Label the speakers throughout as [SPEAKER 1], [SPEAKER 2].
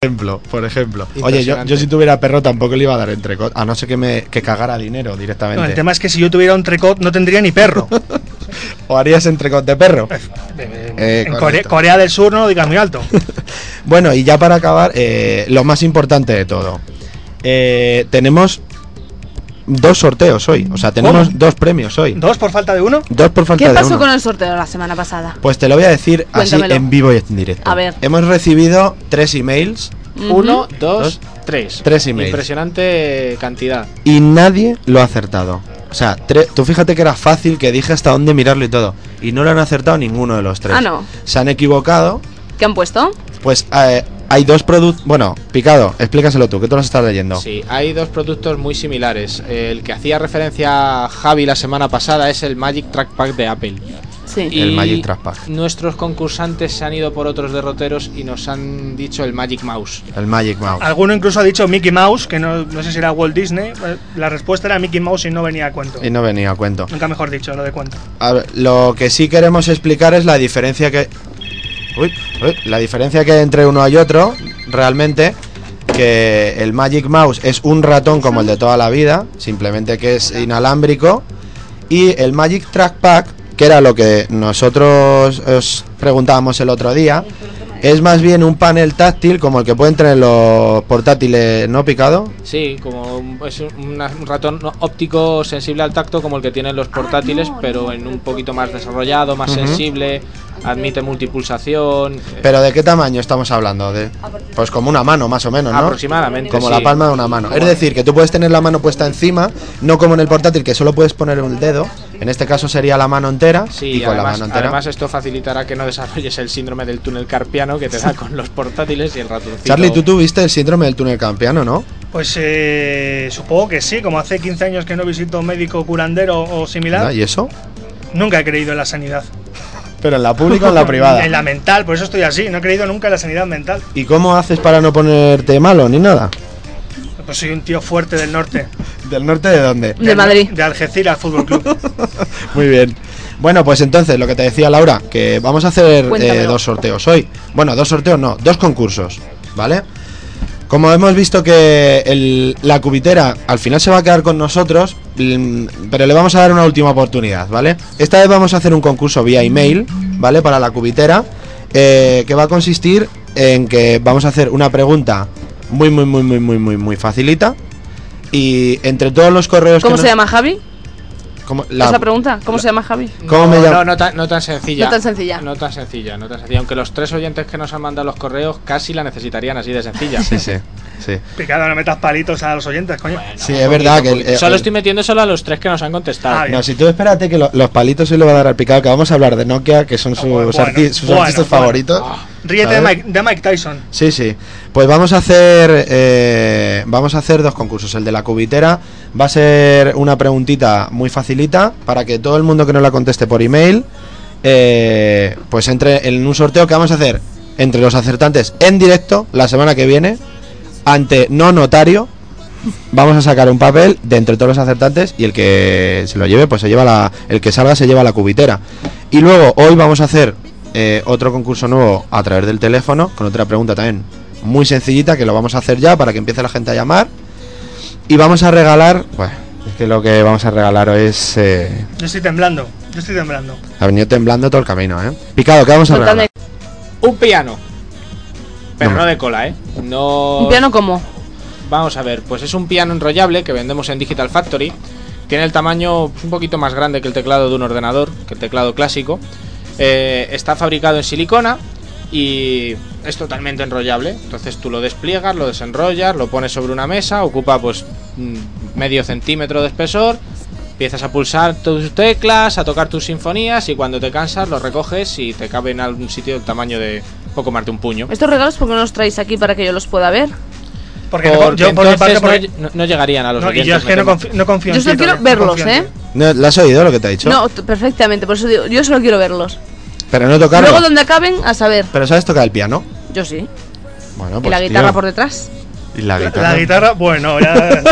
[SPEAKER 1] ejemplo, por ejemplo. Oye, yo, yo si tuviera perro tampoco le iba a dar entrecot, a no ser que me que cagara dinero directamente.
[SPEAKER 2] No, el tema es que si yo tuviera un trecot no tendría ni perro.
[SPEAKER 1] ¿O harías entrecot de perro?
[SPEAKER 2] Eh, en Corea, Corea, del Sur no lo digas muy alto.
[SPEAKER 1] bueno, y ya para acabar, eh, lo más importante de todo. Eh, tenemos dos sorteos hoy. O sea, tenemos ¿Cómo? dos premios hoy.
[SPEAKER 2] ¿Dos por falta de uno?
[SPEAKER 1] Dos por falta
[SPEAKER 3] ¿Qué
[SPEAKER 1] de
[SPEAKER 3] pasó
[SPEAKER 1] uno.
[SPEAKER 3] con el sorteo la semana pasada?
[SPEAKER 1] Pues te lo voy a decir Cuéntamelo. así en vivo y en directo.
[SPEAKER 3] A ver.
[SPEAKER 1] Hemos recibido tres emails.
[SPEAKER 4] Uh -huh. Uno, dos, dos, tres.
[SPEAKER 1] Tres emails.
[SPEAKER 4] Impresionante cantidad.
[SPEAKER 1] Y nadie lo ha acertado. O sea, tú fíjate que era fácil que dije hasta dónde mirarlo y todo. Y no lo han acertado ninguno de los tres.
[SPEAKER 3] Ah, no.
[SPEAKER 1] Se han equivocado.
[SPEAKER 3] ¿Qué han puesto?
[SPEAKER 1] Pues eh, hay dos productos. Bueno, Picado, explícaselo tú, que tú lo estás leyendo.
[SPEAKER 4] Sí, hay dos productos muy similares. El que hacía referencia a Javi la semana pasada es el Magic Trackpad de Apple.
[SPEAKER 3] Sí.
[SPEAKER 1] Y el Magic Trackpad.
[SPEAKER 4] Nuestros concursantes se han ido por otros derroteros y nos han dicho el Magic Mouse.
[SPEAKER 1] El Magic Mouse.
[SPEAKER 2] Alguno incluso ha dicho Mickey Mouse, que no, no sé si era Walt Disney. La respuesta era Mickey Mouse y no venía a cuento.
[SPEAKER 1] Y no venía a cuento.
[SPEAKER 2] Nunca mejor dicho, lo de cuento.
[SPEAKER 1] A ver, lo que sí queremos explicar es la diferencia que. Uy, uy, la diferencia que hay entre uno y otro, realmente, que el Magic Mouse es un ratón como el de toda la vida, simplemente que es inalámbrico, y el Magic Trackpad que era lo que nosotros os preguntábamos el otro día, es más bien un panel táctil como el que pueden tener los portátiles no picado.
[SPEAKER 4] Sí, como un, es un, un ratón óptico sensible al tacto como el que tienen los portátiles, ah, no, pero en un poquito más desarrollado, más uh -huh. sensible, admite multipulsación.
[SPEAKER 1] Pero ¿de qué tamaño estamos hablando? De, pues como una mano más o menos, ¿no?
[SPEAKER 4] Aproximadamente.
[SPEAKER 1] Como
[SPEAKER 4] sí.
[SPEAKER 1] la palma de una mano. Es decir, que tú puedes tener la mano puesta encima, no como en el portátil que solo puedes poner un dedo. En este caso sería la mano entera.
[SPEAKER 4] Sí,
[SPEAKER 1] y con
[SPEAKER 4] además,
[SPEAKER 1] la mano entera.
[SPEAKER 4] además esto facilitará que no desarrolles el síndrome del túnel carpiano que te da con los portátiles y el ratoncito.
[SPEAKER 1] Charlie, tú tuviste el síndrome del túnel carpiano, ¿no?
[SPEAKER 2] Pues eh, supongo que sí, como hace 15 años que no visito un médico curandero o similar.
[SPEAKER 1] ¿Y eso?
[SPEAKER 2] Nunca he creído en la sanidad.
[SPEAKER 1] ¿Pero en la pública o en la privada?
[SPEAKER 2] en la mental, por eso estoy así. No he creído nunca en la sanidad mental.
[SPEAKER 1] ¿Y cómo haces para no ponerte malo ni nada?
[SPEAKER 2] Pues soy un tío fuerte del norte.
[SPEAKER 1] ¿Del norte de dónde?
[SPEAKER 3] De Madrid.
[SPEAKER 2] De Algeciras Fútbol Club.
[SPEAKER 1] Muy bien. Bueno, pues entonces, lo que te decía Laura, que vamos a hacer eh, dos sorteos hoy. Bueno, dos sorteos no, dos concursos, ¿vale? Como hemos visto que el, la cubitera al final se va a quedar con nosotros, mm, pero le vamos a dar una última oportunidad, ¿vale? Esta vez vamos a hacer un concurso vía email, ¿vale? Para la cubitera, eh, que va a consistir en que vamos a hacer una pregunta muy, muy, muy, muy, muy, muy, muy facilita. Y entre todos los correos...
[SPEAKER 3] ¿Cómo
[SPEAKER 1] que
[SPEAKER 3] se llama Javi?
[SPEAKER 1] ¿Cómo,
[SPEAKER 3] la, Esa pregunta, ¿cómo la, se llama Javi?
[SPEAKER 1] ¿Cómo
[SPEAKER 4] no,
[SPEAKER 1] me llamo?
[SPEAKER 4] No, no, tan, no tan sencilla.
[SPEAKER 3] No tan sencilla.
[SPEAKER 4] No tan sencilla, no tan sencilla. Aunque los tres oyentes que nos han mandado los correos casi la necesitarían así de sencilla.
[SPEAKER 1] sí, sí, sí.
[SPEAKER 2] Picado, no metas palitos a los oyentes, coño.
[SPEAKER 1] Bueno, sí, eh, es verdad poquito, que... El, el,
[SPEAKER 4] solo estoy metiendo solo a los tres que nos han contestado.
[SPEAKER 1] Ah, no, si tú espérate que lo, los palitos hoy le va a dar al picado, que vamos a hablar de Nokia, que son sus, Ah, bueno, arti sus bueno, artistas favoritos. Oh.
[SPEAKER 2] Ah. Ríete de Mike, de Mike, Tyson.
[SPEAKER 1] Sí, sí. Pues vamos a hacer eh, vamos a hacer dos concursos. El de la cubitera va a ser una preguntita muy facilita para que todo el mundo que no la conteste por email eh, pues entre en un sorteo que vamos a hacer entre los acertantes en directo la semana que viene ante no notario. Vamos a sacar un papel de entre todos los acertantes y el que se lo lleve, pues se lleva la, el que salga se lleva la cubitera. Y luego hoy vamos a hacer eh, otro concurso nuevo a través del teléfono, con otra pregunta también muy sencillita, que lo vamos a hacer ya para que empiece la gente a llamar. Y vamos a regalar, bueno, es que lo que vamos a regalar hoy es... Eh...
[SPEAKER 2] Yo estoy temblando, yo estoy temblando.
[SPEAKER 1] Ha venido temblando todo el camino, ¿eh? Picado, ¿qué vamos a regalar?
[SPEAKER 4] Un piano. Pero no, no de cola, ¿eh? No...
[SPEAKER 3] ¿Un piano cómo?
[SPEAKER 4] Vamos a ver, pues es un piano enrollable que vendemos en Digital Factory. Tiene el tamaño un poquito más grande que el teclado de un ordenador, que el teclado clásico. Eh, está fabricado en silicona y es totalmente enrollable. Entonces tú lo despliegas, lo desenrollas, lo pones sobre una mesa, ocupa pues medio centímetro de espesor, empiezas a pulsar tus teclas, a tocar tus sinfonías y cuando te cansas lo recoges y te cabe en algún sitio del tamaño de poco más de un puño.
[SPEAKER 3] ¿Estos regalos por qué no los traéis aquí para que yo los pueda ver?
[SPEAKER 2] Porque, porque yo por mi parte,
[SPEAKER 4] porque... no, no, llegarían a los
[SPEAKER 2] no, y yo es que no, conf no confío,
[SPEAKER 3] Yo solo
[SPEAKER 2] en
[SPEAKER 3] quiero verlos, ¿eh?
[SPEAKER 1] ¿No, ¿La has oído lo que te ha dicho?
[SPEAKER 3] No, perfectamente, por eso digo, yo solo quiero verlos.
[SPEAKER 1] Pero no tocarlo.
[SPEAKER 3] Luego donde acaben, a saber.
[SPEAKER 1] ¿Pero sabes tocar el piano?
[SPEAKER 3] Yo sí.
[SPEAKER 1] Bueno, pues,
[SPEAKER 3] y la guitarra
[SPEAKER 1] tío.
[SPEAKER 3] por detrás.
[SPEAKER 1] ¿Y la guitarra?
[SPEAKER 2] La, la guitarra, bueno, ya...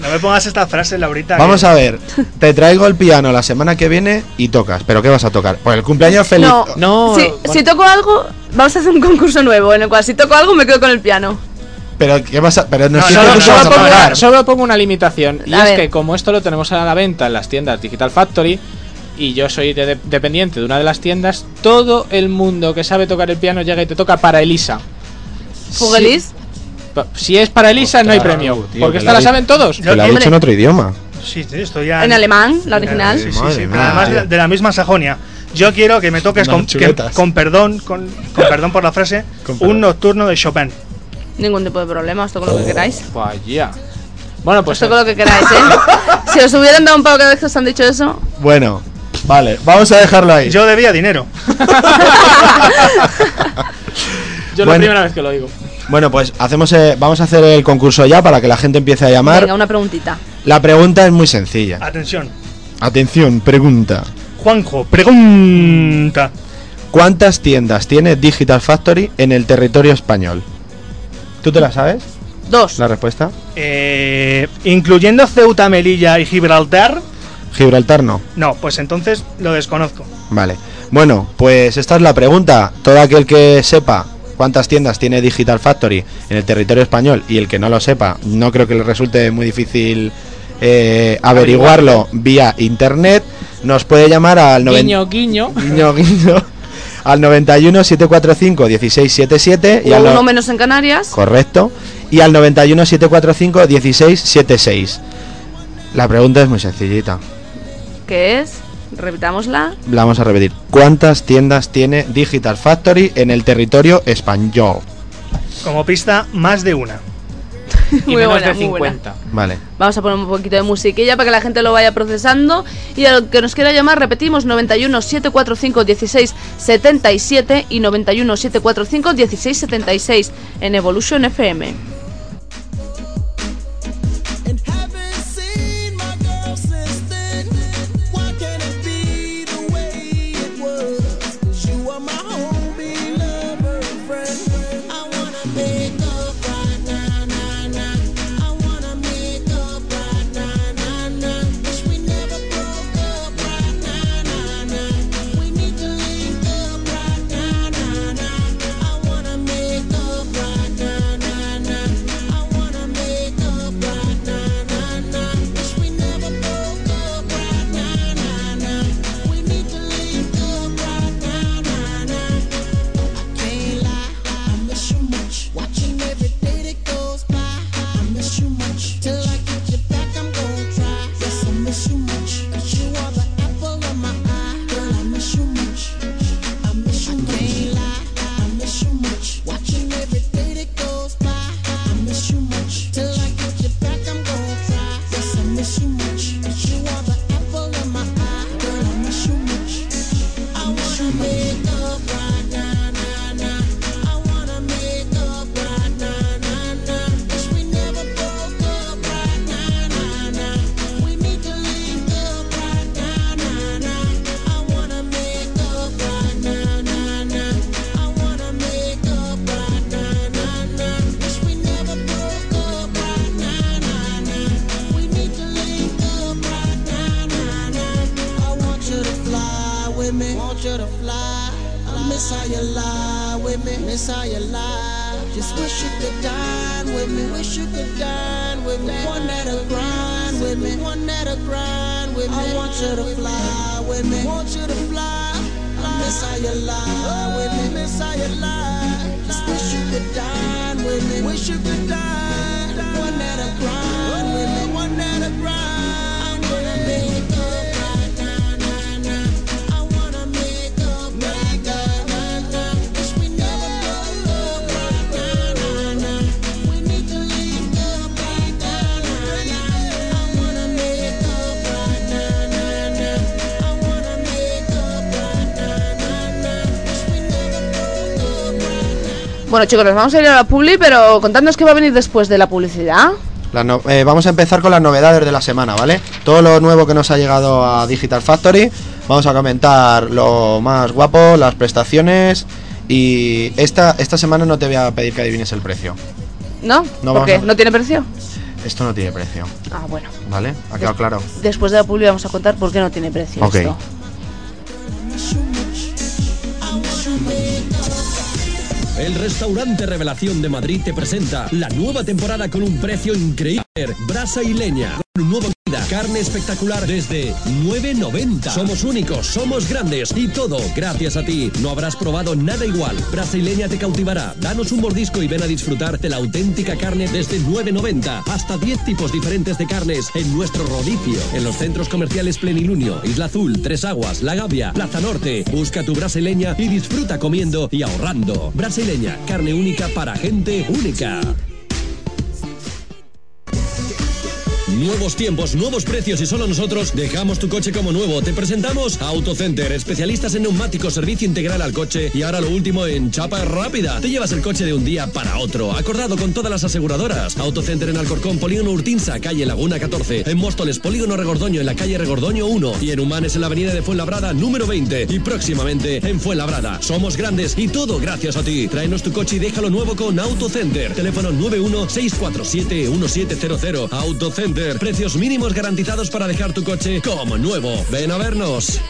[SPEAKER 2] no me pongas esta frase, Laurita.
[SPEAKER 1] Vamos que... a ver, te traigo el piano la semana que viene y tocas. ¿Pero qué vas a tocar? Pues el cumpleaños feliz.
[SPEAKER 3] No, no. Si, bueno. si toco algo, Vamos a hacer un concurso nuevo en el cual si toco algo me quedo con el piano.
[SPEAKER 1] Pero ¿qué vas a? Pero no,
[SPEAKER 2] No,
[SPEAKER 1] sé
[SPEAKER 2] solo-
[SPEAKER 1] qué tú
[SPEAKER 2] solo
[SPEAKER 1] vas a
[SPEAKER 2] pongo-
[SPEAKER 1] pagar.
[SPEAKER 4] Solo pongo una limitación y
[SPEAKER 3] A
[SPEAKER 4] es
[SPEAKER 3] ver.
[SPEAKER 4] que como esto lo tenemos a la venta en las tiendas Digital Factory y yo soy de- de- dependiente de una de las tiendas, todo el mundo que sabe tocar el piano llega y te toca para Elisa.
[SPEAKER 3] ¿Fugelis?
[SPEAKER 4] Si, pa- si es para Elisa no hay
[SPEAKER 1] Ostras,
[SPEAKER 4] premio,
[SPEAKER 1] tío, que
[SPEAKER 4] porque
[SPEAKER 1] la
[SPEAKER 4] esta la
[SPEAKER 1] vi-
[SPEAKER 4] saben todos.
[SPEAKER 1] Que lo ha
[SPEAKER 2] Hombre.
[SPEAKER 1] dicho en otro idioma.
[SPEAKER 2] Sí, sí, estoy ya.
[SPEAKER 3] En alemán, la original.
[SPEAKER 2] Sí, sí,
[SPEAKER 1] Madre
[SPEAKER 2] sí, pero
[SPEAKER 1] mía,
[SPEAKER 2] además
[SPEAKER 1] tío.
[SPEAKER 2] de, de la misma Sajonia. Yo quiero que me toques
[SPEAKER 1] Unas
[SPEAKER 2] con, que-
[SPEAKER 1] chuletas.
[SPEAKER 2] con perdón, con, con perdón por la frase,
[SPEAKER 1] Con perdón.
[SPEAKER 2] un nocturno de Chopin.
[SPEAKER 3] Ningún tipo de problema, os toco lo que queráis.
[SPEAKER 4] Vaya. Bueno,
[SPEAKER 3] Os
[SPEAKER 4] pues
[SPEAKER 3] toco lo que queráis, ¿eh? si os hubieran dado un pago cada vez que os han dicho eso,
[SPEAKER 1] Bueno, vale, vamos a dejarlo ahí.
[SPEAKER 2] Yo debía dinero.
[SPEAKER 4] yo
[SPEAKER 1] Bueno.
[SPEAKER 4] la primera vez que lo digo.
[SPEAKER 1] Bueno, pues hacemos, eh, vamos a hacer el concurso ya para que la gente empiece a llamar.
[SPEAKER 3] venga, una preguntita.
[SPEAKER 1] La pregunta es muy sencilla.
[SPEAKER 2] Atención.
[SPEAKER 1] Atención, pregunta.
[SPEAKER 2] Juanjo, pregunta.
[SPEAKER 1] ¿Cuántas tiendas tiene Digital Factory en el territorio español? ¿Tú te la sabes?
[SPEAKER 3] Dos.
[SPEAKER 1] La respuesta.
[SPEAKER 2] Eh, ¿Incluyendo Ceuta, Melilla y Gibraltar?
[SPEAKER 1] Gibraltar no.
[SPEAKER 2] No, pues entonces lo desconozco.
[SPEAKER 1] Vale. Bueno, pues esta es la pregunta. Todo aquel que sepa cuántas tiendas tiene Digital Factory en el territorio español y el que no lo sepa, no creo que le resulte muy difícil eh, averiguarlo vía internet, nos puede llamar al 90
[SPEAKER 4] Guiño, guiño.
[SPEAKER 1] guiño, guiño, al 91 745 1677 y
[SPEAKER 3] Hubo
[SPEAKER 1] al no-
[SPEAKER 3] uno menos en Canarias.
[SPEAKER 1] correcto y al 91 745 1676. La pregunta es muy sencillita.
[SPEAKER 3] que es, repitámosla,
[SPEAKER 1] La vamos a repetir. ¿Cuántas tiendas tiene Digital Factory en el territorio español?
[SPEAKER 2] Como pista, más de una.
[SPEAKER 4] Y
[SPEAKER 3] Muy
[SPEAKER 4] menos
[SPEAKER 3] buena,
[SPEAKER 4] de
[SPEAKER 3] muy buena.
[SPEAKER 4] 50.
[SPEAKER 1] Vale.
[SPEAKER 3] vamos a poner un poquito de musiquilla para que la gente lo vaya procesando y a lo que nos quiera llamar repetimos 91 745 16 77 y 91 745 16 76 en Evolution FM.
[SPEAKER 5] and haven't seen my girl since then. Why can't it be the way it was? 'Cause you are my homie, lover, and friend. I wanna make up right now, nah, nah. I wanna make up right now, nah, nah. Wish we never broke up right now, nah, nah. We need to link up right now, nah, nah. I wanna make up right now, nah, nah. I wanna make up right now, nah, nah. Wish we never broke up right now, nah, nah. We need to link up right now, nah, nah. I can't lie, I miss you much. Watching every day that goes by, I miss you much. Till I get you back, I'm gonna try. Yes, I miss you much. 'Cause you are the apple of my eye. Girl, I miss you much. I miss you much. I can't lie, I miss you much. Watching every day that goes by, I miss you much. Till I get you back, I'm gonna try. Yes, I miss you much. 'Cause you are the apple of my eye. Girl, I miss you much. I miss you much. I want you to fly with me. Want you to fly. I miss how you lie with me. Miss how you lie. Just wish you could dine with me. Wish you could dine with me. One that'll grind with me. One that'll grind with me. I want you to fly with me. Want you to fly. I miss how you lie with me. Miss how you lie. Just wish you could dine with me. Wish you could dine. One that'll grind with me. One that'll grind with me.
[SPEAKER 3] Bueno chicos, nos vamos a ir a la publi, pero contadnos qué va a venir después de la publicidad.
[SPEAKER 1] La no- eh, vamos a empezar con las novedades de la semana, ¿vale? Todo lo nuevo que nos ha llegado a Digital Factory. Vamos a comentar lo más guapo, las prestaciones. Y esta, esta semana no te voy a pedir que adivines el precio.
[SPEAKER 3] ¿No?
[SPEAKER 1] No,
[SPEAKER 3] ¿Por
[SPEAKER 1] vamos
[SPEAKER 3] qué?
[SPEAKER 1] a-
[SPEAKER 3] ¿No tiene precio?
[SPEAKER 1] Esto no tiene precio,
[SPEAKER 3] Ah, bueno.
[SPEAKER 1] ¿vale? ¿Ha quedado claro?
[SPEAKER 3] Después de la publi vamos a contar por qué no tiene precio
[SPEAKER 1] Ok.
[SPEAKER 3] esto.
[SPEAKER 5] I miss you much. I miss you much.
[SPEAKER 6] El restaurante Revelación de Madrid te presenta la nueva temporada con un precio increíble. Brasa y leña, con un nuevo comida, carne espectacular desde 9.90. Somos únicos, somos grandes y todo gracias a ti. No habrás probado nada igual. Brasa y leña te cautivará. Danos un mordisco y ven a disfrutar de la auténtica carne desde 9.90. Hasta 10 tipos diferentes de carnes en nuestro rodicio. En los centros comerciales Plenilunio, Isla Azul, Tres Aguas, La Gavia, Plaza Norte. Busca tu brasileña y disfruta comiendo y ahorrando. Brasileña, carne única para gente única. Nuevos tiempos, nuevos precios y solo nosotros dejamos tu coche como nuevo. Te presentamos AutoCenter, especialistas en neumáticos, servicio integral al coche y ahora lo último en chapa rápida. Te llevas el coche de un día para otro, acordado con todas las aseguradoras. AutoCenter en Alcorcón, Polígono Urtinsa, calle Laguna 14. En Móstoles, Polígono Regordoño, en la calle Regordoño 1. Y en Humanes, en la avenida de Fuenlabrada, número 20. Y próximamente en Fuenlabrada. Somos grandes y todo gracias a ti. Tráenos tu coche y déjalo nuevo con AutoCenter. Teléfono 916471700. AutoCenter. Precios mínimos garantizados para dejar tu coche como nuevo. Ven a vernos.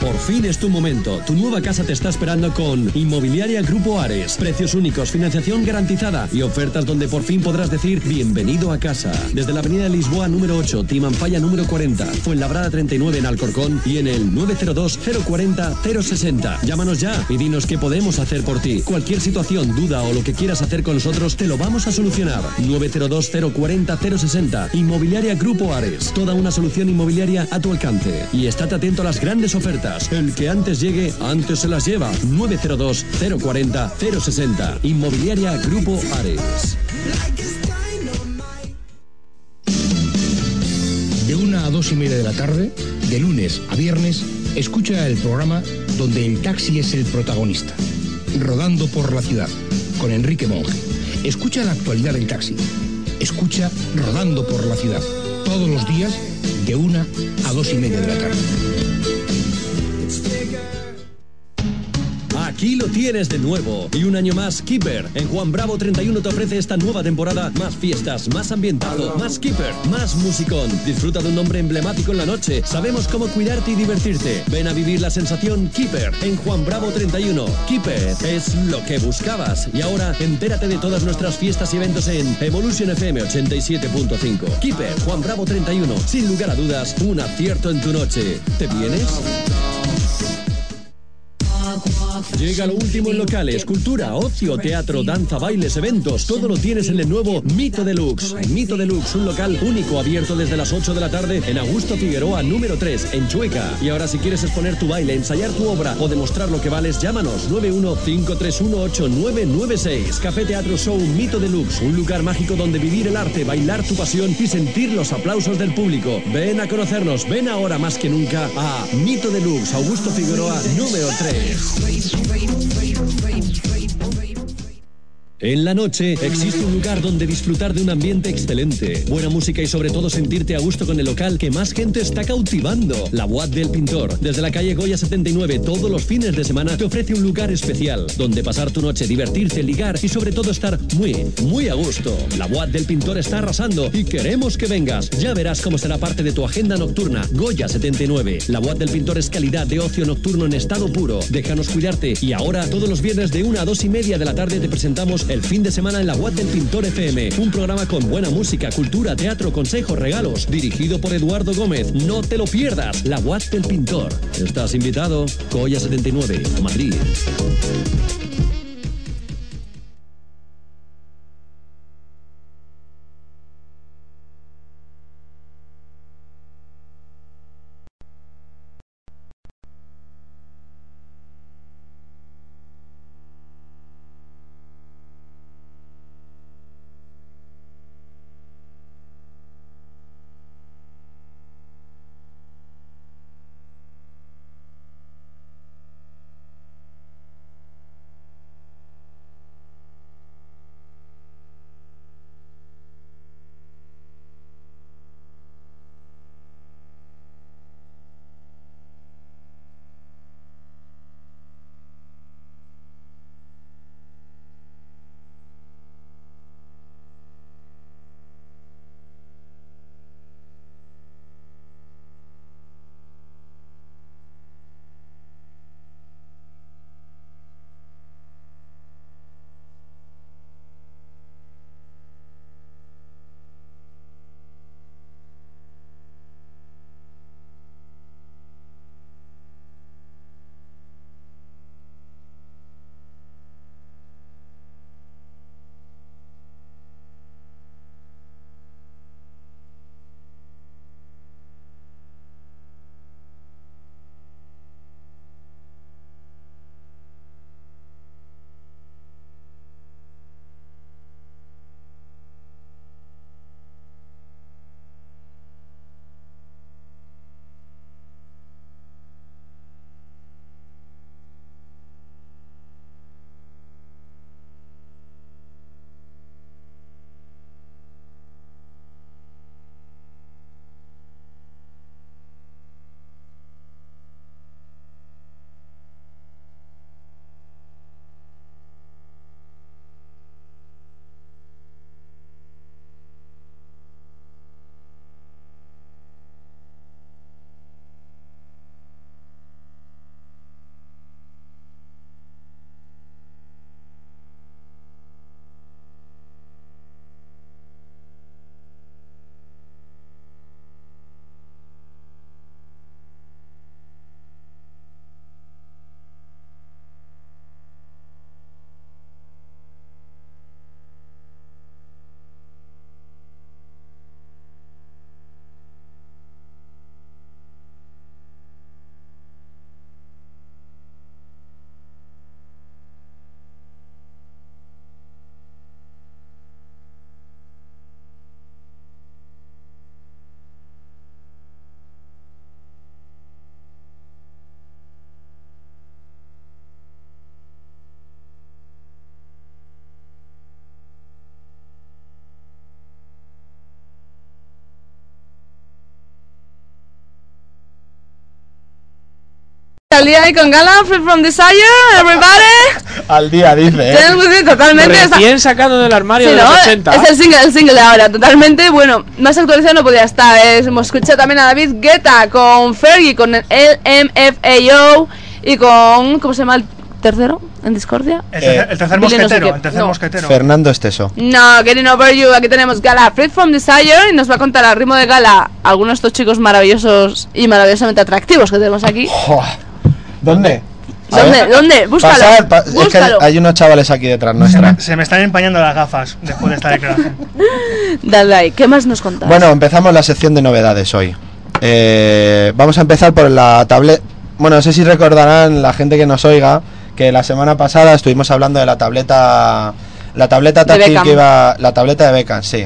[SPEAKER 6] Por fin es tu momento. Tu nueva casa te está esperando con Inmobiliaria Grupo Ares. Precios únicos, financiación garantizada y ofertas donde por fin podrás decir bienvenido a casa. Desde la avenida de Lisboa número 8, Timanfaya número 40, Fuenlabrada 39 en Alcorcón y en el 902-040-060. Llámanos ya y dinos qué podemos hacer por ti. Cualquier situación, duda o lo que quieras hacer con nosotros te lo vamos a solucionar. 902-040-060. Inmobiliaria Grupo Ares. Toda una solución inmobiliaria a tu alcance. Y estate atento a las grandes ofertas. El que antes llegue, antes se las lleva. 902-040-060. Inmobiliaria Grupo Ares.
[SPEAKER 7] De una a dos y media de la tarde, de lunes a viernes, escucha el programa donde el taxi es el protagonista. Rodando por la ciudad, con Enrique Monge. Escucha la actualidad del taxi. Escucha Rodando por la ciudad, todos los días, de una a dos y media de la tarde.
[SPEAKER 6] Aquí lo tienes de nuevo. Y un año más, Keeper. En Juan Bravo 31 te ofrece esta nueva temporada más fiestas, más ambientado, más Keeper, más musicón. Disfruta de un nombre emblemático en la noche. Sabemos cómo cuidarte y divertirte. Ven a vivir la sensación Keeper en Juan Bravo 31. Keeper es lo que buscabas. Y ahora entérate de todas nuestras fiestas y eventos en Evolution FM 87.5. Keeper, Juan Bravo 31. Sin lugar a dudas, un acierto en tu noche. ¿Te vienes? Llega lo último en locales, cultura, ocio, teatro, danza, bailes, eventos. Todo lo tienes en el nuevo Mito Deluxe. Mito Deluxe, un local único abierto desde las 8 de la tarde en Augusto Figueroa número 3, en Chueca. Y ahora si quieres exponer tu baile, ensayar tu obra o demostrar lo que vales, llámanos 915318996. Café Teatro Show Mito Deluxe, un lugar mágico donde vivir el arte, bailar tu pasión y sentir los aplausos del público. Ven a conocernos, ven ahora más que nunca a Mito Deluxe, Augusto Figueroa número 3. En la noche existe un lugar donde disfrutar de un ambiente excelente, buena música y sobre todo sentirte a gusto con el local que más gente está cautivando. La Boat del Pintor, desde la calle Goya 79 todos los fines de semana te ofrece un lugar especial donde pasar tu noche, divertirte, ligar y sobre todo estar muy, muy a gusto. La Boat del Pintor está arrasando y queremos que vengas. Ya verás cómo será parte de tu agenda nocturna. Goya 79. La Boat del Pintor es calidad de ocio nocturno en estado puro. Déjanos cuidarte y ahora todos los viernes de 1 a 2 y media de la tarde te presentamos el fin de semana en la Guad del Pintor FM, un programa con buena música, cultura, teatro, consejos, regalos, dirigido por Eduardo Gómez. No te lo pierdas, la Guad del Pintor. Estás invitado, Coya 79, a Madrid.
[SPEAKER 3] Al día ahí con Gala, Free From Desire, Everybody.
[SPEAKER 1] Al día, dice. ¿eh?
[SPEAKER 3] Tenemos que decir totalmente. está-
[SPEAKER 4] Recién sacado del armario
[SPEAKER 3] Sí,
[SPEAKER 4] de
[SPEAKER 3] ¿no?
[SPEAKER 4] los 80.
[SPEAKER 3] Es el single, el single de ahora, totalmente. Bueno, más actualizado no podía estar. eh. Hemos escuchado también a David Guetta con Fergie, con el LMFAO y con. ¿Cómo se llama el tercero? ¿En Discordia?
[SPEAKER 2] El, tercer- el tercer
[SPEAKER 3] Billy no sé
[SPEAKER 2] mosquetero,
[SPEAKER 3] quién.
[SPEAKER 2] el tercer
[SPEAKER 3] No.
[SPEAKER 2] mosquetero.
[SPEAKER 1] Fernando Esteso.
[SPEAKER 3] No, Getting Over You. Aquí tenemos Gala Free from Desire y nos va a contar al ritmo de Gala algunos de estos chicos maravillosos y maravillosamente atractivos que tenemos aquí.
[SPEAKER 1] ¿Dónde? A
[SPEAKER 3] ¿Dónde?
[SPEAKER 1] ver.
[SPEAKER 3] ¿Dónde? Búscalo.
[SPEAKER 1] Pasad, pa- es que
[SPEAKER 3] búscalo.
[SPEAKER 1] hay unos chavales aquí detrás
[SPEAKER 2] se,
[SPEAKER 1] nuestra.
[SPEAKER 2] me, se me están empañando las gafas después de esta declaración.
[SPEAKER 3] Dale ahí. ¿Qué más nos contas?
[SPEAKER 1] Bueno, empezamos la sección de novedades hoy. Eh, vamos a empezar por la tableta. Bueno, no sé si recordarán la gente que nos oiga que la semana pasada estuvimos hablando de la tableta, la tableta
[SPEAKER 3] De
[SPEAKER 1] táctil
[SPEAKER 3] Beckham.
[SPEAKER 1] que iba, la tableta de Beckham, sí.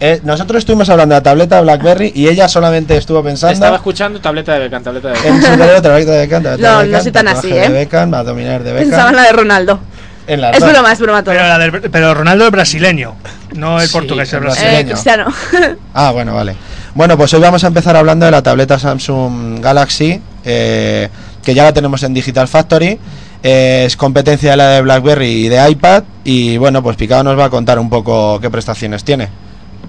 [SPEAKER 1] Eh, nosotros estuvimos hablando de la tableta BlackBerry y ella solamente estuvo
[SPEAKER 4] Estaba
[SPEAKER 1] pensando
[SPEAKER 4] escuchando tableta de Beckham, tableta de Beckham.
[SPEAKER 1] en su tableta, tableta de Beckham, tableta de
[SPEAKER 3] No, no
[SPEAKER 1] Beckham,
[SPEAKER 3] soy tan
[SPEAKER 1] tatuaje
[SPEAKER 3] así, ¿eh?
[SPEAKER 1] de Beckham, abdominal de Beckham,
[SPEAKER 3] Pensaba en la de Ronaldo.
[SPEAKER 1] en las
[SPEAKER 3] Es
[SPEAKER 1] dos.
[SPEAKER 3] broma, es broma todo. Eh,
[SPEAKER 2] Pero, eh, la del- pero Ronaldo es brasileño, no el
[SPEAKER 4] Sí,
[SPEAKER 2] portugués, el
[SPEAKER 1] el
[SPEAKER 2] brasileño.
[SPEAKER 3] Eh,
[SPEAKER 1] brasileño.
[SPEAKER 3] Cristiano.
[SPEAKER 1] Ah, bueno, vale. Bueno, pues hoy vamos a empezar hablando de la tableta Samsung Galaxy, eh, que ya la tenemos en Digital Factory. Eh, es competencia de la de BlackBerry y de iPad. Y bueno, pues Picado nos va a contar un poco qué prestaciones tiene.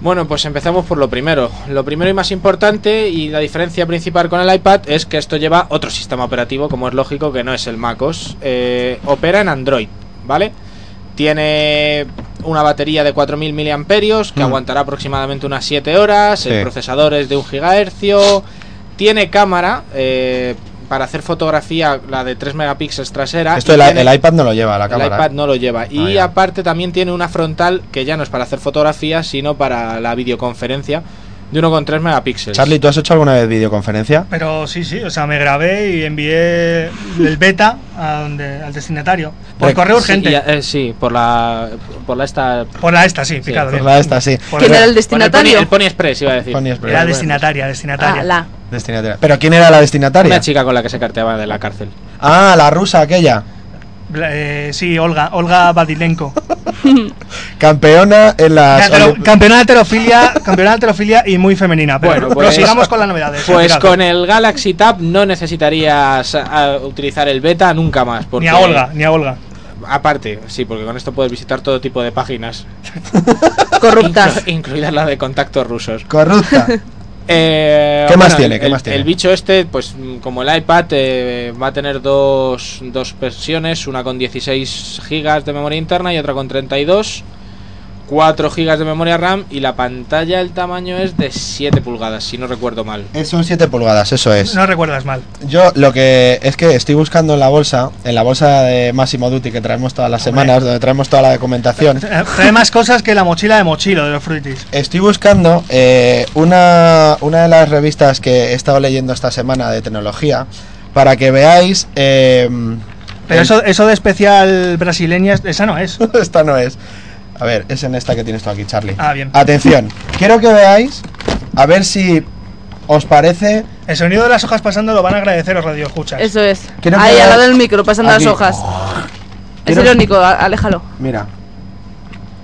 [SPEAKER 4] Bueno, pues empezamos por lo primero. Lo primero y más importante y la diferencia principal con el iPad es que esto lleva otro sistema operativo, como es lógico, que no es el MacOS. Eh, opera en Android, ¿vale? Tiene una batería de 4.000 miliamperios que
[SPEAKER 1] Mm.
[SPEAKER 4] aguantará aproximadamente unas 7 horas.
[SPEAKER 1] Sí.
[SPEAKER 4] El procesador es de 1 gigahercio. Tiene cámara eh, para hacer fotografía, la de 3 megapíxeles trasera.
[SPEAKER 1] Esto
[SPEAKER 4] Ah, y
[SPEAKER 1] el, i-
[SPEAKER 4] tiene-
[SPEAKER 1] el iPad no lo lleva, la
[SPEAKER 4] el
[SPEAKER 1] cámara.
[SPEAKER 4] iPad no lo lleva.
[SPEAKER 1] Ah,
[SPEAKER 4] Y
[SPEAKER 1] ya.
[SPEAKER 4] aparte también tiene una frontal que ya no es para hacer fotografías, sino para la videoconferencia de 1,3 megapíxeles.
[SPEAKER 1] Charlie, ¿tú has hecho alguna vez videoconferencia?
[SPEAKER 2] Pero sí, sí, o sea, me grabé y envié el beta a donde- al destinatario. Por
[SPEAKER 1] Rec-
[SPEAKER 2] correo
[SPEAKER 4] Sí,
[SPEAKER 2] urgente.
[SPEAKER 4] y, eh, sí, por la, por la esta...
[SPEAKER 2] Por la esta, sí, picado.
[SPEAKER 1] Pues
[SPEAKER 2] bien.
[SPEAKER 1] la esta, sí.
[SPEAKER 2] Por
[SPEAKER 3] ¿Quién
[SPEAKER 2] la-
[SPEAKER 3] era el
[SPEAKER 4] Bueno, el, Pony,
[SPEAKER 3] destinatario?
[SPEAKER 4] el Pony Express iba a decir.
[SPEAKER 1] Pony Express.
[SPEAKER 2] era destinataria, destinataria.
[SPEAKER 3] Ah, la.
[SPEAKER 1] Destinataria. ¿Pero quién era la destinataria?
[SPEAKER 4] Una chica con la que se carteaba de la cárcel.
[SPEAKER 1] Ah, la rusa aquella.
[SPEAKER 2] Bla- eh, sí, Olga, Olga Badilenko.
[SPEAKER 1] Campeona en
[SPEAKER 4] Ah,
[SPEAKER 1] las.
[SPEAKER 2] Campeona
[SPEAKER 1] Olim-
[SPEAKER 2] campeona de heterofilia, campeona de heterofilia y muy femenina. Pero
[SPEAKER 4] Bueno, pues-
[SPEAKER 2] sigamos con las novedades.
[SPEAKER 4] Pues
[SPEAKER 2] Picado.
[SPEAKER 4] con el Galaxy Tab no necesitarías ah, utilizar el beta nunca más. Porque
[SPEAKER 2] Ni a Olga, ni a Olga.
[SPEAKER 4] Aparte, sí, porque con esto puedes visitar todo tipo de páginas.
[SPEAKER 3] Corruptas.
[SPEAKER 4] inclu- Incluidas la de contactos rusos.
[SPEAKER 1] Corrupta.
[SPEAKER 4] Eh,
[SPEAKER 1] ¿Qué más
[SPEAKER 4] bueno,
[SPEAKER 1] tiene?
[SPEAKER 4] el-
[SPEAKER 1] ¿Qué más
[SPEAKER 4] el-
[SPEAKER 1] tiene?
[SPEAKER 4] El bicho este, pues mm, como el iPad, eh, va a tener dos, dos versiones, una con 16 GB de memoria interna y otra con 32, 4 GB de memoria RAM y la pantalla, el tamaño es de 7 pulgadas, si no recuerdo mal.
[SPEAKER 1] Eh, Son 7 pulgadas, eso es.
[SPEAKER 2] No recuerdas mal.
[SPEAKER 1] Yo lo que es que estoy buscando en la bolsa, en la bolsa de Máximo Duty que traemos todas las
[SPEAKER 2] Hombre.
[SPEAKER 1] semanas, donde traemos toda la documentación,
[SPEAKER 2] Eh, Trae más cosas que la mochila de mochilo de los fruitis.
[SPEAKER 1] estoy buscando eh, una, una de las revistas que he estado leyendo esta semana de tecnología para que veáis... eh,
[SPEAKER 2] Pero
[SPEAKER 1] el-
[SPEAKER 2] eso, eso de especial brasileña, esa no es.
[SPEAKER 1] Esta no es. A ver, es en esta que tienes tú aquí, Charlie.
[SPEAKER 2] Ah, bien.
[SPEAKER 1] Atención, quiero que veáis, a ver si os parece...
[SPEAKER 2] El sonido de las hojas pasando lo van a agradecer los radioescuchas.
[SPEAKER 3] Eso es.
[SPEAKER 1] Quiero
[SPEAKER 3] Ahí,
[SPEAKER 1] que-
[SPEAKER 3] al lado del micro, pasando
[SPEAKER 1] Aquí.
[SPEAKER 3] las hojas. Es
[SPEAKER 1] Quiero-
[SPEAKER 3] irónico, a- aléjalo.
[SPEAKER 1] Mira,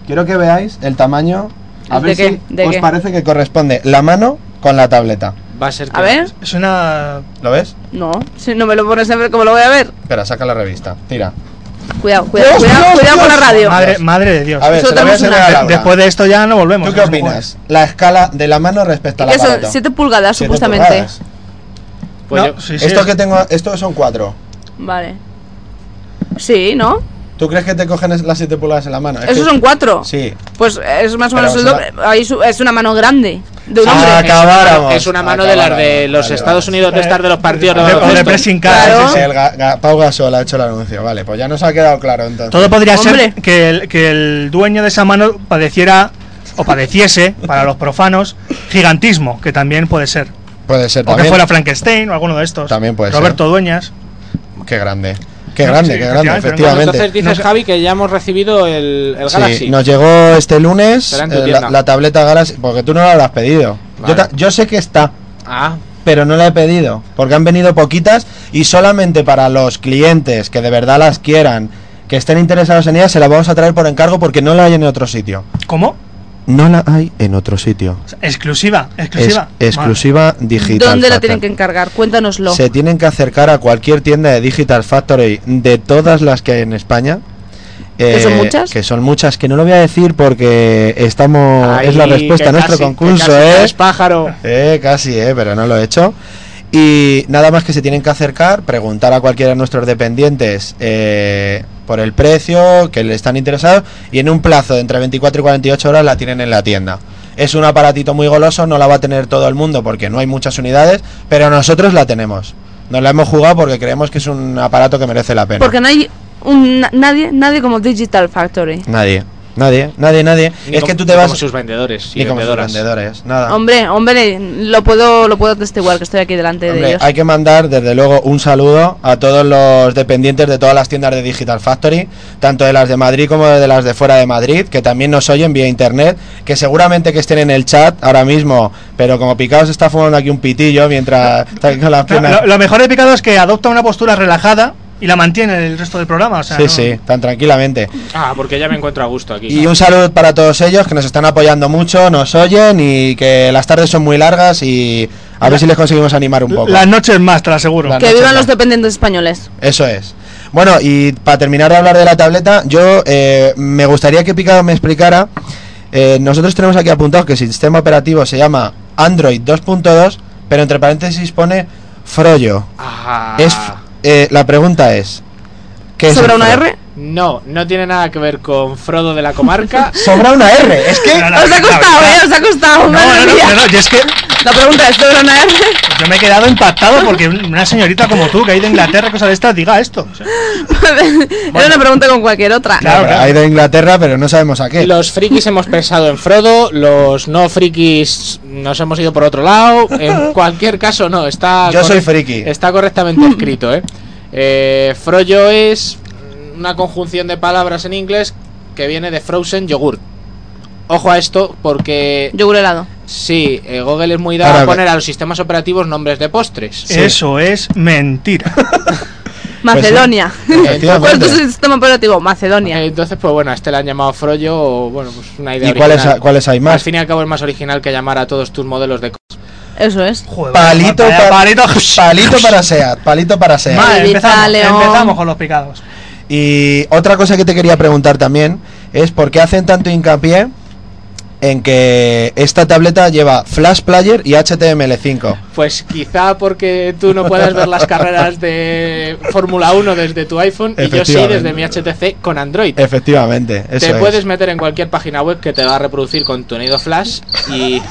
[SPEAKER 1] quiero que veáis el tamaño. A
[SPEAKER 3] ¿De
[SPEAKER 1] ver
[SPEAKER 3] qué?
[SPEAKER 1] si
[SPEAKER 3] ¿De
[SPEAKER 1] os
[SPEAKER 3] qué?
[SPEAKER 1] parece que corresponde la mano con la tableta.
[SPEAKER 4] Va a ser que-
[SPEAKER 3] A ver,
[SPEAKER 2] Suena.
[SPEAKER 1] ¿Lo ves?
[SPEAKER 3] no, si no me lo pones a ver, ¿cómo lo voy a ver?
[SPEAKER 1] Espera, saca la revista. Tira.
[SPEAKER 3] Cuidado, cuidado,
[SPEAKER 1] Dios,
[SPEAKER 3] cuidado,
[SPEAKER 1] Dios,
[SPEAKER 3] cuidado con la
[SPEAKER 1] Dios.
[SPEAKER 3] radio.
[SPEAKER 2] Madre, madre de Dios.
[SPEAKER 1] A ver,
[SPEAKER 3] Eso
[SPEAKER 1] se la voy a
[SPEAKER 3] tenemos una-
[SPEAKER 1] enseñar a Laura.
[SPEAKER 2] Después de esto ya no volvemos.
[SPEAKER 1] ¿Tú qué opinas? La escala de la mano respecto al
[SPEAKER 3] Que son
[SPEAKER 1] aparato.
[SPEAKER 3] 7 pulgadas,
[SPEAKER 1] Siete
[SPEAKER 3] supuestamente.
[SPEAKER 1] pulgadas.
[SPEAKER 4] pues
[SPEAKER 2] No,
[SPEAKER 4] yo-
[SPEAKER 2] sí, Eh, sí.
[SPEAKER 1] Esto que tengo, esto son cuatro.
[SPEAKER 3] Vale. Sí, ¿no?
[SPEAKER 1] ¿Tú crees que te cogen es- las siete pulgadas en la mano? Es
[SPEAKER 3] Esos
[SPEAKER 1] que-
[SPEAKER 3] son 4.
[SPEAKER 1] Sí.
[SPEAKER 3] Pues es más o
[SPEAKER 1] Pero
[SPEAKER 3] menos el
[SPEAKER 1] será-
[SPEAKER 3] doble. Ahí su- es una mano grande. De un
[SPEAKER 1] Ah,
[SPEAKER 3] hombre.
[SPEAKER 1] Acabáramos.
[SPEAKER 4] Es una mano de las de
[SPEAKER 1] Acabáramos.
[SPEAKER 4] los
[SPEAKER 1] Vale, Eh,
[SPEAKER 4] Estados
[SPEAKER 1] vamos.
[SPEAKER 4] Unidos de estar de los partidos de
[SPEAKER 2] de, o de
[SPEAKER 4] baloncesto.
[SPEAKER 2] pressing
[SPEAKER 3] Claro.
[SPEAKER 2] sí, sí.
[SPEAKER 1] El Ga- Ga- Pau Gasol ha hecho el anuncio. Vale, pues ya nos ha quedado claro entonces.
[SPEAKER 2] Todo podría ser
[SPEAKER 3] Hombre.
[SPEAKER 2] que el, que el dueño de esa mano padeciera o padeciese, para los profanos, gigantismo, que también puede ser.
[SPEAKER 1] Puede ser
[SPEAKER 2] O que
[SPEAKER 1] también.
[SPEAKER 2] fuera Frankenstein o alguno de estos.
[SPEAKER 1] También puede ser.
[SPEAKER 2] Roberto Dueñas.
[SPEAKER 1] Qué grande. Qué
[SPEAKER 2] Sí,
[SPEAKER 1] grande,
[SPEAKER 2] sí,
[SPEAKER 1] qué grande,
[SPEAKER 2] efectivamente, pero
[SPEAKER 4] Bueno,
[SPEAKER 1] efectivamente.
[SPEAKER 4] entonces dices,
[SPEAKER 2] No sé-
[SPEAKER 4] Javi, que ya hemos recibido el, el
[SPEAKER 1] Sí,
[SPEAKER 4] Galaxy.
[SPEAKER 1] nos llegó este lunes
[SPEAKER 4] Pues Será en tu
[SPEAKER 1] eh, la-
[SPEAKER 4] tienda.
[SPEAKER 1] la, tableta Galaxy, porque tú no la habrás pedido.
[SPEAKER 4] Vale.
[SPEAKER 1] Yo, ta- yo sé que está,
[SPEAKER 4] Ah,
[SPEAKER 1] pero no la he pedido, porque han venido poquitas y solamente para los clientes que de verdad las quieran, que estén interesados en ella, se la vamos a traer por encargo porque no la hay en otro sitio.
[SPEAKER 2] ¿Cómo?
[SPEAKER 1] no la hay en otro sitio.
[SPEAKER 2] O sea, Exclusiva,
[SPEAKER 1] Es
[SPEAKER 2] exclusiva.
[SPEAKER 1] exclusiva digital.
[SPEAKER 3] ¿Dónde la
[SPEAKER 1] Factory.
[SPEAKER 3] tienen que encargar? Cuéntanoslo.
[SPEAKER 1] Se tienen que acercar a cualquier tienda de Digital Factory de todas las que hay en España. Eh,
[SPEAKER 3] ¿Que son muchas?
[SPEAKER 1] Que son muchas, que no lo voy a decir porque estamos. es la
[SPEAKER 4] Ahí,
[SPEAKER 1] respuesta
[SPEAKER 4] que
[SPEAKER 1] a nuestro
[SPEAKER 4] casi- que
[SPEAKER 1] concurso,
[SPEAKER 4] casi
[SPEAKER 1] ¿eh?
[SPEAKER 4] eres pájaro.
[SPEAKER 1] Eh, casi, eh, pero no lo he hecho. Y nada más que se tienen que acercar, preguntar a cualquiera de nuestros dependientes eh, por el precio, que le están interesados, y en un plazo de entre 24 y 48 horas la tienen en la tienda. Es un aparatito muy goloso, no la va a tener todo el mundo porque no hay muchas unidades, pero nosotros la tenemos. Nos la hemos jugado porque creemos que es un aparato que merece la pena.
[SPEAKER 3] Porque no hay un- na- nadie, nadie como Digital Factory.
[SPEAKER 1] Nadie, nadie, nadie, nadie.
[SPEAKER 4] Ni
[SPEAKER 1] es que
[SPEAKER 4] como-
[SPEAKER 1] tú te
[SPEAKER 4] ni
[SPEAKER 1] vas...
[SPEAKER 4] Como sus vendedores. Y
[SPEAKER 1] ni como sus
[SPEAKER 4] vendedoras.
[SPEAKER 1] vendedores, nada.
[SPEAKER 3] Hombre, hombre, lo puedo, lo puedo atestiguar que estoy aquí delante de
[SPEAKER 1] Hombre,
[SPEAKER 3] ellos.
[SPEAKER 1] hay que mandar desde luego un saludo a todos los dependientes de todas las tiendas de Digital Factory, tanto de las de Madrid como de las de fuera de Madrid, que también nos oyen vía internet, que seguramente que estén en el chat ahora mismo, pero como Picaos está fumando aquí un pitillo mientras está aquí con las
[SPEAKER 2] Lo,
[SPEAKER 1] piernas.
[SPEAKER 2] lo- lo mejor de Picado es que adopta una postura relajada y la mantiene el resto del programa. O sea,
[SPEAKER 1] Sí,
[SPEAKER 2] no-
[SPEAKER 1] sí, tan tranquilamente.
[SPEAKER 4] Ah, porque ya me encuentro a gusto aquí.
[SPEAKER 1] Y un saludo para todos ellos que nos están apoyando mucho, nos oyen y que las tardes son muy largas y a ver si les conseguimos animar un poco.
[SPEAKER 2] Las noches más, te lo aseguro.
[SPEAKER 1] La-
[SPEAKER 3] que
[SPEAKER 1] noche
[SPEAKER 3] vivan
[SPEAKER 1] no.
[SPEAKER 3] los dependientes españoles.
[SPEAKER 1] Eso es. Bueno, y para terminar de hablar de la tableta, yo eh, me gustaría que Picado me explicara. eh, nosotros tenemos aquí apuntado que el sistema operativo se llama Android 2.2, pero entre paréntesis pone Frollo.
[SPEAKER 4] Ah.
[SPEAKER 1] Es, eh, la pregunta es: ¿qué es
[SPEAKER 3] ¿Sobre
[SPEAKER 1] el
[SPEAKER 3] una
[SPEAKER 1] Frollo?
[SPEAKER 3] R?
[SPEAKER 4] No, no tiene nada que ver con Frodo de la comarca.
[SPEAKER 1] ¿Sobra una R? Es que.
[SPEAKER 2] No, no,
[SPEAKER 3] Os ha
[SPEAKER 2] la
[SPEAKER 3] costado,
[SPEAKER 2] verdad-
[SPEAKER 3] eh, os ha
[SPEAKER 2] No,
[SPEAKER 3] costado.
[SPEAKER 2] no,
[SPEAKER 3] madre
[SPEAKER 2] no, no,
[SPEAKER 3] mía.
[SPEAKER 2] no, y es que
[SPEAKER 3] La pregunta es sobre una R.
[SPEAKER 2] yo me he quedado impactado porque una señorita como tú, que ha ido a Inglaterra, cosa de estas, diga esto. O sea,
[SPEAKER 3] Era una pregunta con cualquier otra.
[SPEAKER 1] No, pero Ha ido a Inglaterra, pero no sabemos a qué.
[SPEAKER 4] Los frikis hemos pensado en Frodo, los no frikis nos hemos ido por otro lado. En cualquier caso, no, está.
[SPEAKER 1] Yo soy
[SPEAKER 4] corre-
[SPEAKER 1] friki.
[SPEAKER 4] Está correctamente escrito, ¿eh? Eh, Frollo es una conjunción de palabras en inglés que viene de frozen yogurt. Ojo a esto porque
[SPEAKER 3] Yogur helado.
[SPEAKER 4] sí, eh, Google es muy dado
[SPEAKER 1] Ahora
[SPEAKER 4] a
[SPEAKER 1] ve-
[SPEAKER 4] poner a los sistemas operativos nombres de postres.
[SPEAKER 2] Eso es mentira.
[SPEAKER 1] Pues
[SPEAKER 3] Macedonia. ¿Cuál es tu
[SPEAKER 1] Efectivamente.
[SPEAKER 3] sistema operativo? Macedonia.
[SPEAKER 4] Eh, Entonces, pues bueno, a este le han llamado Frollo, o bueno, pues una idea
[SPEAKER 1] ¿Y cuáles,
[SPEAKER 4] original.
[SPEAKER 1] cuáles hay
[SPEAKER 4] Al
[SPEAKER 1] más?
[SPEAKER 4] fin y al cabo es más original que llamar a todos tus modelos de... co-
[SPEAKER 3] Eso es.
[SPEAKER 2] Joder,
[SPEAKER 1] Palito, pa-
[SPEAKER 2] vaya palito.
[SPEAKER 1] Palito para SEAT, palito para SEAT.
[SPEAKER 2] Madre,
[SPEAKER 3] Ibiza,
[SPEAKER 2] empezamos,
[SPEAKER 3] León.
[SPEAKER 2] empezamos con los picados.
[SPEAKER 1] Y otra cosa que te quería preguntar también es por qué hacen tanto hincapié en que esta tableta lleva Flash Player y HTML5.
[SPEAKER 4] Pues quizá porque tú no puedas ver las carreras de Fórmula 1 desde tu iPhone y yo sí desde mi HTC con Android.
[SPEAKER 1] Efectivamente, eso
[SPEAKER 4] te
[SPEAKER 1] es.
[SPEAKER 4] puedes meter en cualquier página web que te va a reproducir contenido flash y...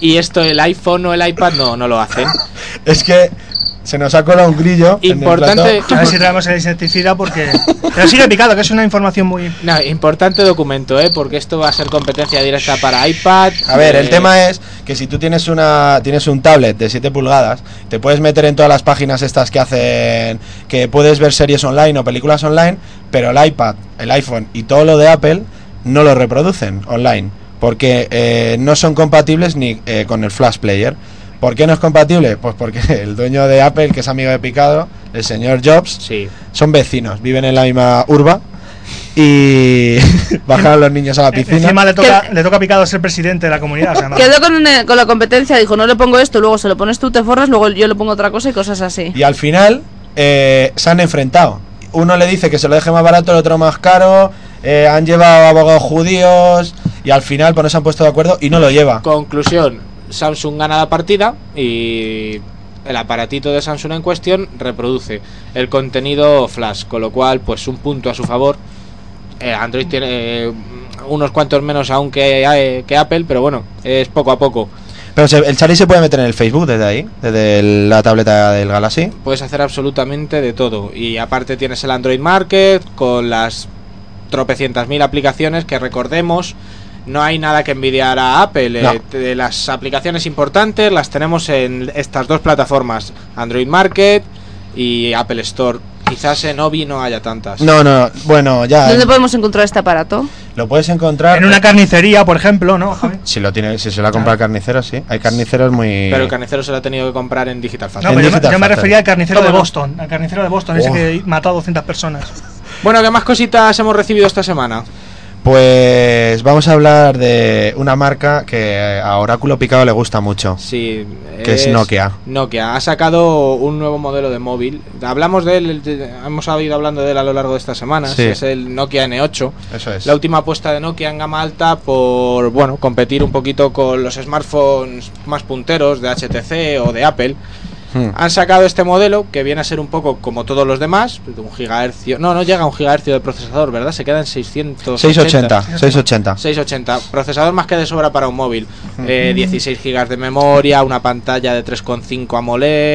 [SPEAKER 4] Y esto el iPhone o el iPad no, no lo hacen.
[SPEAKER 1] Es que se nos ha colado un grillo. en el
[SPEAKER 4] Importante,
[SPEAKER 1] plato.
[SPEAKER 2] A ver si traemos el insecticida porque. Pero sigue picado, que es una información muy.
[SPEAKER 4] no, importante documento, ¿eh? Porque esto va a ser competencia directa para iPad.
[SPEAKER 1] A ver, el
[SPEAKER 4] eh,
[SPEAKER 1] tema es que si tú tienes una tienes un tablet de 7 pulgadas, te puedes meter en todas las páginas estas que hacen que puedes ver series online o películas online, pero el iPad, el iPhone y todo lo de Apple no lo reproducen online porque eh, no son compatibles ni eh, con el Flash Player. ¿Por qué no es compatible? Pues porque el dueño de Apple, que es amigo de Picado, el señor Jobs,
[SPEAKER 4] Sí.
[SPEAKER 1] son vecinos, viven en la misma urba y bajaron los niños a la piscina.
[SPEAKER 2] E-, Encima le toca, le toca a picado ser presidente de la comunidad. O sea, no.
[SPEAKER 3] Quedó con, eh, con la competencia, dijo, no le pongo esto, luego se lo pones tú, te forras, luego yo le pongo otra cosa y cosas así.
[SPEAKER 1] Y al final eh, se han enfrentado. Uno le dice que se lo deje más barato, el otro más caro. eh, han llevado abogados judíos y al final pues no se han puesto de acuerdo y no lo lleva.
[SPEAKER 4] Conclusión, Samsung gana la partida y el aparatito de Samsung en cuestión reproduce el contenido flash, con lo cual pues un punto a su favor. Eh, Android tiene eh, unos cuantos menos aún que, eh, que Apple, pero bueno, es poco a poco.
[SPEAKER 1] Pero se- el Charlie se puede meter en el Facebook desde ahí, desde el- la tableta del Galaxy.
[SPEAKER 4] Puedes hacer absolutamente de todo y aparte tienes el Android Market con las tropecientas mil aplicaciones que recordemos. No hay nada que envidiar a Apple. eh,
[SPEAKER 1] No.
[SPEAKER 4] te- las aplicaciones importantes las tenemos en estas dos plataformas, Android Market y Apple Store. Quizás en Obi no haya tantas.
[SPEAKER 1] No, no, bueno, ya
[SPEAKER 3] ¿Dónde
[SPEAKER 1] eh,
[SPEAKER 3] podemos encontrar este aparato?
[SPEAKER 1] lo puedes encontrar. eh,
[SPEAKER 2] En una carnicería, por ejemplo, ¿no? Javi?
[SPEAKER 1] si lo tiene, si se lo ha comprado el carnicero, sí. Hay carniceros muy.
[SPEAKER 4] Pero el carnicero se lo ha tenido que comprar en Digital Fast.
[SPEAKER 2] No,
[SPEAKER 1] En
[SPEAKER 2] pero yo, me-
[SPEAKER 1] Digital
[SPEAKER 2] yo me
[SPEAKER 1] Factory.
[SPEAKER 2] refería al carnicero de
[SPEAKER 4] ¿Cómo no?
[SPEAKER 2] Boston. Al carnicero de Boston, ese
[SPEAKER 1] Oh.
[SPEAKER 2] que mató a 200 personas.
[SPEAKER 4] Bueno, ¿qué más cositas hemos recibido esta semana?
[SPEAKER 1] Pues vamos a hablar de una marca que a Oráculo Picado le gusta mucho.
[SPEAKER 4] Sí,
[SPEAKER 1] Que es Nokia.
[SPEAKER 4] Nokia ha sacado un nuevo modelo de móvil. Hablamos de él, de- hemos ido hablando de él a lo largo de estas semanas.
[SPEAKER 1] Sí.
[SPEAKER 4] Es el Nokia N8.
[SPEAKER 1] Eso es.
[SPEAKER 4] La última apuesta de Nokia en gama alta por bueno competir un poquito con los smartphones más punteros de HTC o de Apple.
[SPEAKER 1] Hmm.
[SPEAKER 4] Han sacado este modelo que viene a ser un poco como todos los demás, de un gigahercio. No, no llega a un gigahercio de procesador, ¿verdad? Se queda en 680.
[SPEAKER 1] 680, 680.
[SPEAKER 4] 680. Procesador más que de sobra para un móvil. Eh, 16 GB de memoria, una pantalla de 3,5 AMOLED.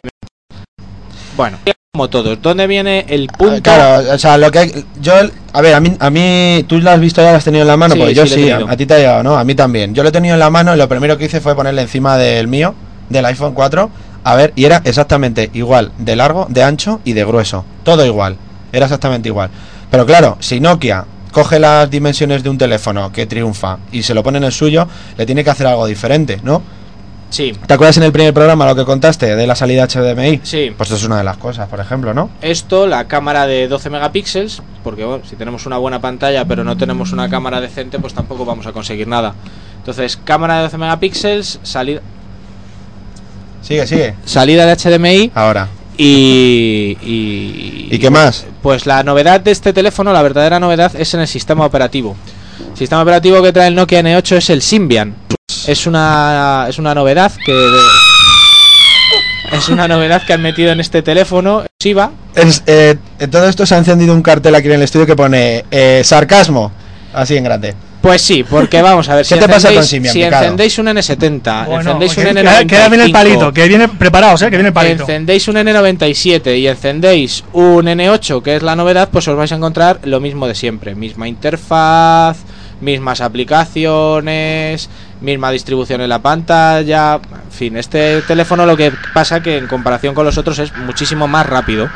[SPEAKER 4] Bueno, como todos. ¿Dónde viene el punto?
[SPEAKER 1] Ah, Claro, o sea, lo que hay- yo, a ver, a mí, a mí, tú la has visto ya, la has tenido en la mano,
[SPEAKER 4] Sí,
[SPEAKER 1] porque yo
[SPEAKER 4] sí, la he
[SPEAKER 1] sí, a,
[SPEAKER 4] tenido.
[SPEAKER 1] a ti te ha llegado, ¿no? A mí también. Yo lo he tenido en la mano y lo primero que hice fue ponerle encima del mío, del iPhone 4, a ver, y era exactamente igual, de largo, de ancho y de grueso, todo igual, era exactamente igual. Pero claro, si Nokia coge las dimensiones de un teléfono que triunfa y se lo pone en el suyo, le tiene que hacer algo diferente, ¿no?
[SPEAKER 4] Sí,
[SPEAKER 1] ¿Te acuerdas en el primer programa lo que contaste de la salida HDMI?
[SPEAKER 4] sí.
[SPEAKER 1] Pues esto es una de las cosas, por ejemplo, ¿no?
[SPEAKER 4] Esto, la cámara de 12 megapíxeles, porque bueno, si tenemos una buena pantalla pero no tenemos una cámara decente, pues tampoco vamos a conseguir nada. Entonces, cámara de 12 megapíxeles, salida,
[SPEAKER 1] Sigue, sigue.
[SPEAKER 4] salida de HDMI
[SPEAKER 1] Ahora.
[SPEAKER 4] y... ¿Y,
[SPEAKER 1] ¿Y qué más?
[SPEAKER 4] Pues la novedad de este teléfono, la verdadera novedad, es en el sistema operativo. El sistema operativo que trae el Nokia N8 es el Symbian. Es una, es una novedad que... es una novedad que han metido en este teléfono. Shiva,
[SPEAKER 1] Es, eh, en todo esto se ha encendido un cartel aquí en el estudio que pone eh, sarcasmo, así en grande.
[SPEAKER 4] Pues sí, porque vamos a ver
[SPEAKER 1] ¿Qué
[SPEAKER 4] si
[SPEAKER 1] te pasa con
[SPEAKER 4] encendéis,
[SPEAKER 1] Symbian,
[SPEAKER 4] si
[SPEAKER 1] Picado?
[SPEAKER 4] encendéis un N70,
[SPEAKER 2] Bueno,
[SPEAKER 4] Ah, encendéis un
[SPEAKER 2] que-
[SPEAKER 4] N95,
[SPEAKER 2] que- queda bien el palito, que viene preparados, eh, que viene el palito.
[SPEAKER 4] encendéis un N97 y encendéis un N8, que es la novedad, pues os vais a encontrar lo mismo de siempre, misma interfaz, mismas aplicaciones, misma distribución en la pantalla, en fin, este teléfono lo que pasa que en comparación con los otros es muchísimo más rápido,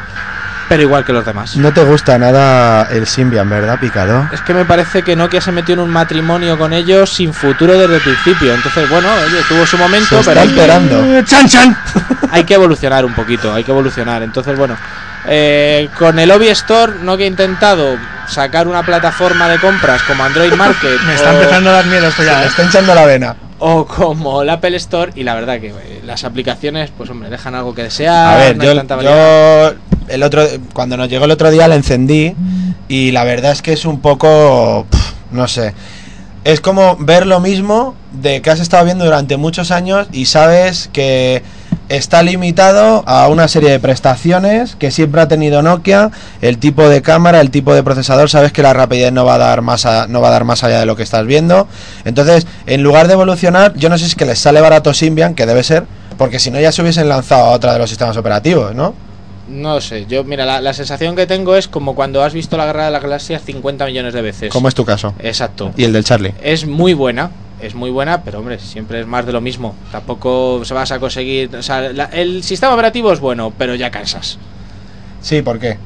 [SPEAKER 4] pero igual que los demás.
[SPEAKER 1] No te gusta nada el Symbian, ¿verdad, Picado?
[SPEAKER 4] Es que me parece que Nokia se metió en un matrimonio con ellos sin futuro desde el principio. Entonces, bueno, oye, tuvo su
[SPEAKER 1] Se
[SPEAKER 4] momento,
[SPEAKER 1] está
[SPEAKER 4] pero hay que,
[SPEAKER 1] esperando.
[SPEAKER 2] Eh, ¡Chan, chan!
[SPEAKER 4] hay que evolucionar un poquito, hay que evolucionar. Entonces, bueno, eh, con el Obi Store, Nokia ha intentado sacar una plataforma de compras como Android Market
[SPEAKER 2] Me está empezando a dar miedo esto ya.
[SPEAKER 1] Me
[SPEAKER 2] eh.
[SPEAKER 1] está hinchando la vena.
[SPEAKER 4] o, o como el Apple Store. Y la verdad que eh, las aplicaciones, pues hombre, dejan algo que desear.
[SPEAKER 1] A ver,
[SPEAKER 4] Ah, no hay
[SPEAKER 1] yo,
[SPEAKER 4] tanta
[SPEAKER 1] yo
[SPEAKER 4] variedad.
[SPEAKER 1] el otro, cuando nos llegó el otro día la encendí y la verdad es que es un poco, pf, no sé, es como ver lo mismo de que has estado viendo durante muchos años y sabes que está limitado a una serie de prestaciones que siempre ha tenido Nokia, el tipo de cámara, el tipo de procesador, sabes que la rapidez no va a dar más a- no va a dar más allá de lo que estás viendo. Entonces, en lugar de evolucionar, yo no sé si es que les sale barato Symbian, que debe ser, porque si no ya se hubiesen lanzado a otra de los sistemas operativos, ¿no?
[SPEAKER 4] No sé, yo, mira, la, la sensación que tengo es como cuando has visto la guerra de la galaxia 50 millones de veces.
[SPEAKER 1] Como es tu caso.
[SPEAKER 4] Exacto.
[SPEAKER 1] Y el del Charlie.
[SPEAKER 4] es muy buena. Es muy buena, pero hombre, siempre es más de lo mismo. Tampoco se vas a conseguir. O sea, la- el sistema operativo es bueno, pero ya cansas.
[SPEAKER 1] Sí, ¿por qué?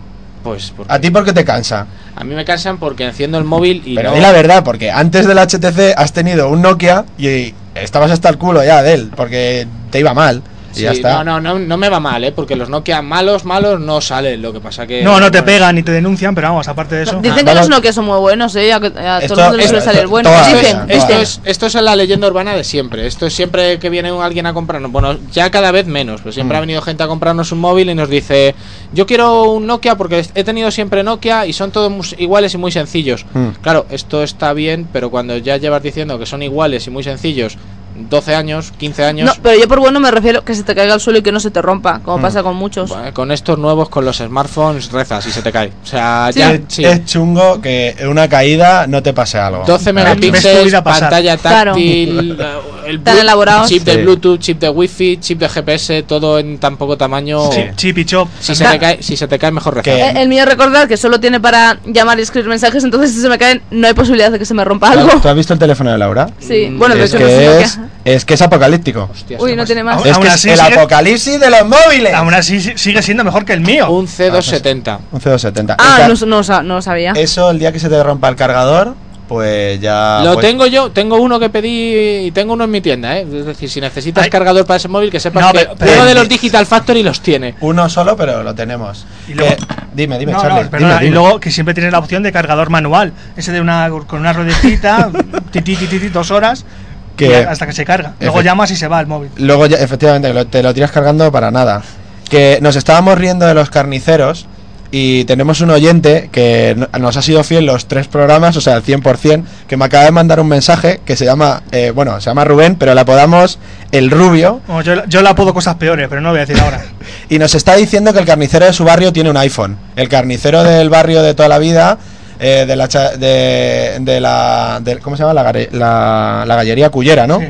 [SPEAKER 4] Pues porque-
[SPEAKER 1] A ti porque te cansa.
[SPEAKER 4] a mí me cansan porque enciendo el móvil y
[SPEAKER 1] Pero
[SPEAKER 4] no.
[SPEAKER 1] di la verdad, porque antes del HTC has tenido un Nokia y estabas hasta el culo ya de él, porque te iba mal. Y
[SPEAKER 4] Sí,
[SPEAKER 1] ya está.
[SPEAKER 4] No, no, no, no me va mal, ¿eh? Porque los Nokia malos, malos no salen. Lo que pasa que.
[SPEAKER 2] No, no te
[SPEAKER 4] bueno,
[SPEAKER 2] pegan ni te denuncian, pero vamos, aparte de eso.
[SPEAKER 3] Dicen que
[SPEAKER 1] vamos.
[SPEAKER 3] los Nokia son muy buenos, ¿eh? A, a
[SPEAKER 1] Esto-
[SPEAKER 3] todo el mundo les
[SPEAKER 1] esto-
[SPEAKER 3] suele salir
[SPEAKER 1] esto-
[SPEAKER 3] bueno.
[SPEAKER 1] todas,
[SPEAKER 3] Dicen,
[SPEAKER 1] todas.
[SPEAKER 4] Esto
[SPEAKER 3] dicen.
[SPEAKER 4] es, esto es la leyenda urbana de siempre. Esto es siempre que viene alguien a comprarnos. Bueno, ya cada vez menos. Pero
[SPEAKER 1] Mm.
[SPEAKER 4] siempre ha venido gente a comprarnos un móvil y nos dice: Yo quiero un Nokia porque he tenido siempre Nokia y son todos mus- iguales y muy sencillos.
[SPEAKER 1] Mm.
[SPEAKER 4] Claro, esto está bien, pero cuando ya llevas diciendo que son iguales y muy sencillos 12 años, 15
[SPEAKER 3] No,
[SPEAKER 4] años.
[SPEAKER 3] pero yo por bueno me refiero que se te caiga al suelo y que no se te rompa, como
[SPEAKER 1] Mm.
[SPEAKER 3] pasa con muchos.
[SPEAKER 4] bueno, Con estos nuevos, con los smartphones, rezas y se te cae. O sea,
[SPEAKER 3] Sí.
[SPEAKER 4] ya.
[SPEAKER 1] Es-
[SPEAKER 4] sí.
[SPEAKER 1] Es chungo que en una caída no te pase algo.
[SPEAKER 4] 12
[SPEAKER 2] Ves tu
[SPEAKER 4] megapíxeles,
[SPEAKER 2] vida pasar.
[SPEAKER 4] pantalla
[SPEAKER 3] Claro.
[SPEAKER 4] táctil, eh, el
[SPEAKER 3] Tan
[SPEAKER 4] Blu-
[SPEAKER 3] elaborados.
[SPEAKER 4] chip de
[SPEAKER 1] Sí.
[SPEAKER 4] Bluetooth, chip de Wi-Fi, chip de GPS, todo en tan poco tamaño.
[SPEAKER 2] Chip, chip y chop.
[SPEAKER 4] Si, se te cae, si se te cae, mejor rezar.
[SPEAKER 1] Que-
[SPEAKER 3] Eh, El mío recordad que solo tiene para llamar y escribir mensajes, entonces si se me caen no hay posibilidad de que se me rompa algo.
[SPEAKER 1] ¿Tú has visto el teléfono de Laura?
[SPEAKER 3] Sí,
[SPEAKER 4] Mm,
[SPEAKER 3] bueno, de
[SPEAKER 1] es,
[SPEAKER 3] hecho
[SPEAKER 1] que
[SPEAKER 3] no es un
[SPEAKER 1] es,
[SPEAKER 3] Nokia.
[SPEAKER 1] es que es apocalíptico.
[SPEAKER 4] Hostias,
[SPEAKER 3] Uy,
[SPEAKER 4] qué
[SPEAKER 3] no
[SPEAKER 4] más-
[SPEAKER 3] tiene más.
[SPEAKER 2] Ahora-
[SPEAKER 1] es
[SPEAKER 2] aún
[SPEAKER 1] que
[SPEAKER 2] así
[SPEAKER 1] es el
[SPEAKER 2] sigue-
[SPEAKER 1] apocalipsis de los móviles.
[SPEAKER 2] Aún así si- sigue siendo mejor que el mío.
[SPEAKER 4] Un C270.
[SPEAKER 1] Un C270.
[SPEAKER 3] Ah,
[SPEAKER 1] Esa-
[SPEAKER 3] no, no, sa- no lo sabía.
[SPEAKER 1] Eso el día que se te rompa el cargador, pues ya.
[SPEAKER 4] Lo
[SPEAKER 1] pues-
[SPEAKER 4] tengo yo, tengo uno que pedí y tengo uno en mi tienda, ¿eh? Es decir, si necesitas
[SPEAKER 2] Ay.
[SPEAKER 4] cargador para ese móvil, que sepas
[SPEAKER 2] No,
[SPEAKER 4] que
[SPEAKER 2] pero- pero-
[SPEAKER 4] uno de los Digital Factory los tiene.
[SPEAKER 1] Uno solo, pero lo tenemos.
[SPEAKER 2] Y luego-
[SPEAKER 1] Eh, dime, dime,
[SPEAKER 2] No, no,
[SPEAKER 1] Charlie. dime,
[SPEAKER 2] perdona,
[SPEAKER 1] dime.
[SPEAKER 2] Y luego que siempre tienes la opción de cargador manual. Ese de una con una ruedecita, ti, ti, ti, ti, ti, dos horas,
[SPEAKER 1] Que-
[SPEAKER 2] y hasta que se carga. Luego
[SPEAKER 1] Efect-
[SPEAKER 2] llamas y se va el móvil.
[SPEAKER 1] Luego, ya, efectivamente, lo- te lo tiras cargando para nada. Que nos estábamos riendo de los carniceros y tenemos un oyente que no- nos ha sido fiel los tres programas, o sea, al 100%, que me acaba de mandar un mensaje que se llama, eh, bueno, se llama Rubén, pero le apodamos El Rubio,
[SPEAKER 2] Bueno, yo, yo le apodo cosas peores, pero no lo voy a decir ahora.
[SPEAKER 1] y nos está diciendo que el carnicero de su barrio tiene un iPhone. El carnicero del barrio de toda la vida, eh, de la... cha- De, de la del- ¿Cómo se llama? La, gare- la, la gallería Cullera, ¿no?
[SPEAKER 2] Sí.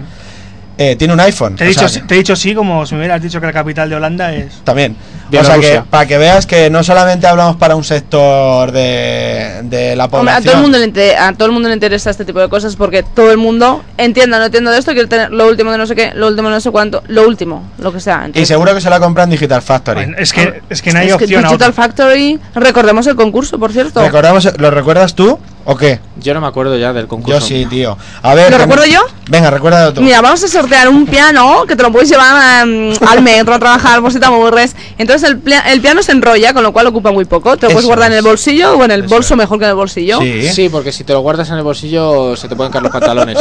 [SPEAKER 1] Eh, tiene un iPhone.
[SPEAKER 2] Te, he
[SPEAKER 1] o
[SPEAKER 2] dicho,
[SPEAKER 1] sea,
[SPEAKER 2] sí- te he dicho sí, como si me hubieras dicho que la capital de Holanda es.
[SPEAKER 1] También. O sea
[SPEAKER 4] Bielorrusia.
[SPEAKER 1] que, para que veas que no solamente hablamos para un sector de, de la
[SPEAKER 3] Hombre,
[SPEAKER 1] población.
[SPEAKER 3] a, todo el mundo le inte- a todo el mundo le interesa este tipo de cosas porque todo el mundo entienda, no entiendo de esto, quiero tener lo último de no sé qué, lo último de no sé cuánto, lo último, lo que sea.
[SPEAKER 1] Y
[SPEAKER 3] Entonces,
[SPEAKER 1] seguro que se la compran Digital Factory.
[SPEAKER 2] Bueno, es que es que no hay
[SPEAKER 3] es que
[SPEAKER 2] opción a
[SPEAKER 3] Digital
[SPEAKER 2] otra.
[SPEAKER 3] Factory, recordemos el concurso, por cierto.
[SPEAKER 1] Recordamos, ¿Lo recuerdas tú o qué?
[SPEAKER 4] Yo no me acuerdo ya del concurso.
[SPEAKER 1] Yo sí, tío. A ver.
[SPEAKER 3] ¿Lo
[SPEAKER 1] que-
[SPEAKER 3] recuerdo yo?
[SPEAKER 1] Venga, recuerda tú.
[SPEAKER 3] Mira, vamos a sortear un piano que te lo puedes llevar mm, al metro a trabajar por si te aburres. Entonces el, plia- el piano se enrolla, con lo cual ocupa muy poco. Te lo puedes
[SPEAKER 1] Eso
[SPEAKER 3] guardar en el
[SPEAKER 1] es.
[SPEAKER 3] bolsillo o en el
[SPEAKER 1] Eso
[SPEAKER 3] bolso,
[SPEAKER 1] es.
[SPEAKER 3] mejor que en el bolsillo.
[SPEAKER 1] Sí.
[SPEAKER 4] Sí, porque si te lo guardas en el bolsillo se te pueden caer los pantalones.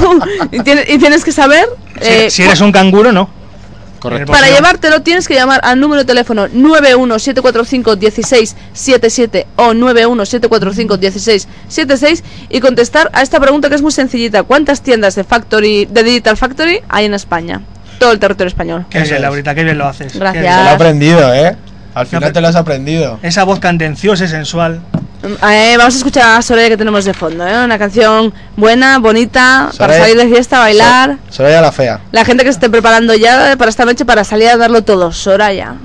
[SPEAKER 3] y, tiene- y tienes que saber.
[SPEAKER 2] Si,
[SPEAKER 3] eh,
[SPEAKER 2] si eres un canguro, no.
[SPEAKER 4] Correcto.
[SPEAKER 2] Pues
[SPEAKER 3] Para
[SPEAKER 2] no.
[SPEAKER 3] llevártelo tienes que llamar al número de teléfono 917451677 o 917451676 y contestar a esta pregunta que es muy sencillita. ¿Cuántas tiendas de Factory de Digital Factory hay en España? Todo el territorio español.
[SPEAKER 2] Qué
[SPEAKER 1] Eso
[SPEAKER 2] bien,
[SPEAKER 1] es.
[SPEAKER 2] Laurita, qué bien lo haces. Qué bien.
[SPEAKER 1] Te lo he
[SPEAKER 3] Gracias.
[SPEAKER 1] aprendido, ¿eh? Al final
[SPEAKER 2] pero-
[SPEAKER 1] te lo has aprendido.
[SPEAKER 2] Esa voz candenciosa y sensual.
[SPEAKER 3] Eh, vamos a escuchar a Soraya que tenemos de fondo, ¿eh? una canción buena, bonita, para
[SPEAKER 1] Soraya-
[SPEAKER 3] salir de fiesta, bailar.
[SPEAKER 1] So- Soraya la fea.
[SPEAKER 3] La gente que se esté preparando ya para esta noche para salir a darlo todo, Soraya.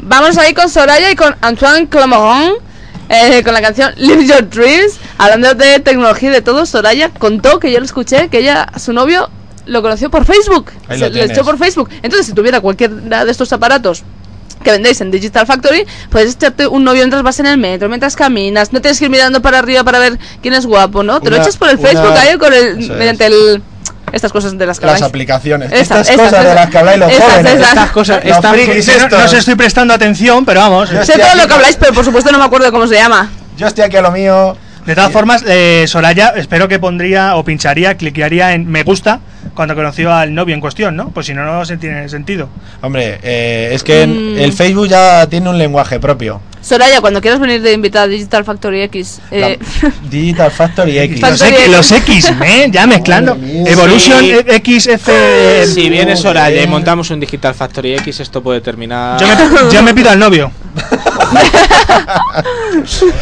[SPEAKER 3] Vamos ahí con Soraya y con Antoine Clamaron eh, con la canción Live Your Dreams. Hablando de tecnología y de todo, Soraya contó que yo lo escuché, que ella, su novio, lo conoció por Facebook.
[SPEAKER 1] Ahí
[SPEAKER 3] Se-
[SPEAKER 1] lo tienes.
[SPEAKER 3] echó por Facebook. Entonces, si tuviera cualquiera de estos aparatos que vendéis en Digital Factory, puedes echarte un novio mientras vas en el metro, mientras caminas, no tienes que ir mirando para arriba para ver quién es guapo, ¿no? Te lo
[SPEAKER 1] Una-
[SPEAKER 3] echas por el
[SPEAKER 1] una-
[SPEAKER 3] Facebook ahí con el,
[SPEAKER 1] Eso es.
[SPEAKER 3] mediante el, estas cosas de las que
[SPEAKER 1] Las
[SPEAKER 3] habláis.
[SPEAKER 1] aplicaciones. estas
[SPEAKER 3] Esas, esas,
[SPEAKER 1] cosas de
[SPEAKER 3] esas.
[SPEAKER 1] las que habláis los
[SPEAKER 3] Esas,
[SPEAKER 1] jóvenes.
[SPEAKER 3] esas.
[SPEAKER 1] Estas cosas. Los
[SPEAKER 2] Estas-
[SPEAKER 1] frikis
[SPEAKER 2] que no, no
[SPEAKER 1] estos.
[SPEAKER 2] os estoy prestando atención, pero vamos.
[SPEAKER 1] Ya
[SPEAKER 3] Sé
[SPEAKER 1] Hostia,
[SPEAKER 3] todo lo
[SPEAKER 1] aquí-
[SPEAKER 3] que habláis, pero por supuesto no me acuerdo cómo se llama.
[SPEAKER 1] Yo estoy aquí a lo mío.
[SPEAKER 2] De todas formas, eh, Soraya, espero que pondría o pincharía, cliquearía en me gusta cuando conoció al novio en cuestión, ¿no? Pues si no, no se tiene sentido.
[SPEAKER 1] Hombre, eh, es que en-
[SPEAKER 3] Mm.
[SPEAKER 1] el Facebook ya tiene un lenguaje propio.
[SPEAKER 3] Soraya, cuando quieras venir de invitada a Digital Factory X, eh,
[SPEAKER 1] La- Digital Factory X.
[SPEAKER 3] Factory-
[SPEAKER 2] Los, X, los X, ¿eh? Ya mezclando.
[SPEAKER 1] Madre mía.
[SPEAKER 2] Evolution
[SPEAKER 4] Sí.
[SPEAKER 2] eh, XF.
[SPEAKER 4] Si viene Soraya y
[SPEAKER 1] Joder.
[SPEAKER 4] montamos un Digital Factory X, esto puede terminar.
[SPEAKER 2] Yo me, yo me pido al novio.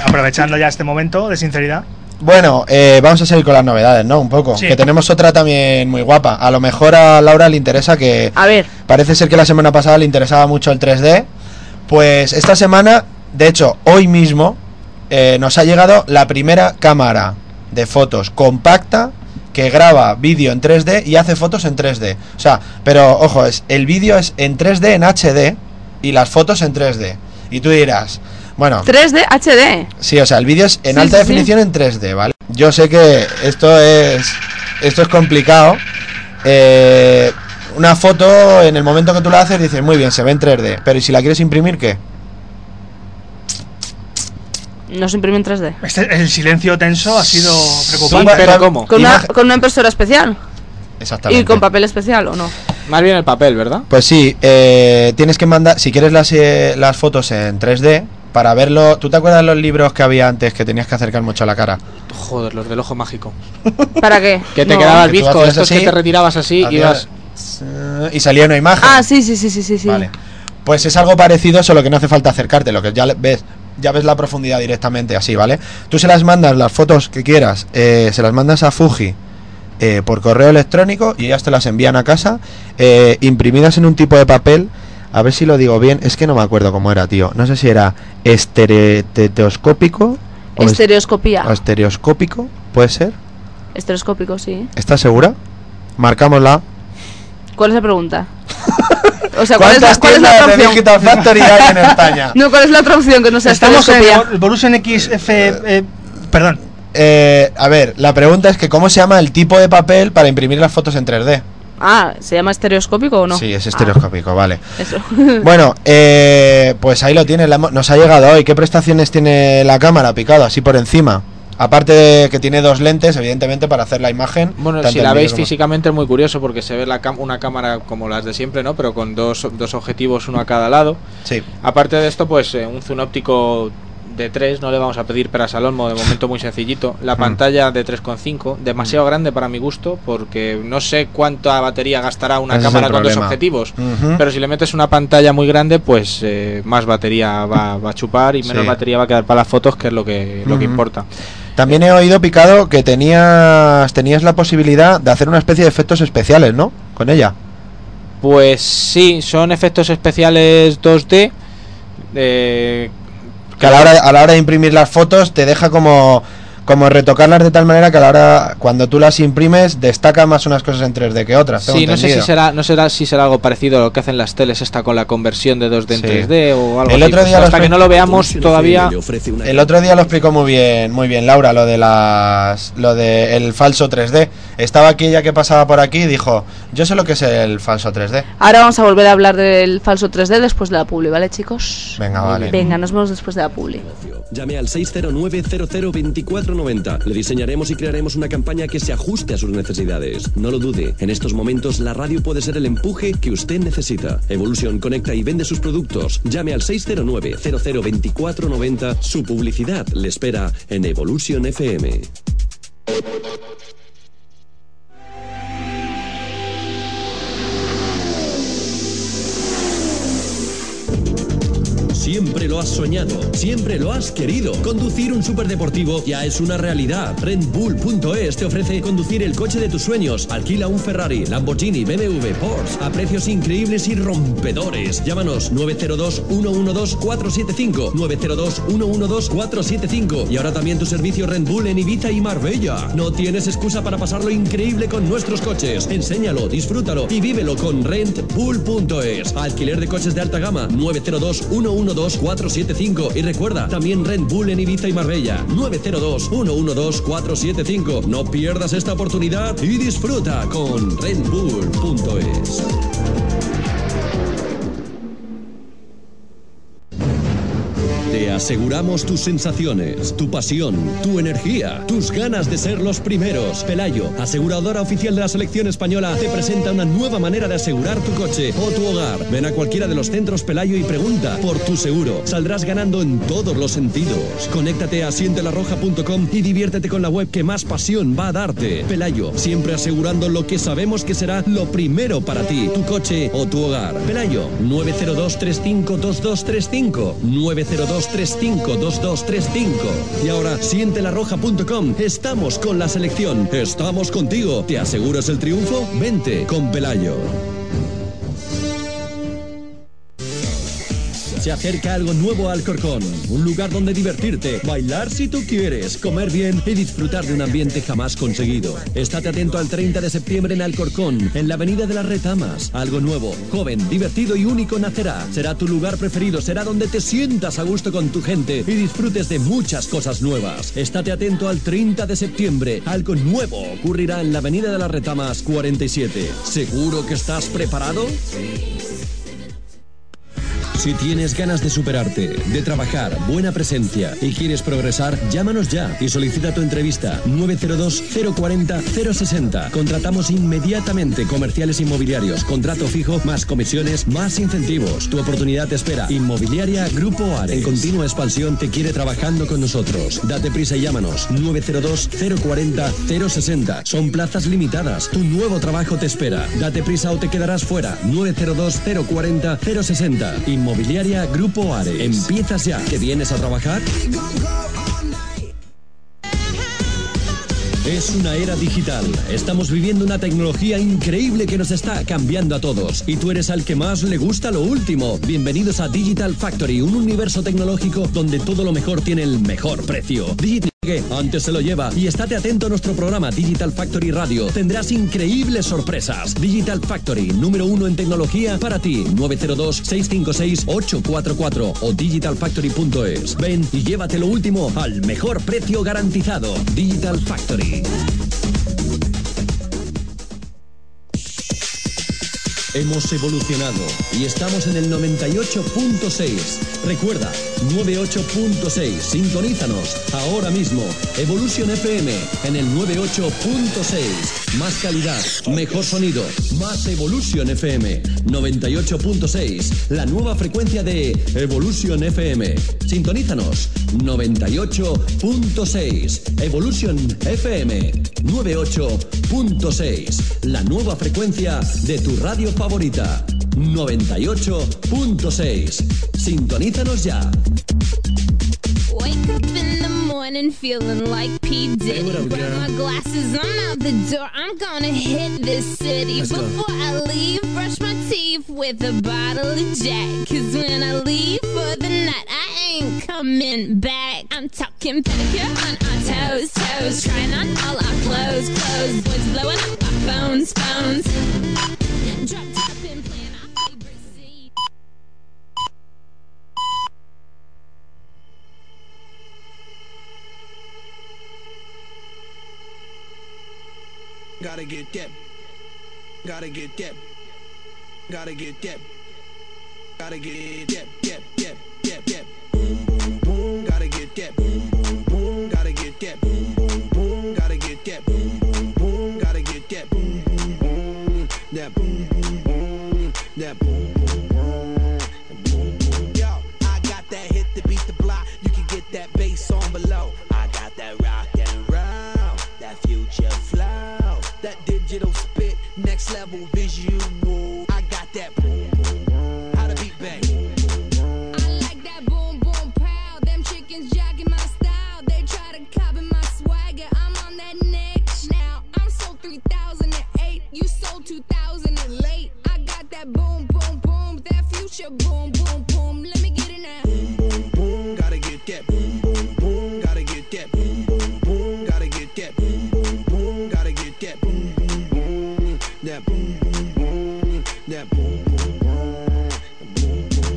[SPEAKER 2] Aprovechando ya este momento de sinceridad.
[SPEAKER 1] Bueno, eh, vamos a seguir con las novedades, ¿no? Un poco.
[SPEAKER 2] Sí.
[SPEAKER 1] Que tenemos otra también muy guapa. A lo mejor a Laura le interesa que...
[SPEAKER 3] a ver,
[SPEAKER 1] Parece ser que la semana pasada le interesaba mucho el 3D. Pues esta semana, de hecho, hoy mismo, eh, nos ha llegado la primera cámara de fotos compacta que graba vídeo en 3D y hace fotos en 3D. O sea, pero ojo, es, el vídeo es en 3D en HD y las fotos en 3D. Y tú dirás, Bueno,
[SPEAKER 3] 3D HD.
[SPEAKER 1] sí, o sea, el vídeo es en
[SPEAKER 3] Sí,
[SPEAKER 1] alta
[SPEAKER 3] sí, sí.
[SPEAKER 1] definición en 3D, ¿vale? Yo sé que esto es. Esto es complicado. Eh, una foto, en el momento que tú la haces, dices, muy bien, se ve en 3D. Pero ¿y si la quieres imprimir, qué?
[SPEAKER 3] No se imprime en 3D.
[SPEAKER 2] Este- el silencio tenso ha sido
[SPEAKER 1] Tú
[SPEAKER 2] preocupante.
[SPEAKER 1] va-
[SPEAKER 4] pero
[SPEAKER 1] va-
[SPEAKER 4] ¿cómo?
[SPEAKER 3] Con una,
[SPEAKER 1] imagen-
[SPEAKER 3] con una impresora especial.
[SPEAKER 1] Exactamente.
[SPEAKER 3] Y con papel especial, ¿o no?
[SPEAKER 4] Más bien el papel, ¿verdad?
[SPEAKER 1] Pues sí, eh, tienes que mandar, si quieres las, eh, las fotos en 3D, para verlo, ¿tú te acuerdas los libros que había antes que tenías que acercar mucho a la cara?
[SPEAKER 4] Joder, los del ojo mágico.
[SPEAKER 3] ¿Para qué?
[SPEAKER 4] Que te
[SPEAKER 3] No.
[SPEAKER 4] quedaba el
[SPEAKER 1] Que tú
[SPEAKER 4] bizco,
[SPEAKER 1] hacías
[SPEAKER 4] estos
[SPEAKER 1] así,
[SPEAKER 4] que te retirabas así y
[SPEAKER 1] Hacías-
[SPEAKER 4] ibas.
[SPEAKER 1] eh, Y salía una imagen.
[SPEAKER 3] Ah, sí, sí, sí, sí, sí. sí.
[SPEAKER 1] Vale. Pues es algo parecido, solo que no hace falta acercarte, lo que ya le- ves, ya ves la profundidad directamente así, ¿vale? Tú se las mandas, las fotos que quieras, eh, se las mandas a Fuji eh, por correo electrónico y ellas te las envían a casa, eh, imprimidas en un tipo de papel. A ver si lo digo bien, es que no me acuerdo cómo era, tío. No sé si era estereoscópico o, est-
[SPEAKER 3] Estereoscopía.
[SPEAKER 1] o estereoscópico, puede ser.
[SPEAKER 3] Estereoscópico, sí.
[SPEAKER 1] ¿Estás segura? Marcámosla.
[SPEAKER 3] ¿Cuál es la pregunta? O sea, ¿cuál es la, cuál es la
[SPEAKER 1] tiendas
[SPEAKER 3] otra
[SPEAKER 1] de
[SPEAKER 3] opción?
[SPEAKER 1] Digital Factory hay en España?
[SPEAKER 3] No, ¿cuál es la otra opción que no sea
[SPEAKER 2] Estamos en
[SPEAKER 3] estereoscopía?
[SPEAKER 2] Bor- Borussia XF. eh, perdón.
[SPEAKER 1] Eh, a ver, la pregunta es que cómo se llama el tipo de papel para imprimir las fotos en 3D.
[SPEAKER 3] Ah, ¿se llama estereoscópico o no?
[SPEAKER 1] Sí, es
[SPEAKER 3] Ah,
[SPEAKER 1] estereoscópico, vale.
[SPEAKER 3] eso.
[SPEAKER 1] Bueno, eh, pues ahí lo tienes, la hemos- nos ha llegado hoy. ¿Qué prestaciones tiene la cámara picado así por encima? Aparte de que tiene dos lentes, evidentemente, para hacer la imagen.
[SPEAKER 4] Bueno,
[SPEAKER 1] tanto
[SPEAKER 4] si
[SPEAKER 1] en
[SPEAKER 4] la
[SPEAKER 1] vídeo
[SPEAKER 4] veis
[SPEAKER 1] como-
[SPEAKER 4] físicamente es muy curioso porque se ve la cam- una cámara como las de siempre, ¿no? Pero con dos, dos objetivos, uno a cada lado.
[SPEAKER 1] Sí.
[SPEAKER 4] Aparte de esto, pues eh, un zoom óptico de 3, no le vamos a pedir peras al olmo, de momento muy sencillito. La
[SPEAKER 1] Mm.
[SPEAKER 4] pantalla de 3,5, demasiado grande para mi gusto porque no sé cuánta batería gastará una
[SPEAKER 1] Ese es el
[SPEAKER 4] cámara con dos
[SPEAKER 1] problema.
[SPEAKER 4] objetivos.
[SPEAKER 1] Ujú.
[SPEAKER 4] Pero eh, si le metes una pantalla muy grande, pues eh, más batería va, va a chupar y menos
[SPEAKER 1] Sí.
[SPEAKER 4] batería va a quedar para las fotos, que es lo que, lo que
[SPEAKER 1] Ujú.
[SPEAKER 4] importa.
[SPEAKER 1] También he oído, Picado, que tenías, tenías la posibilidad de hacer una especie de efectos especiales, ¿no? Con ella.
[SPEAKER 4] Pues sí, son efectos especiales 2D. eh,
[SPEAKER 1] Que a la hora, a la hora de imprimir las fotos te deja como, como retocarlas de tal manera que a la hora, cuando tú las imprimes, destaca más unas cosas en 3D que otras. tengo
[SPEAKER 4] Sí, no sé si
[SPEAKER 1] entendido.
[SPEAKER 4] será, no será si será algo parecido a lo que hacen las teles esta con la conversión de 2D en
[SPEAKER 1] Sí.
[SPEAKER 4] 3D o algo
[SPEAKER 1] El
[SPEAKER 4] así.
[SPEAKER 1] otro día
[SPEAKER 4] hasta
[SPEAKER 1] los
[SPEAKER 4] que
[SPEAKER 1] ve-
[SPEAKER 4] no lo veamos todavía.
[SPEAKER 1] El otro día lo explicó muy bien, muy bien Laura, lo de las, lo de el falso 3D. Estaba aquí ella que pasaba por aquí y dijo, yo sé lo que es el falso 3D.
[SPEAKER 3] Ahora vamos a volver a hablar del falso 3D después de la publi, ¿vale, chicos?
[SPEAKER 1] Venga,
[SPEAKER 4] Muy
[SPEAKER 1] vale.
[SPEAKER 3] Venga, nos vemos después de la publi.
[SPEAKER 6] Llame al 609-002490. Le diseñaremos y crearemos una campaña que se ajuste a sus necesidades. No lo dude, en estos momentos la radio puede ser el empuje que usted necesita. Evolution conecta y vende sus productos. Llame al 609-002490. Su publicidad le espera en Evolution FM. Siempre lo has soñado, siempre lo has querido. Conducir un superdeportivo ya es una realidad. RedBull.es te ofrece conducir el coche de tus sueños. Alquila un Ferrari, Lamborghini, BMW, Porsche a precios increíbles y rompedores. Llámanos 902-112-475. 902-112-475. Y ahora también tu servicio RedBull en Ibiza y Marbella. No tienes excusa para pasar lo increíble con nuestros coches. Enséñalo, disfrútalo y vívelo con rentpool.es. Alquiler de coches de alta gama 902-112-475. Y recuerda, también Rentpool en Ibiza y Marbella 902-112-475. No pierdas esta oportunidad y disfruta con rentpool.es. Te aseguramos tus sensaciones, tu pasión, tu energía, tus ganas de ser los primeros. Pelayo, aseguradora oficial de la selección española, te presenta una nueva manera de asegurar tu coche o tu hogar. Ven a cualquiera de los centros Pelayo y pregunta por tu seguro. Saldrás ganando en todos los sentidos. Conéctate a sientelarroja.com y diviértete con la web que más pasión va a darte. Pelayo, siempre asegurando lo que sabemos que será lo primero para ti, tu coche o tu hogar. Pelayo, 902-352235. 902-352235. Y ahora, sientelarroja.com. Estamos con la selección. Estamos contigo. ¿Te aseguras el triunfo? Vente con Pelayo. Se acerca algo nuevo al Corcón, un lugar donde divertirte, bailar si tú quieres, comer bien y disfrutar de un ambiente jamás conseguido. Estate atento al 30 de septiembre en Alcorcón, en la Avenida de las Retamas. Algo nuevo, joven, divertido y único nacerá. Será tu lugar preferido, será donde te sientas a gusto con tu gente y disfrutes de muchas cosas nuevas. Estate atento al 30 de septiembre. Algo nuevo ocurrirá en la Avenida de las Retamas 47. ¿Seguro que estás preparado? Si tienes ganas de superarte, de trabajar, buena presencia y quieres progresar, llámanos ya y solicita tu entrevista 902-040-060. Contratamos inmediatamente comerciales inmobiliarios, contrato fijo, más comisiones, más incentivos. Tu oportunidad te espera. Inmobiliaria Grupo Ares. En continua expansión te quiere trabajando con nosotros. Date prisa y llámanos 902-040-060. Son plazas limitadas. Tu nuevo trabajo te espera. Date prisa o te quedarás fuera. 902-040-060. Inmobiliaria Grupo Ares. Empiezas ya. ¿Que vienes a trabajar? Es una era digital. Estamos viviendo una tecnología increíble que nos está cambiando a todos. Y tú eres al que más le gusta lo último. Bienvenidos a Digital Factory, un universo tecnológico donde todo lo mejor tiene el mejor precio. Digital que antes se lo lleva y estate atento a nuestro programa Digital Factory Radio. Tendrás increíbles sorpresas. Digital Factory, número uno en tecnología para ti. 902-656-844 o digitalfactory.es. Ven y llévate lo último al mejor precio garantizado. Digital Factory. Hemos evolucionado y estamos en el 98.6. Recuerda, 98.6. Sintonízanos ahora mismo. Evolution FM en el 98.6. Más calidad, mejor sonido. Más Evolution FM 98.6. La nueva frecuencia de Evolution FM. Sintonízanos 98.6. Evolution FM 98.6. La nueva frecuencia de tu radio favorita. 98.6. Sintonízanos ya.
[SPEAKER 8] Wake up in the morning feeling like P. Diddy.
[SPEAKER 6] what up,
[SPEAKER 8] Grab
[SPEAKER 6] girl?
[SPEAKER 8] my glasses, I'm out the door. I'm gonna hit this city.
[SPEAKER 6] Let's go.
[SPEAKER 8] Before I leave, brush my teeth with a bottle of Jack. Cause when I leave for the night, I ain't coming back. I'm talking pedicure on our toes, toes. Trying on all our clothes, clothes. Boys blowing up our phones, phones. Drop top and playing our favorite scene.
[SPEAKER 5] Gotta get that. Gotta get that. Gotta get that. Gotta get that. That. That. That. That. Boom. Boom. Boom. Gotta get that. Boom. Boom. Boom. Gotta get that. Boom. Boom. Boom. Gotta get that. Boom. Boom. Boom. Gotta get that. Boom. Boom. Boom. That. Boom. Boom. Boom. That. Boom. Boom. Boom. That Boom. Boom. Yo, I got that hit to beat the block. You can get that bass on below. I got that rock and roll, that future flow, that digital spit, next level visual. I got that boom, boom, boom. how to beat bang.
[SPEAKER 8] I like that boom boom pow. Them chickens jacking my style. They try to copy my swagger. I'm on that next now. I'm sold 3008. You sold 2000 and late. I got that boom boom boom. That future boom boom boom. Let me get it now.
[SPEAKER 5] boom, boom, gotta get that boom, boom, boom, gotta get that boom, boom, boom, gotta get that boom, boom, boom, gotta get that boom, boom, boom, that boom, boom, boom, that boom, boom, boom, that boom, boom,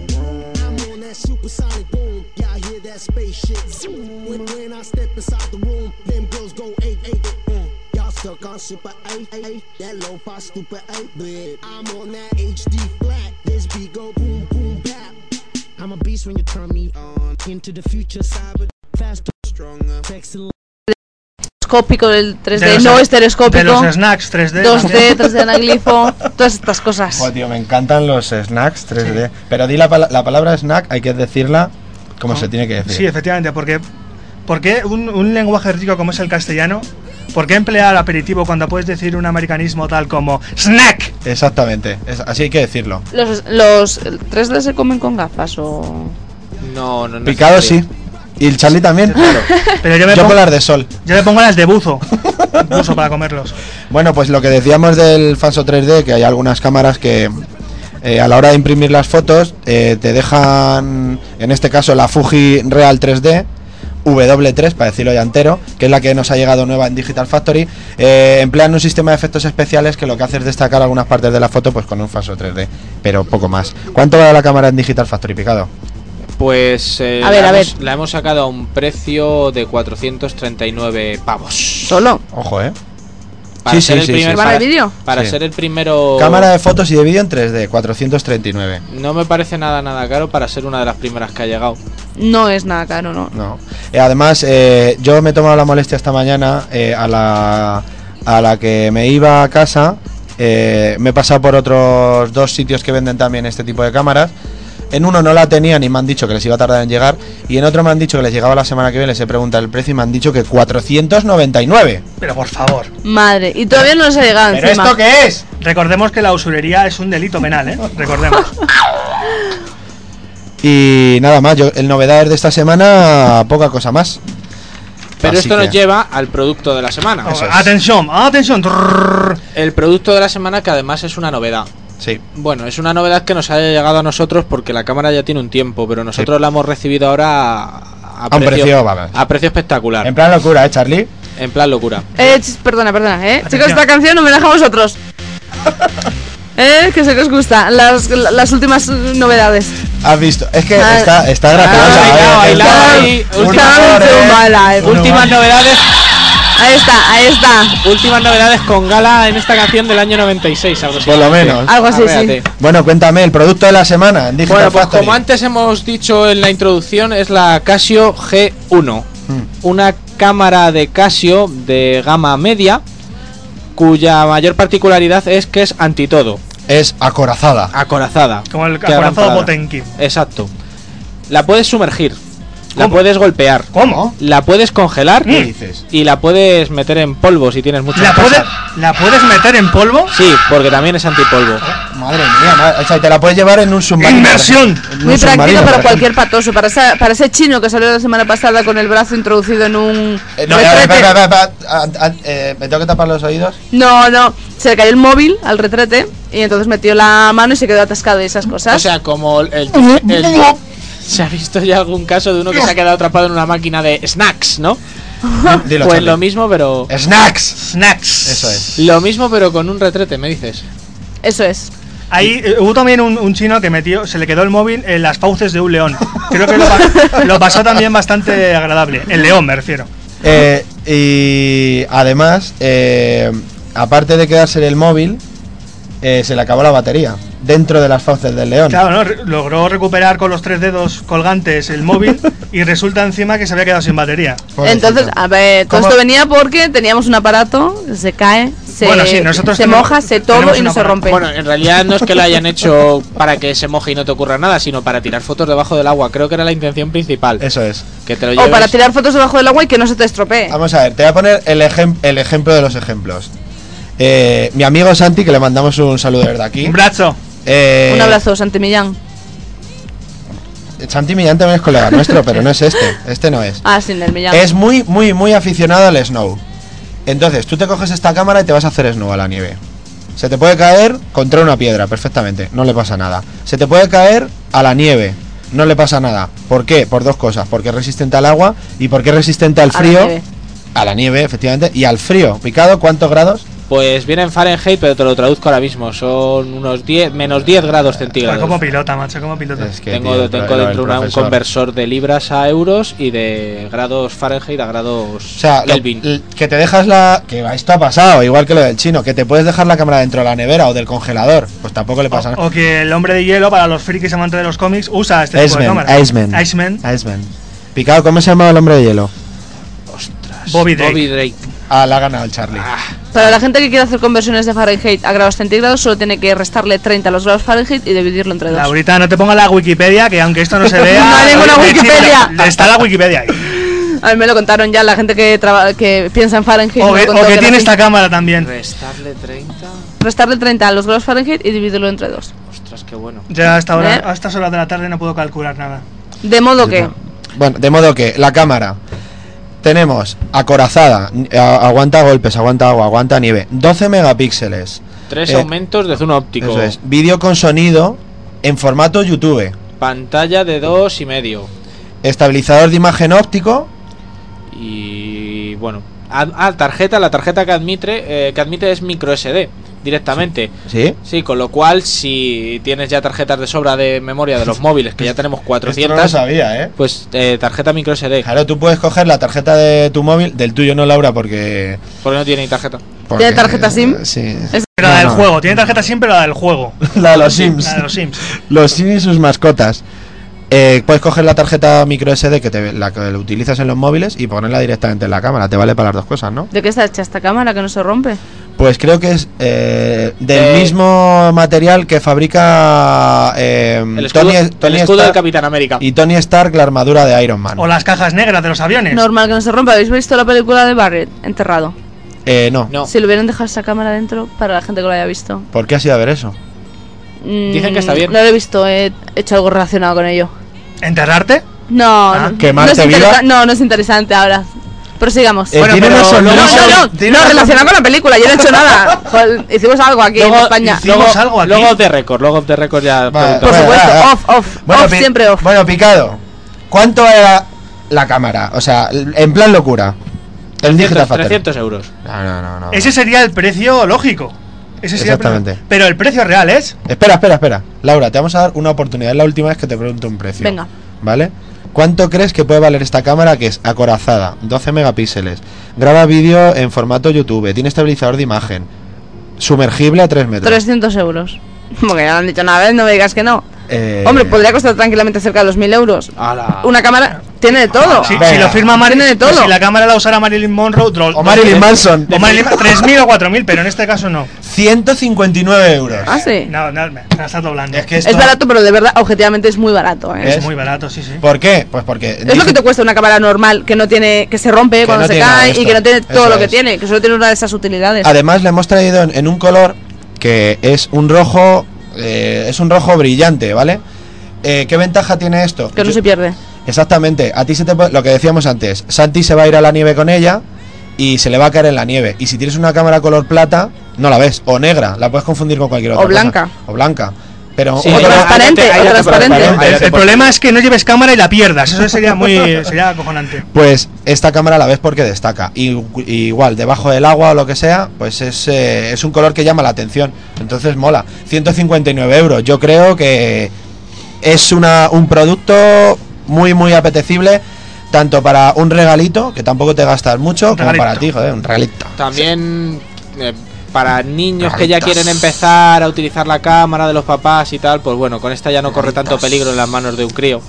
[SPEAKER 5] boom. I'm on that supersonic boom, y'all hear that spaceship zoom. When, when I step inside the room, them girls go eight, eight, eight, mm. Y'all stuck on super eight, eight, that low fi stupid eight bit. I'm on that HD flat, this beat go boom, boom, bap. I'm a beast when you turn me on. Into the future, cyber, faster, stronger, sexy.
[SPEAKER 3] Escópico, el 3D,
[SPEAKER 2] De los-
[SPEAKER 3] no
[SPEAKER 2] De
[SPEAKER 3] estereoscópico,
[SPEAKER 2] los snacks 3D. también.
[SPEAKER 3] 2D, 3D anaglifo, todas estas cosas.
[SPEAKER 1] Joder, tío, me encantan los snacks 3D. Pero di la, pala- la palabra snack, hay que decirla
[SPEAKER 4] Ah.
[SPEAKER 1] como se tiene que decir.
[SPEAKER 2] Sí, efectivamente, porque, porque un, un lenguaje rico como es el castellano, ¿por qué emplear aperitivo cuando puedes decir un americanismo tal como snack?
[SPEAKER 1] Exactamente, es- así hay que decirlo.
[SPEAKER 3] Los, los 3D se comen con gafas o...
[SPEAKER 4] No, no, no.
[SPEAKER 1] Picado
[SPEAKER 4] es
[SPEAKER 1] sí.
[SPEAKER 4] necesario.
[SPEAKER 1] Y el Charlie también.
[SPEAKER 2] Pero yo me
[SPEAKER 1] Yo
[SPEAKER 2] pongo,
[SPEAKER 1] con las de sol.
[SPEAKER 2] yo me pongo las de buzo. Buzo para comerlos.
[SPEAKER 1] Bueno, pues lo que decíamos del Fanso 3D, que hay algunas cámaras que eh, a la hora de imprimir las fotos eh, te dejan, en este caso, la Fuji Real 3D. W3, para decirlo ya entero, que es la que nos ha llegado nueva en Digital Factory, eh, emplean un sistema de efectos especiales que lo que hace es destacar algunas partes de la foto pues con un falso 3D, pero poco más. ¿Cuánto vale la cámara en Digital Factory, Picado?
[SPEAKER 4] Pues eh,
[SPEAKER 3] A ver,
[SPEAKER 4] la,
[SPEAKER 3] a ver.
[SPEAKER 4] hemos, la hemos sacado a un precio de 439 pavos.
[SPEAKER 3] Solo.
[SPEAKER 2] Pues
[SPEAKER 1] Ojo, ¿eh?
[SPEAKER 4] Para
[SPEAKER 1] Sí,
[SPEAKER 4] ser
[SPEAKER 1] sí,
[SPEAKER 4] el
[SPEAKER 1] sí,
[SPEAKER 4] primer
[SPEAKER 1] sí.
[SPEAKER 3] ¿Para
[SPEAKER 4] para-
[SPEAKER 3] el vídeo?
[SPEAKER 4] Para
[SPEAKER 1] Sí.
[SPEAKER 4] ser el
[SPEAKER 2] Oh.
[SPEAKER 4] primero
[SPEAKER 1] Cámara de fotos y de vídeo en 3D, 439.
[SPEAKER 4] No me parece nada nada caro para ser una de las primeras que ha llegado.
[SPEAKER 3] No es nada caro, no.
[SPEAKER 1] No. Eh, además, eh, yo me he tomado la molestia esta mañana eh, a, la, a la que me iba a casa. eh, me he pasado por otros dos sitios que venden también este tipo de cámaras. En uno no la tenían y me han dicho que les iba a tardar en llegar. Y en otro me han dicho que les llegaba la semana que viene. Les he preguntado el precio y me han dicho que 499.
[SPEAKER 2] Pero por favor,
[SPEAKER 3] Madre, y todavía no les ha llegado
[SPEAKER 1] ¿Pero
[SPEAKER 3] encima.
[SPEAKER 1] esto qué es?
[SPEAKER 2] recordemos que la usurería es un delito penal, ¿eh? Recordemos.
[SPEAKER 1] Y nada más, yo, el novedades de esta semana, poca cosa más.
[SPEAKER 4] Pero
[SPEAKER 1] Así
[SPEAKER 4] esto nos
[SPEAKER 1] que-
[SPEAKER 4] lleva al producto de la semana.
[SPEAKER 1] Eso es.
[SPEAKER 2] atención, atención. trrrr.
[SPEAKER 4] El producto de la semana que además es una novedad.
[SPEAKER 1] Sí.
[SPEAKER 4] Bueno, es una novedad que nos ha llegado a nosotros porque la cámara ya tiene un tiempo, pero nosotros la hemos recibido ahora a, a
[SPEAKER 1] A un precio, vamos.
[SPEAKER 4] a precio espectacular,
[SPEAKER 1] En
[SPEAKER 4] en,
[SPEAKER 1] plan locura, ¿eh, Charlie?
[SPEAKER 4] plan locura.
[SPEAKER 3] Eh, ch- perdona, perdona, eh.
[SPEAKER 2] Atención.
[SPEAKER 3] Chicos, esta canción no me dejamos vosotros. eh, que se que os gusta. Las, las últimas eh, novedades.
[SPEAKER 1] Has visto, es que
[SPEAKER 3] Ah.
[SPEAKER 1] está, está graciosa.
[SPEAKER 4] Ah,
[SPEAKER 1] eh,
[SPEAKER 4] bailao,
[SPEAKER 1] el-
[SPEAKER 4] bailao y-
[SPEAKER 1] un
[SPEAKER 4] última
[SPEAKER 1] amor,
[SPEAKER 3] Últimamente
[SPEAKER 1] eh.
[SPEAKER 3] un bala, eh.
[SPEAKER 4] Últimas novedades,
[SPEAKER 3] Ahí está, ahí está.
[SPEAKER 4] últimas novedades con gala en esta canción del año 96
[SPEAKER 1] Por lo
[SPEAKER 4] aproximadamente.
[SPEAKER 1] menos.
[SPEAKER 3] Algo así,
[SPEAKER 4] Arréate.
[SPEAKER 3] sí.
[SPEAKER 1] Bueno, cuéntame, el producto de la semana en Digital
[SPEAKER 4] Bueno, pues
[SPEAKER 1] Factory.
[SPEAKER 4] como antes hemos dicho en la introducción, es la Casio G1.
[SPEAKER 1] Mm.
[SPEAKER 4] Una cámara de Casio de gama media, cuya mayor particularidad es que es anti todo,
[SPEAKER 1] Es acorazada.
[SPEAKER 4] acorazada.
[SPEAKER 2] Como el
[SPEAKER 4] Qué gran
[SPEAKER 2] acorazado
[SPEAKER 4] palabra.
[SPEAKER 2] Potenki.
[SPEAKER 4] Exacto. La puedes sumergir, la
[SPEAKER 2] ¿Cómo?
[SPEAKER 4] puedes golpear,
[SPEAKER 2] ¿Cómo?
[SPEAKER 4] la puedes congelar
[SPEAKER 2] ¿Qué
[SPEAKER 1] dices?
[SPEAKER 4] y la puedes meter en polvo si tienes muchas
[SPEAKER 2] ¿La,
[SPEAKER 4] cosas.
[SPEAKER 2] puede- ¿La puedes meter en polvo?
[SPEAKER 4] Sí, porque también es antipolvo.
[SPEAKER 1] Ah, Madre mía, ma- o sea, te la puedes llevar en un submarino. por
[SPEAKER 2] Inmersión.
[SPEAKER 1] ejemplo. En un
[SPEAKER 3] Muy
[SPEAKER 1] submarino,
[SPEAKER 3] práctico para
[SPEAKER 1] por ejemplo.
[SPEAKER 3] cualquier patoso, para, esa- para ese chino que salió la semana pasada con el brazo introducido en un...
[SPEAKER 1] Eh, no,
[SPEAKER 3] retrete.
[SPEAKER 1] espera, espera, espera, espera, ah, ah, eh, me tengo que tapar los oídos.
[SPEAKER 3] No, no, se le cayó el móvil al retrete y entonces metió la mano y se quedó atascado y esas cosas.
[SPEAKER 4] O sea, como el, el- se ha visto ya algún caso de uno que se ha quedado atrapado en una máquina de snacks, ¿no?
[SPEAKER 1] Dilo,
[SPEAKER 4] pues
[SPEAKER 1] Charlie.
[SPEAKER 4] lo mismo, pero
[SPEAKER 1] Eh. Snacks.
[SPEAKER 2] Snacks.
[SPEAKER 1] Eso es.
[SPEAKER 4] lo mismo, pero con un retrete, me dices.
[SPEAKER 3] Eso es.
[SPEAKER 2] Ahí eh, hubo también un, un chino que metió, se le quedó el móvil en las fauces de un león. Creo que lo, pa- lo pasó también bastante agradable. El león, me refiero.
[SPEAKER 1] Eh, y además, eh, aparte de quedarse el móvil, eh, se le acabó la batería dentro de las fauces del león.
[SPEAKER 2] Claro, ¿no? Re- logró recuperar con los tres dedos colgantes el móvil y resulta encima que se había quedado sin batería.
[SPEAKER 1] Pobrecito.
[SPEAKER 3] Entonces, a ver, todo
[SPEAKER 1] ¿Cómo?
[SPEAKER 3] esto venía porque teníamos un aparato, se cae, se,
[SPEAKER 2] Bueno, sí, nosotros
[SPEAKER 3] se
[SPEAKER 2] tenemos-
[SPEAKER 3] moja, se
[SPEAKER 2] tenemos
[SPEAKER 3] todo y
[SPEAKER 2] un
[SPEAKER 3] no se
[SPEAKER 2] aparato.
[SPEAKER 3] rompe.
[SPEAKER 4] Bueno, en realidad no es que lo hayan hecho para que se moje y no te ocurra nada, sino para tirar fotos debajo del agua. Creo que era la intención principal.
[SPEAKER 1] Eso es.
[SPEAKER 4] Que te lo
[SPEAKER 3] o
[SPEAKER 4] lleves.
[SPEAKER 3] para tirar fotos debajo del agua y que no se te estropee.
[SPEAKER 1] Vamos a ver, te voy a poner el, ejem- el ejemplo de los ejemplos. Eh, mi amigo Santi, que le mandamos un saludo desde aquí.
[SPEAKER 2] Un brazo.
[SPEAKER 1] Eh,
[SPEAKER 3] Un abrazo, Santi Millán.
[SPEAKER 1] Santi Millán también es colega nuestro, pero no es este. Este no es.
[SPEAKER 3] Ah, sin el Millán.
[SPEAKER 1] Es muy, muy, muy aficionado al snow. Entonces, tú te coges esta cámara y te vas a hacer snow a la nieve. Se te puede caer contra una piedra, perfectamente, no le pasa nada. Se te puede caer a la nieve, no le pasa nada. ¿Por qué? Por dos cosas, porque es resistente al agua y porque es resistente al
[SPEAKER 3] A la
[SPEAKER 1] frío.
[SPEAKER 3] nieve.
[SPEAKER 1] a la nieve, efectivamente, y al frío. ¿Picado cuántos grados?
[SPEAKER 4] Pues viene en Fahrenheit, pero te lo traduzco ahora mismo. Son unos 10, menos 10 grados
[SPEAKER 2] Joder,
[SPEAKER 4] centígrados.
[SPEAKER 2] como pilota, macho, como pilota.
[SPEAKER 1] Es que,
[SPEAKER 4] Tengo,
[SPEAKER 1] tío,
[SPEAKER 4] tengo
[SPEAKER 1] lo- lo del
[SPEAKER 4] dentro una- un
[SPEAKER 1] profesor.
[SPEAKER 4] conversor de libras a euros y de grados Fahrenheit a grados
[SPEAKER 1] O sea, lo-
[SPEAKER 4] Kelvin.
[SPEAKER 1] l- que te dejas la. Que va, esto ha pasado, igual que lo del chino, que te puedes dejar la cámara dentro de la nevera o del congelador. Pues tampoco le pasa nada.
[SPEAKER 2] O, o que el hombre de hielo, para los frikis amantes de los cómics, usa Oh, este tipo de
[SPEAKER 1] Iceman,
[SPEAKER 2] cámara.
[SPEAKER 1] Iceman. Iceman. Picado, ¿cómo se llamaba el hombre de hielo?
[SPEAKER 2] Bobby Drake.
[SPEAKER 1] Ah, la ha ganado el Charlie.
[SPEAKER 3] Para la gente que quiera hacer conversiones de Fahrenheit a grados centígrados, solo tiene que restarle 30 a los grados Fahrenheit y dividirlo entre dos.
[SPEAKER 2] Laurita, no te ponga la Wikipedia, que aunque esto no se vea.
[SPEAKER 3] No hay ninguna
[SPEAKER 2] le- le-
[SPEAKER 3] Wikipedia.
[SPEAKER 2] le- Está la Wikipedia ahí.
[SPEAKER 3] A mí me lo contaron ya la gente que, traba- que piensa en Fahrenheit.
[SPEAKER 2] O
[SPEAKER 3] me
[SPEAKER 2] que,
[SPEAKER 3] lo
[SPEAKER 2] o
[SPEAKER 3] contó
[SPEAKER 2] que
[SPEAKER 3] era
[SPEAKER 2] tiene
[SPEAKER 3] así.
[SPEAKER 2] esta cámara también.
[SPEAKER 4] Restarle 30.
[SPEAKER 3] Restarle 30 a los grados Fahrenheit y dividirlo entre dos.
[SPEAKER 4] Ostras, qué bueno.
[SPEAKER 2] Ya hasta ahora,
[SPEAKER 3] ¿Eh?
[SPEAKER 2] a estas horas de la tarde no puedo calcular nada.
[SPEAKER 3] De modo que.
[SPEAKER 1] Bueno, de modo que la cámara. Tenemos acorazada, n- a- aguanta golpes, aguanta agua, aguanta nieve, 12 megapíxeles,
[SPEAKER 4] Tres
[SPEAKER 1] Eh,
[SPEAKER 4] aumentos de zoom óptico.
[SPEAKER 1] Eso es. Vídeo con sonido en formato YouTube.
[SPEAKER 4] Pantalla de dos y medio.
[SPEAKER 1] Estabilizador de imagen óptico.
[SPEAKER 4] Y bueno. Ah, ah, tarjeta, la tarjeta que admite, eh, que admite es micro SD directamente.
[SPEAKER 1] Sí.
[SPEAKER 4] Sí, con lo cual, si tienes ya tarjetas de sobra de memoria de los móviles, que ya tenemos
[SPEAKER 1] Esto no
[SPEAKER 4] 400,
[SPEAKER 1] lo sabía, ¿eh?
[SPEAKER 4] pues eh, tarjeta micro SD,
[SPEAKER 1] Claro, tú puedes coger la tarjeta de tu móvil, del tuyo no, Laura, porque...
[SPEAKER 4] porque no tiene ni tarjeta.
[SPEAKER 1] porque-
[SPEAKER 3] ¿Tiene tarjeta SIM?
[SPEAKER 1] Sí.
[SPEAKER 3] Es-
[SPEAKER 2] Pero la
[SPEAKER 1] No,
[SPEAKER 2] del
[SPEAKER 1] no.
[SPEAKER 2] juego, tiene tarjeta siempre la del juego.
[SPEAKER 1] La de los Sims.
[SPEAKER 2] La de los Sims.
[SPEAKER 1] Los Sims y sus mascotas. Eh, puedes coger la tarjeta micro SD que te, la que utilizas en los móviles y ponerla directamente en la cámara. Te vale para las dos cosas, ¿no?
[SPEAKER 3] ¿De qué está hecha esta cámara que no se rompe?
[SPEAKER 1] Pues creo que es eh, del
[SPEAKER 4] Eh,
[SPEAKER 1] mismo material que fabrica eh,
[SPEAKER 4] El escudo,
[SPEAKER 1] Tony,
[SPEAKER 4] el
[SPEAKER 1] Tony
[SPEAKER 4] escudo del
[SPEAKER 1] Stark
[SPEAKER 4] Capitán América.
[SPEAKER 1] y Tony Stark la armadura de Iron Man.
[SPEAKER 2] O las cajas negras de los aviones.
[SPEAKER 3] Normal que no se rompa. ¿Habéis visto la película de Barrett? Enterrado.
[SPEAKER 1] Eh, no.
[SPEAKER 4] No.
[SPEAKER 3] Si lo hubieran dejado esa cámara dentro para la gente que lo haya visto.
[SPEAKER 1] ¿Por qué has ido a ver eso?
[SPEAKER 3] Mm,
[SPEAKER 4] Dicen que está bien.
[SPEAKER 3] No lo he visto, he hecho algo relacionado con ello.
[SPEAKER 2] ¿Enterrarte?
[SPEAKER 3] No,
[SPEAKER 2] Ah,
[SPEAKER 3] no,
[SPEAKER 1] ¿quemarte
[SPEAKER 3] no es
[SPEAKER 1] viva?
[SPEAKER 3] interesa- No, no es interesante ahora. Prosigamos.
[SPEAKER 1] Eh,
[SPEAKER 2] Bueno,
[SPEAKER 1] tiene
[SPEAKER 2] pero
[SPEAKER 1] una
[SPEAKER 2] luego-
[SPEAKER 3] no,
[SPEAKER 1] sonrisa-
[SPEAKER 3] no, no,
[SPEAKER 2] tiene
[SPEAKER 3] no,
[SPEAKER 2] una-
[SPEAKER 3] relacionado con la película, yo no he hecho nada. Joder, hicimos algo aquí en España.
[SPEAKER 2] hicimos-
[SPEAKER 4] luego,
[SPEAKER 2] algo aquí.
[SPEAKER 4] luego de récord, luego de récord ya.
[SPEAKER 1] Vale,
[SPEAKER 4] preguntamos.
[SPEAKER 3] Por
[SPEAKER 1] vale,
[SPEAKER 3] supuesto,
[SPEAKER 1] vale, vale.
[SPEAKER 3] off, off,
[SPEAKER 1] Bueno,
[SPEAKER 3] off,
[SPEAKER 1] Pi-
[SPEAKER 3] siempre off.
[SPEAKER 1] Bueno, picado. ¿Cuánto era la cámara? O sea, l- en plan locura. El digital
[SPEAKER 4] 300,
[SPEAKER 1] factor.
[SPEAKER 4] 300 euros.
[SPEAKER 1] No, no, no, no.
[SPEAKER 2] Ese sería el precio lógico. Ese sería el precio-
[SPEAKER 1] Ah. Exactamente.
[SPEAKER 2] Pero el precio real es.
[SPEAKER 1] Espera, espera, espera. Laura, te vamos a dar una oportunidad. Es la última vez que te pregunto un precio.
[SPEAKER 3] Venga.
[SPEAKER 1] ¿Vale? ¿Cuánto crees que puede valer esta cámara que es acorazada, 12 megapíxeles, graba vídeo en formato YouTube, tiene estabilizador de imagen, sumergible a 3 metros?
[SPEAKER 3] 300 euros. Porque ya lo han dicho una vez, no me digas que no.
[SPEAKER 1] Eh, Ah.
[SPEAKER 3] Hombre, podría costar tranquilamente cerca de los 1000 euros.
[SPEAKER 4] Ala.
[SPEAKER 3] Una cámara tiene de todo.
[SPEAKER 2] Si,
[SPEAKER 1] Venga.
[SPEAKER 2] si lo firma
[SPEAKER 3] Tiene de
[SPEAKER 2] Marilyn
[SPEAKER 1] pues
[SPEAKER 2] pues
[SPEAKER 3] todo. Ah,
[SPEAKER 2] Si la cámara la usara Marilyn Monroe. dro-
[SPEAKER 1] O Marilyn Manson.
[SPEAKER 2] O Marilyn 3.000 o 4.000, pero en este caso no.
[SPEAKER 1] 159 euros.
[SPEAKER 3] Ah, sí.
[SPEAKER 2] No, no, me me la estás doblando.
[SPEAKER 1] Es que esto-
[SPEAKER 3] Es barato, pero de verdad, objetivamente es muy barato. ¿eh?
[SPEAKER 1] Es-
[SPEAKER 2] Es muy barato, sí, sí.
[SPEAKER 1] ¿Por qué? Pues porque.
[SPEAKER 3] Es lo que te cuesta una cámara normal que no tiene que se rompe
[SPEAKER 1] Que
[SPEAKER 3] cuando
[SPEAKER 1] no
[SPEAKER 3] se
[SPEAKER 1] tiene nada
[SPEAKER 3] cae
[SPEAKER 1] de
[SPEAKER 3] y que no
[SPEAKER 1] esto.
[SPEAKER 3] tiene todo
[SPEAKER 1] Eso
[SPEAKER 3] lo que
[SPEAKER 1] es.
[SPEAKER 3] tiene, que solo tiene una de esas utilidades.
[SPEAKER 1] Además, le hemos traído en, en un color que es un rojo. eh, es un rojo brillante, ¿vale? Eh, ¿Qué ventaja tiene esto?
[SPEAKER 3] que no
[SPEAKER 1] Yo-
[SPEAKER 3] se pierde.
[SPEAKER 1] Exactamente, a ti se te po- lo que decíamos antes, Santi se va a ir a la nieve con ella y se le va a caer en la nieve. Y si tienes una cámara color plata, no la ves, o negra, la puedes confundir con cualquier
[SPEAKER 3] O
[SPEAKER 1] otra. cosa.
[SPEAKER 3] blanca.
[SPEAKER 1] O blanca. Pero
[SPEAKER 4] Sí,
[SPEAKER 1] o
[SPEAKER 4] ahí ya-
[SPEAKER 1] tra-
[SPEAKER 3] transparente,
[SPEAKER 4] ahí ya te- ahí ya te-
[SPEAKER 3] transparente.
[SPEAKER 4] ahí
[SPEAKER 2] El,
[SPEAKER 4] ya te-
[SPEAKER 2] el problema es que no lleves cámara y la pierdas. Eso sería muy. sería acojonante.
[SPEAKER 1] pues esta cámara la ves porque destaca. Y, y igual, debajo del agua o lo que sea, pues es, eh, es un color que llama la atención. Entonces mola. 159 euros. Yo creo que es una, un producto muy, muy apetecible. Tanto para un regalito, que tampoco te gastas mucho,
[SPEAKER 2] Un
[SPEAKER 1] como para
[SPEAKER 2] regalito.
[SPEAKER 1] ti, joder, un regalito.
[SPEAKER 4] También eh, para niños que ya
[SPEAKER 1] Raritas.
[SPEAKER 4] quieren empezar a utilizar la cámara de los papás y tal, pues bueno, con esta ya no corre tanto peligro en las manos de un crío.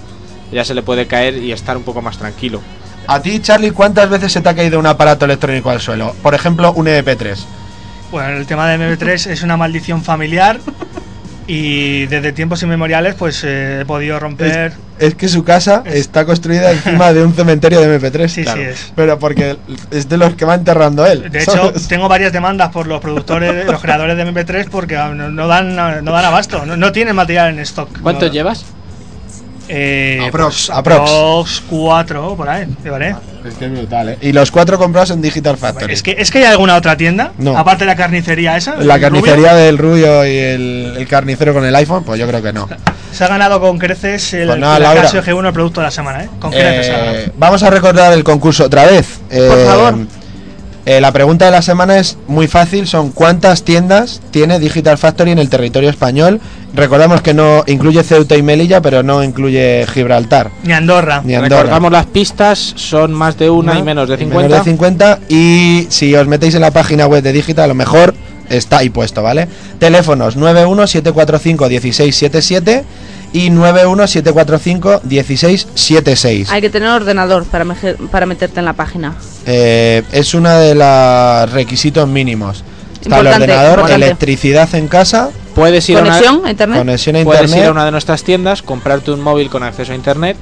[SPEAKER 4] Ya se le puede caer y estar un poco más tranquilo.
[SPEAKER 1] A ti, Charlie, ¿cuántas veces se te ha caído un aparato electrónico al suelo? Por ejemplo, un E EDP3.
[SPEAKER 2] Bueno, Pues el tema de MB3 es una maldición familiar. Y desde tiempos inmemoriales, pues eh, he podido romper.
[SPEAKER 1] Es, es que su casa está construida encima de un cementerio de MP3.
[SPEAKER 2] Sí, sí es.
[SPEAKER 1] Pero porque es de los que va enterrando él.
[SPEAKER 2] De hecho,
[SPEAKER 1] ¿sabes?
[SPEAKER 2] tengo varias demandas por los productores, los creadores de MP3 porque ah, no, no dan, no dan abasto, no, no tienen material en stock.
[SPEAKER 4] ¿Cuánto
[SPEAKER 2] No-
[SPEAKER 4] llevas?
[SPEAKER 2] Eh,
[SPEAKER 1] Aprox,
[SPEAKER 2] pues,
[SPEAKER 1] aprox. Ah,
[SPEAKER 2] aprox cuatro, por ahí, ¿vale?
[SPEAKER 1] Es que es brutal, ¿eh? Y los cuatro comprados en Digital Factory.
[SPEAKER 2] Es que, ¿Es que hay alguna otra tienda?
[SPEAKER 1] No.
[SPEAKER 2] Aparte de la carnicería esa.
[SPEAKER 1] La
[SPEAKER 2] el
[SPEAKER 1] carnicería del rubio y el, el carnicero con el iPhone, pues yo creo que no.
[SPEAKER 2] rubio, se ha ganado con creces el,
[SPEAKER 1] Pues nada,
[SPEAKER 2] el
[SPEAKER 1] Laura.
[SPEAKER 2] Casio G1 el producto de la semana, ¿eh? Con creces. se ha ganado.
[SPEAKER 1] Eh, vamos a recordar el concurso otra vez. Eh,
[SPEAKER 3] favor.
[SPEAKER 1] eh, la pregunta de la semana es muy fácil, son cuántas tiendas tiene Digital Factory en el territorio español. Recordamos que no incluye Ceuta y Melilla, pero no incluye Gibraltar
[SPEAKER 2] Ni Andorra.
[SPEAKER 1] Eh, ni Andorra.
[SPEAKER 4] Recordamos las pistas, son más de una y menos de 50.
[SPEAKER 1] menos de 50. Y si os metéis en la página web de Digital, a lo mejor está ahí puesto, ¿vale? Teléfonos 917451677 y 917451676.
[SPEAKER 3] Hay que tener ordenador para, meje- para meterte en la página.
[SPEAKER 1] Eh, es uno de los requisitos mínimos. Está el
[SPEAKER 3] Importante,
[SPEAKER 1] ordenador,
[SPEAKER 3] importante.
[SPEAKER 1] electricidad en casa,
[SPEAKER 4] Puedes ir a una-
[SPEAKER 3] ¿Conexión a internet?
[SPEAKER 1] conexión a
[SPEAKER 4] Puedes ir a
[SPEAKER 1] internet
[SPEAKER 4] una de nuestras tiendas, comprarte un móvil con acceso a internet,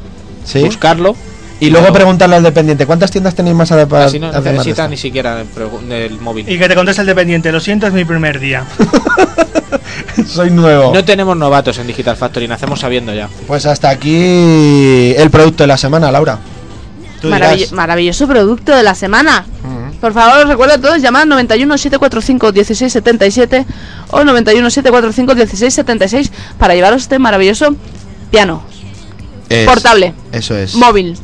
[SPEAKER 1] ¿sí?
[SPEAKER 4] buscarlo.
[SPEAKER 1] y luego preguntarle al dependiente cuántas tiendas tenéis más a para
[SPEAKER 4] Así no
[SPEAKER 1] hacer más de
[SPEAKER 4] necesitas
[SPEAKER 1] esto?".
[SPEAKER 4] ni siquiera el, pregu- del móvil.
[SPEAKER 2] Y que te conteste el dependiente, lo siento, es mi primer día.
[SPEAKER 1] Soy nuevo.
[SPEAKER 4] No tenemos novatos en Digital Factory, nacemos sabiendo ya.
[SPEAKER 1] Pues hasta aquí el producto de la semana, Laura. Tú dirás.
[SPEAKER 3] Maravillo- maravilloso producto de la semana.
[SPEAKER 1] Mm.
[SPEAKER 3] Por favor, os recuerdo a todos llamar 91 745 1677 o 91 745 1676 para llevaros este maravilloso piano
[SPEAKER 1] Es-
[SPEAKER 3] Portable.
[SPEAKER 1] Eso es.
[SPEAKER 3] móvil.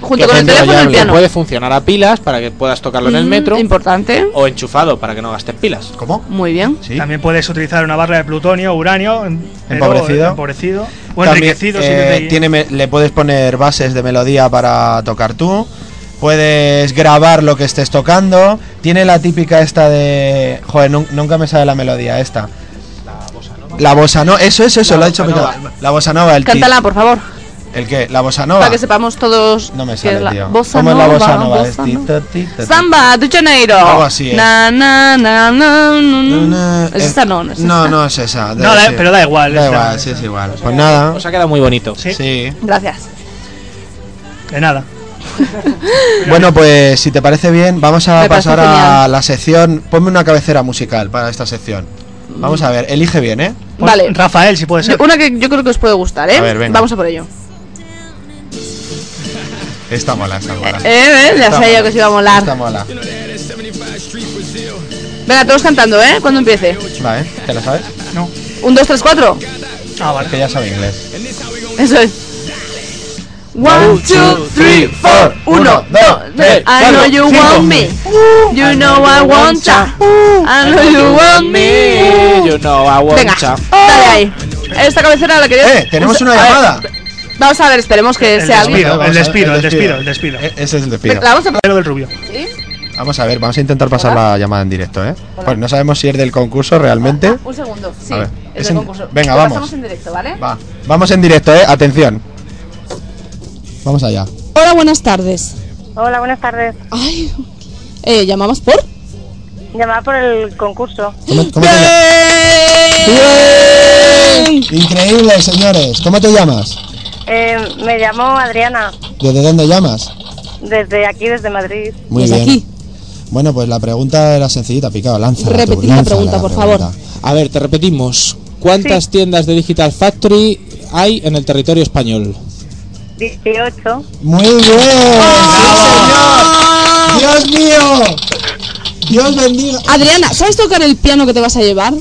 [SPEAKER 3] Junto
[SPEAKER 4] Que
[SPEAKER 3] con el
[SPEAKER 4] gente
[SPEAKER 3] teléfono y el
[SPEAKER 4] que
[SPEAKER 3] piano.
[SPEAKER 4] Puede funcionar a pilas para que puedas tocarlo en el
[SPEAKER 3] Mm,
[SPEAKER 4] metro
[SPEAKER 3] Importante.
[SPEAKER 4] o enchufado para que no gastes pilas.
[SPEAKER 1] ¿Cómo?
[SPEAKER 3] Muy bien.
[SPEAKER 1] Sí.
[SPEAKER 2] También puedes utilizar una barra de plutonio, uranio, en- pero-
[SPEAKER 1] Empobrecido.
[SPEAKER 2] empobrecido o
[SPEAKER 1] También,
[SPEAKER 2] enriquecido. si
[SPEAKER 1] eh,
[SPEAKER 2] te- te-
[SPEAKER 1] tiene me- le puedes poner bases de melodía para tocar tú. Puedes grabar lo que estés tocando. Tiene la típica esta de. Joder, nun- nunca me sale la melodía esta. La bossa nova. Eso, eso, eso,
[SPEAKER 4] La
[SPEAKER 1] lo ha dicho
[SPEAKER 4] bossa
[SPEAKER 1] Peña. La bossa nova, el ti-
[SPEAKER 3] Cántala, por favor,
[SPEAKER 1] ¿El qué? La bossa nova.
[SPEAKER 3] para que sepamos todos.
[SPEAKER 1] No me
[SPEAKER 3] que
[SPEAKER 1] sale,
[SPEAKER 3] es la
[SPEAKER 1] tío.
[SPEAKER 3] bossa
[SPEAKER 1] ¿Cómo es la bossa nova?
[SPEAKER 3] bossa
[SPEAKER 1] Es ti,
[SPEAKER 3] nova.
[SPEAKER 1] ta, ti, ta, ti.
[SPEAKER 3] Samba de Janeiro.
[SPEAKER 1] Algo así es.
[SPEAKER 3] Na, na, na, na, na,
[SPEAKER 1] No, no,
[SPEAKER 3] na. Mm, Es
[SPEAKER 1] eh,
[SPEAKER 3] esta no, no es
[SPEAKER 1] No,
[SPEAKER 3] esta.
[SPEAKER 1] no es esa.
[SPEAKER 2] No, da-
[SPEAKER 1] sí.
[SPEAKER 2] pero da igual,
[SPEAKER 1] Da
[SPEAKER 2] esa-
[SPEAKER 1] igual, sí, es igual. Pues nada.
[SPEAKER 4] Os ha quedado muy bonito.
[SPEAKER 2] Sí,
[SPEAKER 1] Sí.
[SPEAKER 3] Gracias.
[SPEAKER 2] de nada.
[SPEAKER 1] Bueno, pues si te parece bien, vamos a
[SPEAKER 3] Me parece
[SPEAKER 1] pasar a
[SPEAKER 3] genial.
[SPEAKER 1] la sección. Ponme una cabecera musical para esta sección. Vamos a ver, elige bien, ¿eh?
[SPEAKER 2] Pon
[SPEAKER 3] Vale.
[SPEAKER 2] Pues, Rafael, si puede ser.
[SPEAKER 3] Una que yo creo que os puede gustar, ¿eh?
[SPEAKER 1] A ver, venga.
[SPEAKER 3] Vamos a por ello.
[SPEAKER 1] Está mola, está mola.
[SPEAKER 3] Eh, eh, ya
[SPEAKER 1] Está
[SPEAKER 3] sabía
[SPEAKER 1] mola.
[SPEAKER 3] que os iba a molar.
[SPEAKER 1] Está mola.
[SPEAKER 3] Venga, todos cantando, ¿eh? Cuando empiece.
[SPEAKER 1] Vale, ¿te la sabes?
[SPEAKER 2] No.
[SPEAKER 3] Un, dos, tres, cuatro.
[SPEAKER 2] Ah,
[SPEAKER 1] Es que
[SPEAKER 2] vale.
[SPEAKER 1] ya sabe inglés.
[SPEAKER 3] Eso es. One, two, three, four. Uno, dos, tres. I know you want me. You know I want ya. I know you want me. Uh.
[SPEAKER 4] You know I want
[SPEAKER 3] Venga,
[SPEAKER 4] ya.
[SPEAKER 3] dale ahí. Esta cabecera la quería.
[SPEAKER 1] ¡Eh! ¡Tenemos
[SPEAKER 3] un-
[SPEAKER 1] una
[SPEAKER 3] a ver,
[SPEAKER 1] llamada!
[SPEAKER 3] Vamos a ver, esperemos que
[SPEAKER 2] El
[SPEAKER 3] sea
[SPEAKER 2] despido.
[SPEAKER 3] alguien.
[SPEAKER 1] Vamos a ver,
[SPEAKER 2] el despido, el despido, el despido.
[SPEAKER 1] E- Ese es el despido.
[SPEAKER 3] La vamos a
[SPEAKER 2] Pero del rubio.
[SPEAKER 3] ¿Sí?
[SPEAKER 1] Vamos a ver, vamos a intentar pasar
[SPEAKER 3] Hola.
[SPEAKER 1] la llamada en directo, ¿eh? Pues no sabemos si es del concurso realmente.
[SPEAKER 3] Un segundo, sí.
[SPEAKER 1] A ver,
[SPEAKER 3] Es
[SPEAKER 1] es
[SPEAKER 3] del
[SPEAKER 1] en-
[SPEAKER 3] concurso.
[SPEAKER 1] venga,
[SPEAKER 3] Lo
[SPEAKER 1] vamos.
[SPEAKER 3] pasamos en directo, ¿vale?
[SPEAKER 1] Va, vamos en directo, ¿eh? Atención. Vamos allá.
[SPEAKER 9] Hola, buenas tardes.
[SPEAKER 10] Hola, buenas tardes.
[SPEAKER 9] Ay, eh, llamamos por.
[SPEAKER 10] Llamaba por el concurso.
[SPEAKER 1] ¿Cómo, cómo te llamas? Increíble, señores. ¿Cómo te llamas?
[SPEAKER 10] Eh, me llamo Adriana,
[SPEAKER 1] ¿Desde dónde llamas?
[SPEAKER 10] desde aquí, desde Madrid.
[SPEAKER 1] Muy
[SPEAKER 9] Desde
[SPEAKER 1] bien.
[SPEAKER 9] aquí.
[SPEAKER 1] Bueno, pues la pregunta era sencillita, picado. Lanza.
[SPEAKER 9] Repetid la pregunta, por favor.
[SPEAKER 4] A ver, te repetimos. ¿Cuántas tiendas de Digital Factory hay en el territorio español?
[SPEAKER 10] 18.
[SPEAKER 1] Muy bien. ¡Sí, señor! ¡Dios mío! ¡Dios bendiga!
[SPEAKER 9] Adriana, ¿sabes tocar el piano que te vas a llevar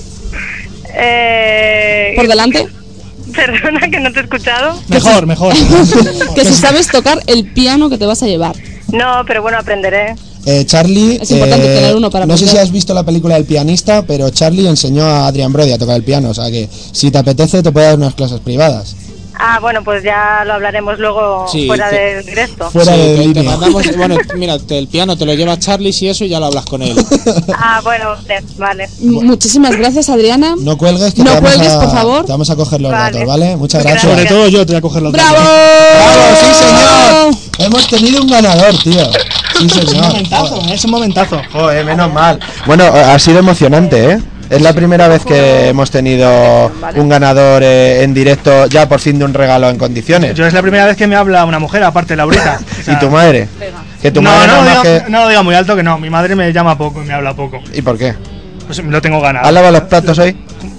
[SPEAKER 10] Eh,
[SPEAKER 9] por delante?
[SPEAKER 10] Perdona que no te he escuchado.
[SPEAKER 4] Mejor, mejor.
[SPEAKER 9] que si sabes tocar el piano que te vas a llevar.
[SPEAKER 10] No, pero bueno, aprenderé.
[SPEAKER 1] Eh, Charlie,
[SPEAKER 9] Es importante
[SPEAKER 1] eh,
[SPEAKER 9] tener uno para
[SPEAKER 1] no sé si
[SPEAKER 9] aprender.
[SPEAKER 1] has visto la película del pianista, pero Charlie enseñó a Adrian Brody a tocar el piano, o sea que si te apetece te puede dar unas clases privadas.
[SPEAKER 10] Ah, bueno, pues ya lo hablaremos luego
[SPEAKER 4] Sí,
[SPEAKER 10] fuera
[SPEAKER 4] sí.
[SPEAKER 10] del directo.
[SPEAKER 1] Fuera de
[SPEAKER 4] te, te
[SPEAKER 1] línea.
[SPEAKER 4] mandamos- bueno, mira, te- el piano te lo lleva Charlie y eso y ya lo hablas con él.
[SPEAKER 10] Ah, bueno, vale, vale.
[SPEAKER 9] M- Muchísimas gracias, Adriana.
[SPEAKER 1] No cuelgues, que
[SPEAKER 9] No
[SPEAKER 1] te vamos
[SPEAKER 9] cuelgues,
[SPEAKER 1] a,
[SPEAKER 9] por favor.
[SPEAKER 1] Te vamos a coger los
[SPEAKER 10] Vale.
[SPEAKER 1] datos, ¿vale? Muchas gracias.
[SPEAKER 10] Gracias. Sobre todo
[SPEAKER 2] yo te voy a coger los
[SPEAKER 9] ¡Bravo!
[SPEAKER 1] ¡Bravo, sí señor! Hemos tenido un ganador, tío. Sí señor.
[SPEAKER 2] es un momentazo.
[SPEAKER 1] Joder, menos mal. Bueno, ha sido emocionante, ¿eh? Es la primera vez que hemos tenido un ganador eh, en directo, ya por fin de un regalo en condiciones.
[SPEAKER 2] Yo es la primera vez que me habla una mujer, aparte de Laurita. O sea,
[SPEAKER 1] ¿Y tu madre? Que tu
[SPEAKER 2] no,
[SPEAKER 1] madre
[SPEAKER 2] no,
[SPEAKER 1] nada
[SPEAKER 2] diga,
[SPEAKER 1] más que-
[SPEAKER 2] no diga muy alto que no. Mi madre me llama poco y me habla poco.
[SPEAKER 1] ¿Y por qué?
[SPEAKER 2] Pues lo tengo ganado.
[SPEAKER 1] ¿Has lavado los platos hoy?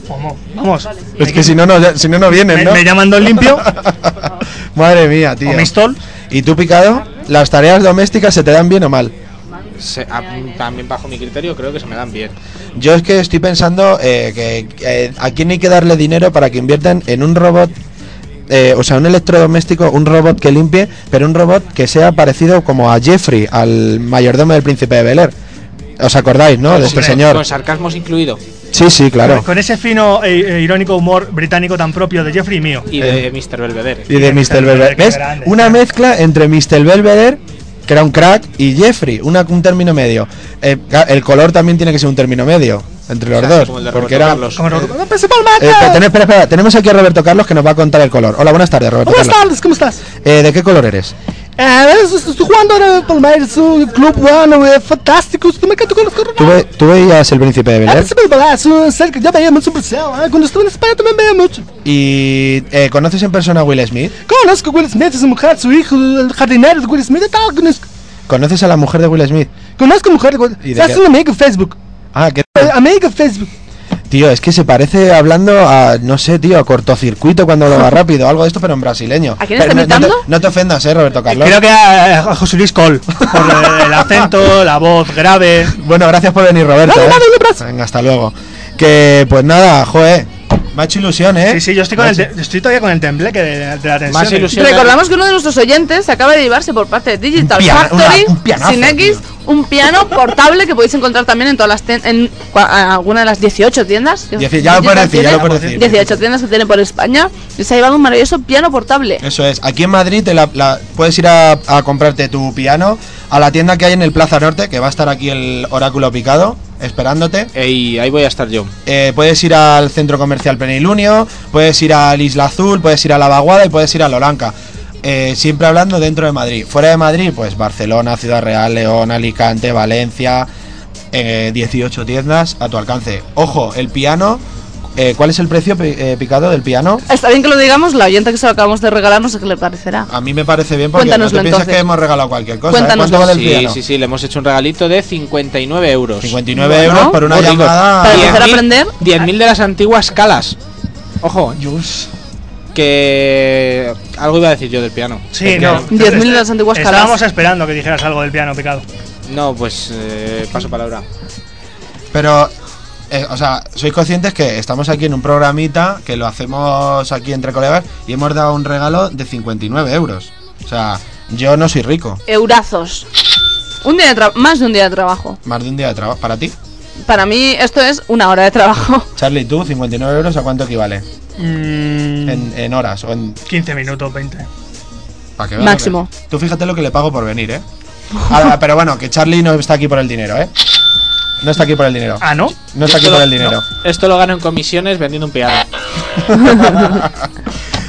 [SPEAKER 2] Vamos, vamos.
[SPEAKER 1] Es que si no, no, si no, no
[SPEAKER 2] me,
[SPEAKER 1] vienen, ¿no?
[SPEAKER 2] me llaman Don Limpio
[SPEAKER 1] Madre mía, tío.
[SPEAKER 2] o Mistol.
[SPEAKER 1] ¿Y tú, Picado? ¿Las tareas domésticas se te dan bien o mal?
[SPEAKER 4] Se- a- también bajo mi criterio creo que se me dan bien.
[SPEAKER 1] Yo es que estoy pensando eh, que eh, a quién hay que darle dinero para que inviertan en un robot, eh, o sea, un electrodoméstico, un robot que limpie, pero un robot que sea parecido como a Jeffrey, al mayordomo del príncipe de Bel Air. ¿Os acordáis, no? De este
[SPEAKER 4] Hombre,
[SPEAKER 1] señor.
[SPEAKER 4] Con
[SPEAKER 2] Pues-
[SPEAKER 4] sarcasmos incluido.
[SPEAKER 1] Sí, sí, claro.
[SPEAKER 2] Con ese fino e, e irónico humor británico tan propio de Jeffrey y mío.
[SPEAKER 4] Y
[SPEAKER 1] Eh.
[SPEAKER 4] de Mr. Belvedere.
[SPEAKER 1] Y de Mr. Belvedere.
[SPEAKER 2] Qué
[SPEAKER 1] ¿Ves?
[SPEAKER 2] grande.
[SPEAKER 1] Una mezcla entre Mr. Belvedere, que era un crack, y Jeffrey, una, un término medio. Eh, ca- el color también tiene que ser un término medio, entre los
[SPEAKER 4] O sea,
[SPEAKER 1] dos.
[SPEAKER 4] como el de
[SPEAKER 1] Porque
[SPEAKER 4] Roberto
[SPEAKER 1] era.
[SPEAKER 4] Carlos.
[SPEAKER 2] Como Roberto-
[SPEAKER 11] pues,
[SPEAKER 1] Eh, espera, ten- espera, espera, tenemos aquí a Roberto Carlos que nos va a contar el color. Hola, buenas tardes, Roberto
[SPEAKER 11] Buenas
[SPEAKER 1] Carlos.
[SPEAKER 11] tardes, ¿cómo estás?
[SPEAKER 1] Eh, ¿De qué color eres?
[SPEAKER 11] Eh, es- es- estoy jugando eh, ahora en el Palmeiras, un club bueno, eh, fantástico. Estoy marcando con los
[SPEAKER 1] ¿Tú, ve- tú veías el príncipe de Bel
[SPEAKER 11] É
[SPEAKER 1] Air?
[SPEAKER 11] possível falar, isso, sério, que já veia muito sobre o céu. eh, Quando estou na Espanha também veia muito.
[SPEAKER 1] ¿Y eh, conoces en persona a Will Smith?
[SPEAKER 11] Conosco o Will Smith, a mulher, seu hijo, o jardineiro do Will Smith e tal. Conosco,
[SPEAKER 1] ¿Conoces a la mujer de Will Smith?
[SPEAKER 11] conosco a mulher,
[SPEAKER 1] E
[SPEAKER 11] já
[SPEAKER 1] daqui-
[SPEAKER 11] sou amigo do Facebook.
[SPEAKER 1] Ah, que
[SPEAKER 11] Amigo do Facebook.
[SPEAKER 1] Tío, es que se parece hablando a, no sé, tío, a cortocircuito cuando lo va rápido, algo de esto, pero en brasileño.
[SPEAKER 3] ¿A quién
[SPEAKER 1] Pero
[SPEAKER 3] está
[SPEAKER 1] no- no te-
[SPEAKER 3] imitando?
[SPEAKER 1] No, te ofendas, eh, Roberto Carlos.
[SPEAKER 2] Creo que a, a José Luis Col, por el, el acento, la voz grave.
[SPEAKER 1] Bueno, gracias por venir, Roberto. ¿eh? Venga, hasta luego. Que, pues nada, joe, me ha hecho ilusión, ¿eh?
[SPEAKER 2] Sí, sí, yo estoy, con el te- estoy todavía con el tembleque de, de la tensión.
[SPEAKER 4] Más ilusión.
[SPEAKER 3] Recordamos que uno de nuestros oyentes acaba de llevarse por parte de Digital
[SPEAKER 2] Un piano- una-
[SPEAKER 3] Factory,
[SPEAKER 2] un pianazo,
[SPEAKER 3] sin X, un piano portable que podéis encontrar también en todas las tien- en cua- a- alguna de las 18 tiendas. que
[SPEAKER 1] Dieci- ya lo
[SPEAKER 3] Digital
[SPEAKER 1] puedes decir, ya lo
[SPEAKER 3] tiene,
[SPEAKER 1] puedes decir.
[SPEAKER 3] 18 tiendas que tiene por España y se ha llevado un maravilloso piano portable.
[SPEAKER 1] Eso es. Aquí en Madrid te la- la- puedes ir a, a comprarte tu piano a la tienda que hay en el Plaza Norte, que va a estar aquí el Oráculo Picado, esperándote.
[SPEAKER 4] Y ahí voy a estar yo.
[SPEAKER 1] Eh, puedes ir al Centro Comercial Penilunio, puedes ir al Isla Azul, puedes ir a La Vaguada y puedes ir a Lolanca. Eh, siempre hablando dentro de Madrid. Fuera de Madrid, pues Barcelona, Ciudad Real, León, Alicante, Valencia. eh, 18 tiendas a tu alcance. Ojo, el piano. eh, ¿Cuál es el precio pi- eh, picado del piano?
[SPEAKER 3] Está bien que lo digamos, la oyente que se lo acabamos de regalar no sé qué le parecerá.
[SPEAKER 1] A mí me parece bien porque
[SPEAKER 3] Cuéntanoslo,
[SPEAKER 1] no te piensas
[SPEAKER 3] entonces.
[SPEAKER 1] que hemos regalado cualquier cosa. ¿eh?
[SPEAKER 3] Cuéntanoslo.
[SPEAKER 1] ¿Cuánto vale el
[SPEAKER 4] Sí,
[SPEAKER 1] piano?
[SPEAKER 4] sí, sí, le hemos hecho un regalito de 59 euros.
[SPEAKER 1] 59 euros por una
[SPEAKER 4] Muy rico.
[SPEAKER 1] llamada.
[SPEAKER 3] Para empezar a
[SPEAKER 4] 10.000
[SPEAKER 3] aprender.
[SPEAKER 4] 10.000 de las antiguas calas. Ojo, que algo iba a decir yo del piano.
[SPEAKER 2] Sí,
[SPEAKER 4] Es que-
[SPEAKER 2] no.
[SPEAKER 3] 10.000 de las antiguas caras.
[SPEAKER 2] Estábamos esperando que dijeras algo del piano picado.
[SPEAKER 4] No, pues eh, paso palabra.
[SPEAKER 1] Pero, eh, o sea, sois conscientes que estamos aquí en un programita que lo hacemos aquí entre colegas y hemos dado un regalo de 59 euros. O sea, yo no soy rico.
[SPEAKER 3] Eurazos. Un día de tra- más de un día de trabajo.
[SPEAKER 1] Más de un día de trabajo. Para ti,
[SPEAKER 3] Para mí esto es una hora de trabajo.
[SPEAKER 1] Charlie, tú, 59 euros, ¿a cuánto equivale?
[SPEAKER 2] Mm,
[SPEAKER 1] En, en horas o en.
[SPEAKER 2] 15 minutos, 20.
[SPEAKER 1] pa' que veas
[SPEAKER 3] Máximo.
[SPEAKER 1] lo que- Tú fíjate lo que le pago por venir, ¿eh? Ahora, pero bueno, que Charlie no está aquí por el dinero, ¿eh? No está aquí por el dinero.
[SPEAKER 2] Ah, ¿no?
[SPEAKER 1] No está aquí
[SPEAKER 4] Esto
[SPEAKER 1] por
[SPEAKER 4] lo-
[SPEAKER 1] el dinero.
[SPEAKER 4] no, esto lo gano en comisiones vendiendo un piano.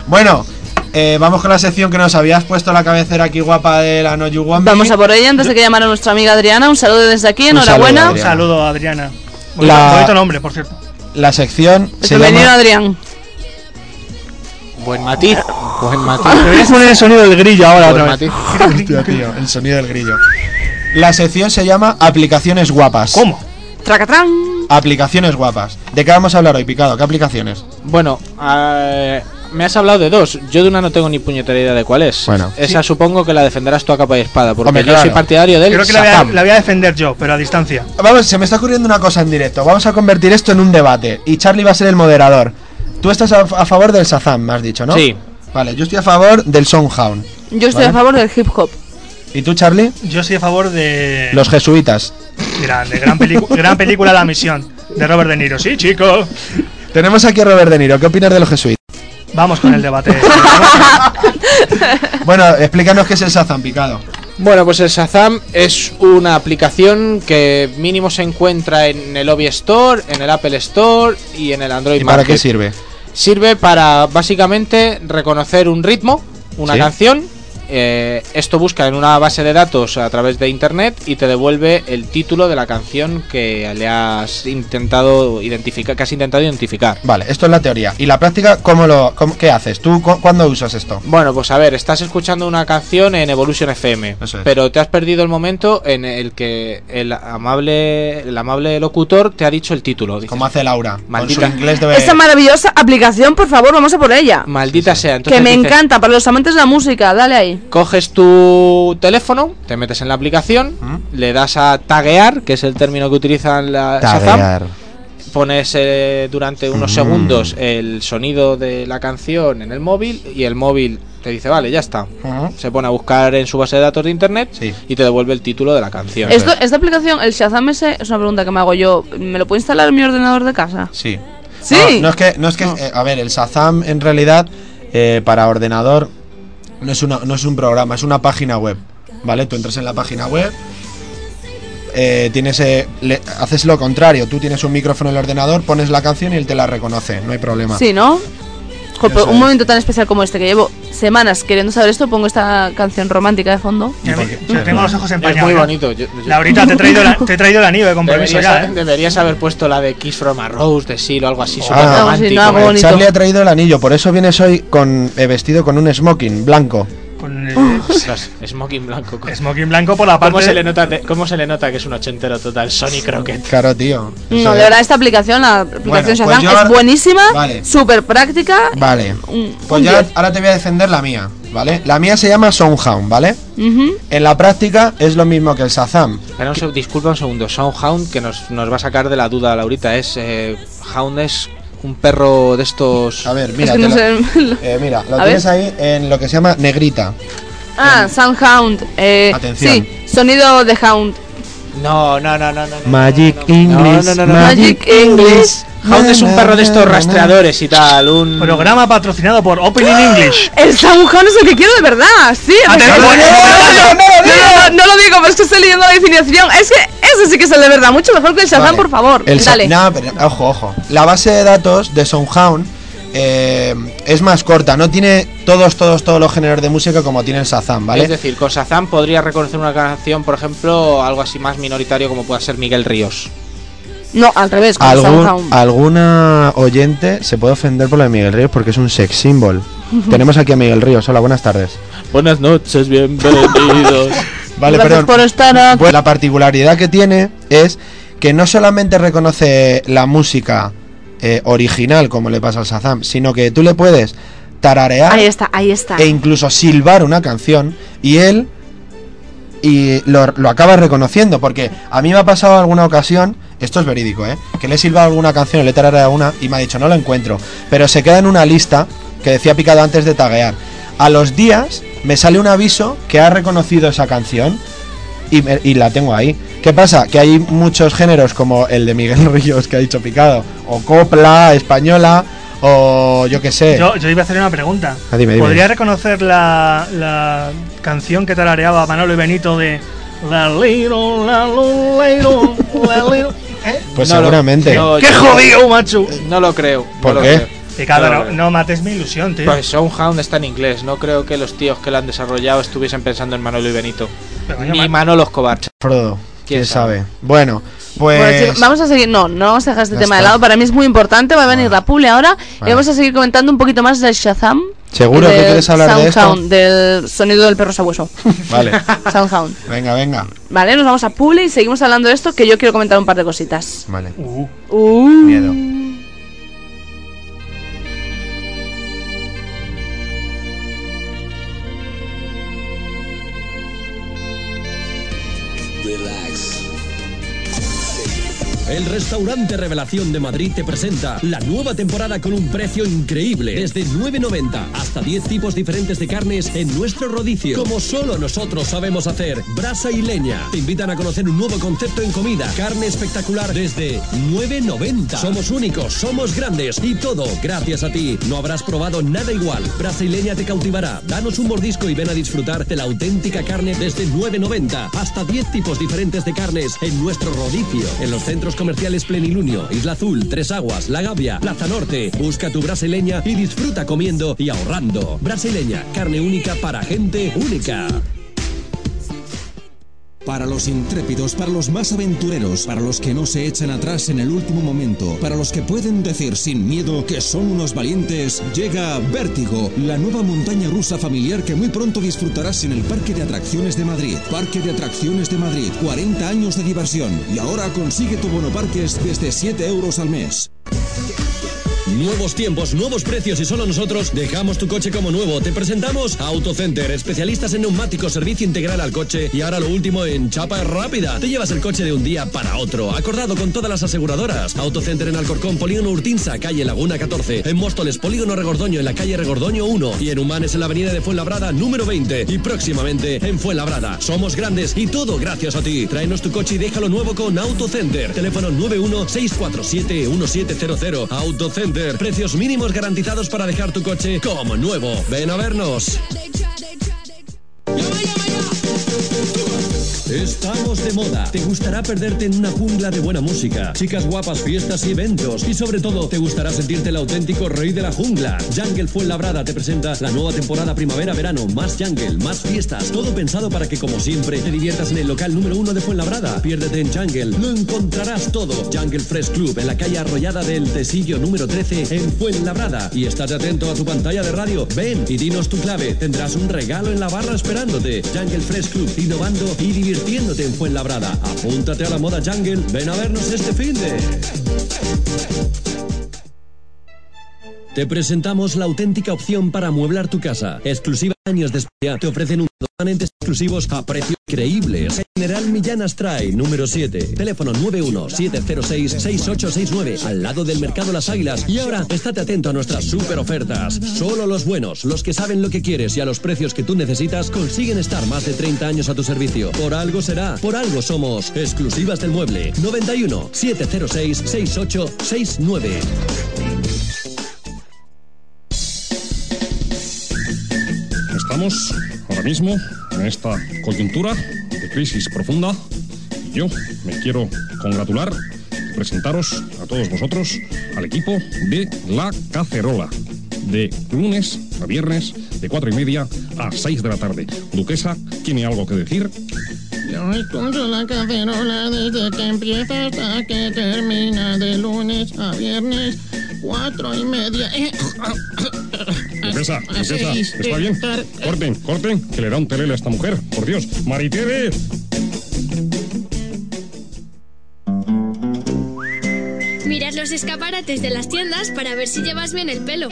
[SPEAKER 1] Bueno, eh, vamos con la sección que nos habías puesto la cabecera aquí guapa de la No You Want Me.
[SPEAKER 3] Vamos a por ella antes de que llamara nuestra amiga Adriana. Un saludo desde aquí, enhorabuena.
[SPEAKER 2] Un saludo, Adriana. Bonito,
[SPEAKER 1] La-
[SPEAKER 2] bonito nombre, por cierto.
[SPEAKER 1] La sección se
[SPEAKER 3] Bienvenido,
[SPEAKER 1] llama...
[SPEAKER 3] Adrián.
[SPEAKER 4] Buen matiz, buen
[SPEAKER 2] Deberías
[SPEAKER 4] matiz.
[SPEAKER 2] poner el sonido del grillo ahora
[SPEAKER 4] Buen
[SPEAKER 2] otra vez.
[SPEAKER 4] matiz.
[SPEAKER 1] Hostia, tío, el sonido del grillo. La sección se llama Aplicaciones Guapas.
[SPEAKER 2] ¿Cómo?
[SPEAKER 3] Tracatrán.
[SPEAKER 1] Aplicaciones Guapas. ¿De qué vamos a hablar hoy, Picado? ¿Qué aplicaciones?
[SPEAKER 4] Bueno, eh, me has hablado de dos. Yo de una no tengo ni puñetera idea de cuál es.
[SPEAKER 1] Bueno.
[SPEAKER 4] Esa supongo que la defenderás tú a capa y espada, porque
[SPEAKER 1] Hombre,
[SPEAKER 4] yo
[SPEAKER 1] claro.
[SPEAKER 4] soy partidario del
[SPEAKER 2] Creo que la voy, a,
[SPEAKER 4] Sazam.
[SPEAKER 2] la voy a defender yo, pero a distancia.
[SPEAKER 1] Vamos, se me está ocurriendo una cosa en directo. Vamos a convertir esto en un debate. Y Charlie va a ser el moderador. Tú estás a, a favor del Shazam, me has dicho, ¿no?
[SPEAKER 4] Sí.
[SPEAKER 1] Vale, yo estoy a favor del Songhound.
[SPEAKER 3] Yo estoy
[SPEAKER 1] Vale.
[SPEAKER 3] a favor del hip hop.
[SPEAKER 1] ¿Y tú, Charlie?
[SPEAKER 2] Yo estoy a favor de.
[SPEAKER 1] Los jesuitas.
[SPEAKER 2] Grande, gran, pelicu- gran película La Misión, de Robert De Niro. Sí, chico.
[SPEAKER 1] Tenemos aquí a Robert De Niro. ¿Qué opinas de los jesuitas?
[SPEAKER 2] Vamos con el debate.
[SPEAKER 1] Bueno, explícanos qué es el Shazam, Picado.
[SPEAKER 4] Bueno, pues el Shazam es una aplicación que mínimo se encuentra en el Obi Store, en el Apple Store y en el Android
[SPEAKER 1] ¿Y para
[SPEAKER 4] Market.
[SPEAKER 1] qué sirve?
[SPEAKER 4] Sirve para básicamente reconocer un ritmo, una
[SPEAKER 1] Sí.
[SPEAKER 4] canción. eh, esto busca en una base de datos a través de internet y te devuelve el título de la canción que le has intentado identificar, que has intentado identificar.
[SPEAKER 1] Vale, esto es la teoría. ¿Y la práctica cómo lo cómo- qué haces? ¿Tú cu- cuándo usas esto?
[SPEAKER 4] Bueno, pues a ver, estás escuchando una canción en Evolution FM,
[SPEAKER 1] Eso es.
[SPEAKER 4] pero te has perdido el momento en el que el amable, el amable locutor te ha dicho el título. Dices,
[SPEAKER 1] Como hace Laura.
[SPEAKER 4] Maldita.
[SPEAKER 1] Con su inglés de
[SPEAKER 3] Esa maravillosa aplicación, por favor, vamos a por ella.
[SPEAKER 4] Maldita sea.
[SPEAKER 3] Que
[SPEAKER 4] Entonces
[SPEAKER 3] me
[SPEAKER 4] dices,
[SPEAKER 3] encanta, para los amantes de la música, dale ahí.
[SPEAKER 4] Coges tu teléfono, te metes en la aplicación,
[SPEAKER 1] ¿Mm?
[SPEAKER 4] le das a taguear, que es el término que utilizan la Shazam, pones eh, durante unos
[SPEAKER 1] Mm.
[SPEAKER 4] segundos el sonido de la canción en el móvil y el móvil te dice, vale, ya está.
[SPEAKER 1] Ujú.
[SPEAKER 4] Se pone a buscar en su base de datos de internet
[SPEAKER 1] Sí.
[SPEAKER 4] y te devuelve el título de la canción.
[SPEAKER 3] Esto- esta aplicación, el Shazam ese, es una pregunta que me hago yo. ¿Me lo puedo instalar en mi ordenador de casa?
[SPEAKER 1] Sí.
[SPEAKER 3] Sí.
[SPEAKER 1] No, no es que, no es que eh, a ver, el Shazam en realidad eh, para ordenador no es, una, no es un programa, es una página web. ¿Vale? Tú entras en la página web, eh, tienes, eh, le- haces lo contrario, tú tienes un micrófono en el ordenador, pones la canción y él te la reconoce, no hay problema.
[SPEAKER 3] Sí, ¿no? Jo,
[SPEAKER 1] Eso
[SPEAKER 3] pero
[SPEAKER 1] es.
[SPEAKER 3] un momento tan especial como este que llevo semanas queriendo saber esto, pongo esta canción romántica de fondo.
[SPEAKER 1] ¿Y por qué?
[SPEAKER 2] Yo tengo los ojos
[SPEAKER 4] es
[SPEAKER 2] empañados.
[SPEAKER 4] muy
[SPEAKER 2] ¿eh?
[SPEAKER 4] bonito. yo- yo-
[SPEAKER 2] Laurita, te he traído la, te he traído la nieve, con permiso
[SPEAKER 4] Deberías,
[SPEAKER 2] ya.
[SPEAKER 4] haber-
[SPEAKER 2] ¿eh?
[SPEAKER 4] deberías haber puesto la de Kiss from a Rose de Seal o algo así súper
[SPEAKER 1] algo
[SPEAKER 3] así,
[SPEAKER 4] romántico.
[SPEAKER 3] no hago-
[SPEAKER 1] Eh,
[SPEAKER 3] bonito.
[SPEAKER 1] Charlie ha traído el anillo, por eso vienes hoy con, eh, vestido con un smoking blanco.
[SPEAKER 2] Con
[SPEAKER 4] Ostras, Smoking blanco.
[SPEAKER 2] Smoking blanco por la parte.
[SPEAKER 4] ¿Cómo se, le nota, ¿Cómo se le nota que es un ochentero total? Sony Crockett.
[SPEAKER 1] Claro, tío.
[SPEAKER 3] No, de verdad, esta aplicación, la
[SPEAKER 1] pues
[SPEAKER 3] aplicación Shazam,
[SPEAKER 1] yo
[SPEAKER 3] es
[SPEAKER 1] ahora-
[SPEAKER 3] buenísima,
[SPEAKER 1] Vale.
[SPEAKER 3] súper práctica.
[SPEAKER 1] Vale.
[SPEAKER 3] un-
[SPEAKER 1] Pues
[SPEAKER 3] un
[SPEAKER 1] ya
[SPEAKER 3] 10.
[SPEAKER 1] ahora te voy a defender la mía, ¿vale? La mía se llama Soundhound, ¿vale?
[SPEAKER 3] Ujú.
[SPEAKER 1] En la práctica es lo mismo que el Shazam.
[SPEAKER 4] Espera un seg- disculpa un segundo. Soundhound, que nos, nos va a sacar de la duda, Laurita. Es. eh, Hound es un perro de estos.
[SPEAKER 1] A ver, mira, te
[SPEAKER 3] no
[SPEAKER 1] lo-
[SPEAKER 3] sé-
[SPEAKER 1] eh, mira, lo
[SPEAKER 3] A
[SPEAKER 1] tienes
[SPEAKER 3] ver.
[SPEAKER 1] ahí en lo que se llama negrita.
[SPEAKER 3] Ah, Soundhound. Eh,
[SPEAKER 1] Atención.
[SPEAKER 3] Sí, sonido de Hound.
[SPEAKER 4] No, no, no, no, no. no.
[SPEAKER 1] Magic English.
[SPEAKER 4] no, no, no.
[SPEAKER 3] Magic English.
[SPEAKER 4] Hound es un perro de estos rastreadores y tal. Un.
[SPEAKER 2] Programa patrocinado por Open in English.
[SPEAKER 3] El Soundhound es el que quiero de verdad, sí.
[SPEAKER 2] Atención.
[SPEAKER 3] efectivamente.
[SPEAKER 2] ¡No,
[SPEAKER 3] No, no, no lo digo, pero es que estoy leyendo la definición. Es que ese sí que es el de verdad, mucho mejor que el Shazam,
[SPEAKER 1] Vale.
[SPEAKER 3] por favor.
[SPEAKER 1] El Sa-
[SPEAKER 3] Dale.
[SPEAKER 1] No, pero, ojo, ojo. La base de datos de Soundhound eh, es más corta. No tiene todos, todos, todos los géneros de música como tiene el Shazam, ¿vale?
[SPEAKER 4] Es decir, con Shazam podría reconocer una canción, por ejemplo, algo así más minoritario como pueda ser Miguel Ríos.
[SPEAKER 3] No, al revés, con
[SPEAKER 1] Algún- ah,
[SPEAKER 3] Soundhound.
[SPEAKER 1] alguna oyente se puede ofender por lo de Miguel Ríos porque es un sex symbol. Tenemos aquí a Miguel Ríos. Hola, buenas tardes.
[SPEAKER 4] Buenas noches, bienvenidos.
[SPEAKER 1] Vale,
[SPEAKER 3] Gracias
[SPEAKER 1] perdón.
[SPEAKER 3] por estar ah, aquí.
[SPEAKER 1] Pues la particularidad que tiene es que no solamente reconoce la música eh, original, como le pasa al Shazam, sino que tú le puedes tararear
[SPEAKER 3] Ahí está, ahí está.
[SPEAKER 1] e incluso silbar una canción y él y lo, lo acaba reconociendo porque a mí me ha pasado alguna ocasión esto es verídico eh que le he silbado alguna canción o le he tarareado una y me ha dicho no lo encuentro pero se queda en una lista que decía picado antes de taguear a los días me sale un aviso que ha reconocido esa canción y, me- y la tengo ahí. ¿Qué pasa? Que hay muchos géneros como el de Miguel Ríos que ha dicho picado, o copla española, o yo qué sé.
[SPEAKER 2] Yo, yo iba a hacer una pregunta.
[SPEAKER 1] Eh. Ah, dime, dime.
[SPEAKER 2] ¿Podría reconocer la, la canción que tarareaba Manolo y Benito de La Little, la lu- little, la little? ¿Eh?
[SPEAKER 1] pues
[SPEAKER 4] no lo-
[SPEAKER 1] seguramente.
[SPEAKER 4] no,
[SPEAKER 2] ¡Qué
[SPEAKER 4] yo-
[SPEAKER 2] jodido, macho!
[SPEAKER 4] No lo creo. no
[SPEAKER 1] ¿Por
[SPEAKER 4] lo
[SPEAKER 1] qué?
[SPEAKER 4] creo.
[SPEAKER 2] Pecado,
[SPEAKER 4] No,
[SPEAKER 2] no,
[SPEAKER 4] no.
[SPEAKER 2] no mates mi ilusión, tío.
[SPEAKER 4] eh. Pues Soundhound está en inglés. No creo que los tíos que la han desarrollado estuviesen pensando en Manolo y Benito.
[SPEAKER 2] Pero, coño,
[SPEAKER 4] Ni
[SPEAKER 2] ma-
[SPEAKER 4] Manolo Escobar.
[SPEAKER 1] Frodo.
[SPEAKER 4] ¿Quién
[SPEAKER 1] ¿Quién
[SPEAKER 4] sabe?
[SPEAKER 1] sabe? Bueno, pues.
[SPEAKER 3] Bueno, chicos, vamos a seguir. No, no vamos a dejar este
[SPEAKER 1] Ya
[SPEAKER 3] tema de
[SPEAKER 1] está.
[SPEAKER 3] lado. Para mí es muy importante. Va a venir
[SPEAKER 1] Bueno.
[SPEAKER 3] la pule ahora. Y
[SPEAKER 1] Vale.
[SPEAKER 3] vamos a seguir comentando un poquito más del Shazam.
[SPEAKER 1] ¿Seguro
[SPEAKER 3] y
[SPEAKER 1] que
[SPEAKER 3] del
[SPEAKER 1] quieres hablar de esto?
[SPEAKER 3] Soundhound, del sonido del perro sabueso.
[SPEAKER 1] Vale.
[SPEAKER 3] Soundhound.
[SPEAKER 1] venga, venga.
[SPEAKER 3] Vale, nos vamos a pule y seguimos hablando de esto. Que yo quiero comentar un par de cositas.
[SPEAKER 1] Vale.
[SPEAKER 2] Uh,
[SPEAKER 3] Uh.
[SPEAKER 1] Miedo.
[SPEAKER 6] El restaurante Revelación de Madrid te presenta la nueva temporada con un precio increíble. Desde 9.90 hasta 10 tipos diferentes de carnes en nuestro rodicio. Como solo nosotros sabemos hacer, brasa y leña. Te invitan a conocer un nuevo concepto en comida. Carne espectacular desde 9.90. Somos únicos, somos grandes y todo gracias a ti. No habrás probado nada igual. Brasa y leña te cautivará. Danos un mordisco y ven a disfrutar de la auténtica carne desde 9.90 hasta 10 tipos diferentes de carnes en nuestro rodicio. En los centros comerciales Plenilunio, Isla Azul, Tres Aguas, La Gavia, Plaza Norte. Busca tu brasileña y disfruta comiendo y ahorrando. Brasileña, carne única para gente única.
[SPEAKER 12] Para los intrépidos, para los más aventureros, para los que no se echan atrás en el último momento, para los que pueden decir sin miedo que son unos valientes, llega Vértigo, la nueva montaña rusa familiar que muy pronto disfrutarás en el Parque de Atracciones de Madrid. Parque de Atracciones de Madrid, 40 años de diversión y ahora consigue tu bonoparques desde 7 euros al mes.
[SPEAKER 6] Nuevos tiempos, nuevos precios y solo nosotros dejamos tu coche como nuevo. Te presentamos AutoCenter, especialistas en neumáticos, servicio integral al coche y ahora lo último en chapa rápida. Te llevas el coche de un día para otro, acordado con todas las aseguradoras. AutoCenter en Alcorcón, Polígono Urtinsa, calle Laguna 14. En Móstoles, Polígono Regordoño, en la calle Regordoño 1. Y en Humanes, en la avenida de Fuenlabrada, número 20. Y próximamente en Fuenlabrada. Somos grandes y todo gracias a ti. Tráenos tu coche y déjalo nuevo con AutoCenter. Teléfono 916471700. AutoCenter. Precios mínimos garantizados para dejar tu coche como nuevo. Ven a vernos. Estamos de moda. Te gustará perderte en una jungla de buena música, chicas guapas, fiestas y eventos. Y sobre todo, te gustará sentirte el auténtico rey de la jungla. Jungle Fuenlabrada te presenta la nueva temporada primavera-verano. Más jungle, más fiestas. Todo pensado para que, como siempre, te diviertas en el local número uno de Fuenlabrada. Piérdete en Jungle. Lo encontrarás todo. Jungle Fresh Club, en la calle arrollada del Tesillo número 13, en Fuenlabrada. Y estate atento a tu pantalla de radio. Ven y dinos tu clave. Tendrás un regalo en la barra esperándote. Jungle Fresh Club, innovando y divirtiéndote en Fuenlabrada. Apúntate a la moda Jungle. Ven a vernos este fin de. Te presentamos la auténtica opción para amueblar tu casa. Exclusiva años de espera. Te ofrecen unos permanentes exclusivos a precios increíbles. General Millán Astray, número 7. Teléfono 917066869, al lado del Mercado Las Águilas. Y ahora, estate atento a nuestras super ofertas. Solo los buenos, los que saben lo que quieres y a los precios que tú necesitas, consiguen estar más de 30 años a tu servicio. Por algo será, por algo somos. Exclusivas del mueble. 91 706 6869.
[SPEAKER 13] Estamos ahora mismo en esta coyuntura de crisis profunda y yo me quiero congratular y presentaros a todos vosotros al equipo de La Cacerola de lunes a viernes de cuatro y media a 6 de la tarde. Duquesa, ¿tiene algo que decir?
[SPEAKER 14] Yo escucho la cacerola desde que empieza hasta que termina de lunes a viernes, cuatro y media. Eh,
[SPEAKER 13] Duquesa,
[SPEAKER 14] a
[SPEAKER 13] duquesa,
[SPEAKER 14] seis,
[SPEAKER 13] ¿está bien? Corten, corten, que le da un telele a esta mujer. Por Dios, Maritere.
[SPEAKER 15] Mirad los escaparates de las tiendas para ver si llevas bien el pelo.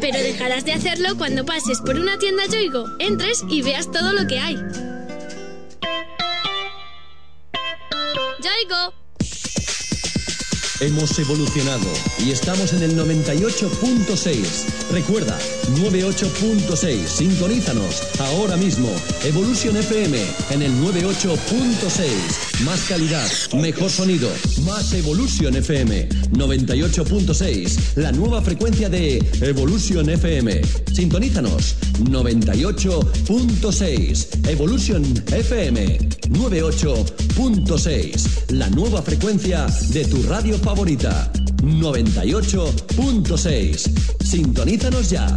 [SPEAKER 15] Pero dejarás de hacerlo cuando pases por una tienda Yoigo, entres y veas todo lo que hay. Yoigo,
[SPEAKER 6] Hemos evolucionado y estamos en el 98.6. Recuerda, 98.6. Sintonízanos ahora mismo. Evolution FM en el 98.6. Más calidad, mejor sonido. Más Evolution FM 98.6. La nueva frecuencia de Evolution FM. Sintonízanos 98.6. Evolution FM 98.6. La nueva frecuencia de tu radio favorita. 98.6. Sintonízanos ya.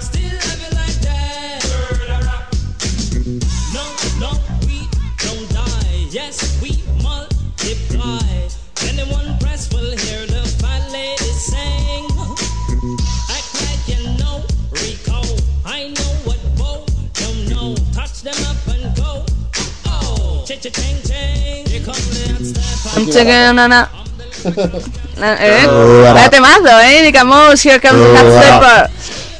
[SPEAKER 16] Still have it like that. No, no, we don't die. Yes, we multiply. Anyone press will hear the fat lady sing. Act like you know Rico. I know what Bo don't know. Touch them up and go. Oh, cha-cha-ching, ching. Here come the hot sniper.
[SPEAKER 3] Cheque, na, na. Na, ¿Eh?
[SPEAKER 1] Hola.
[SPEAKER 3] Vaya temazo, ¿eh? Digamos, here comes the hot
[SPEAKER 1] Hola.
[SPEAKER 3] stepper.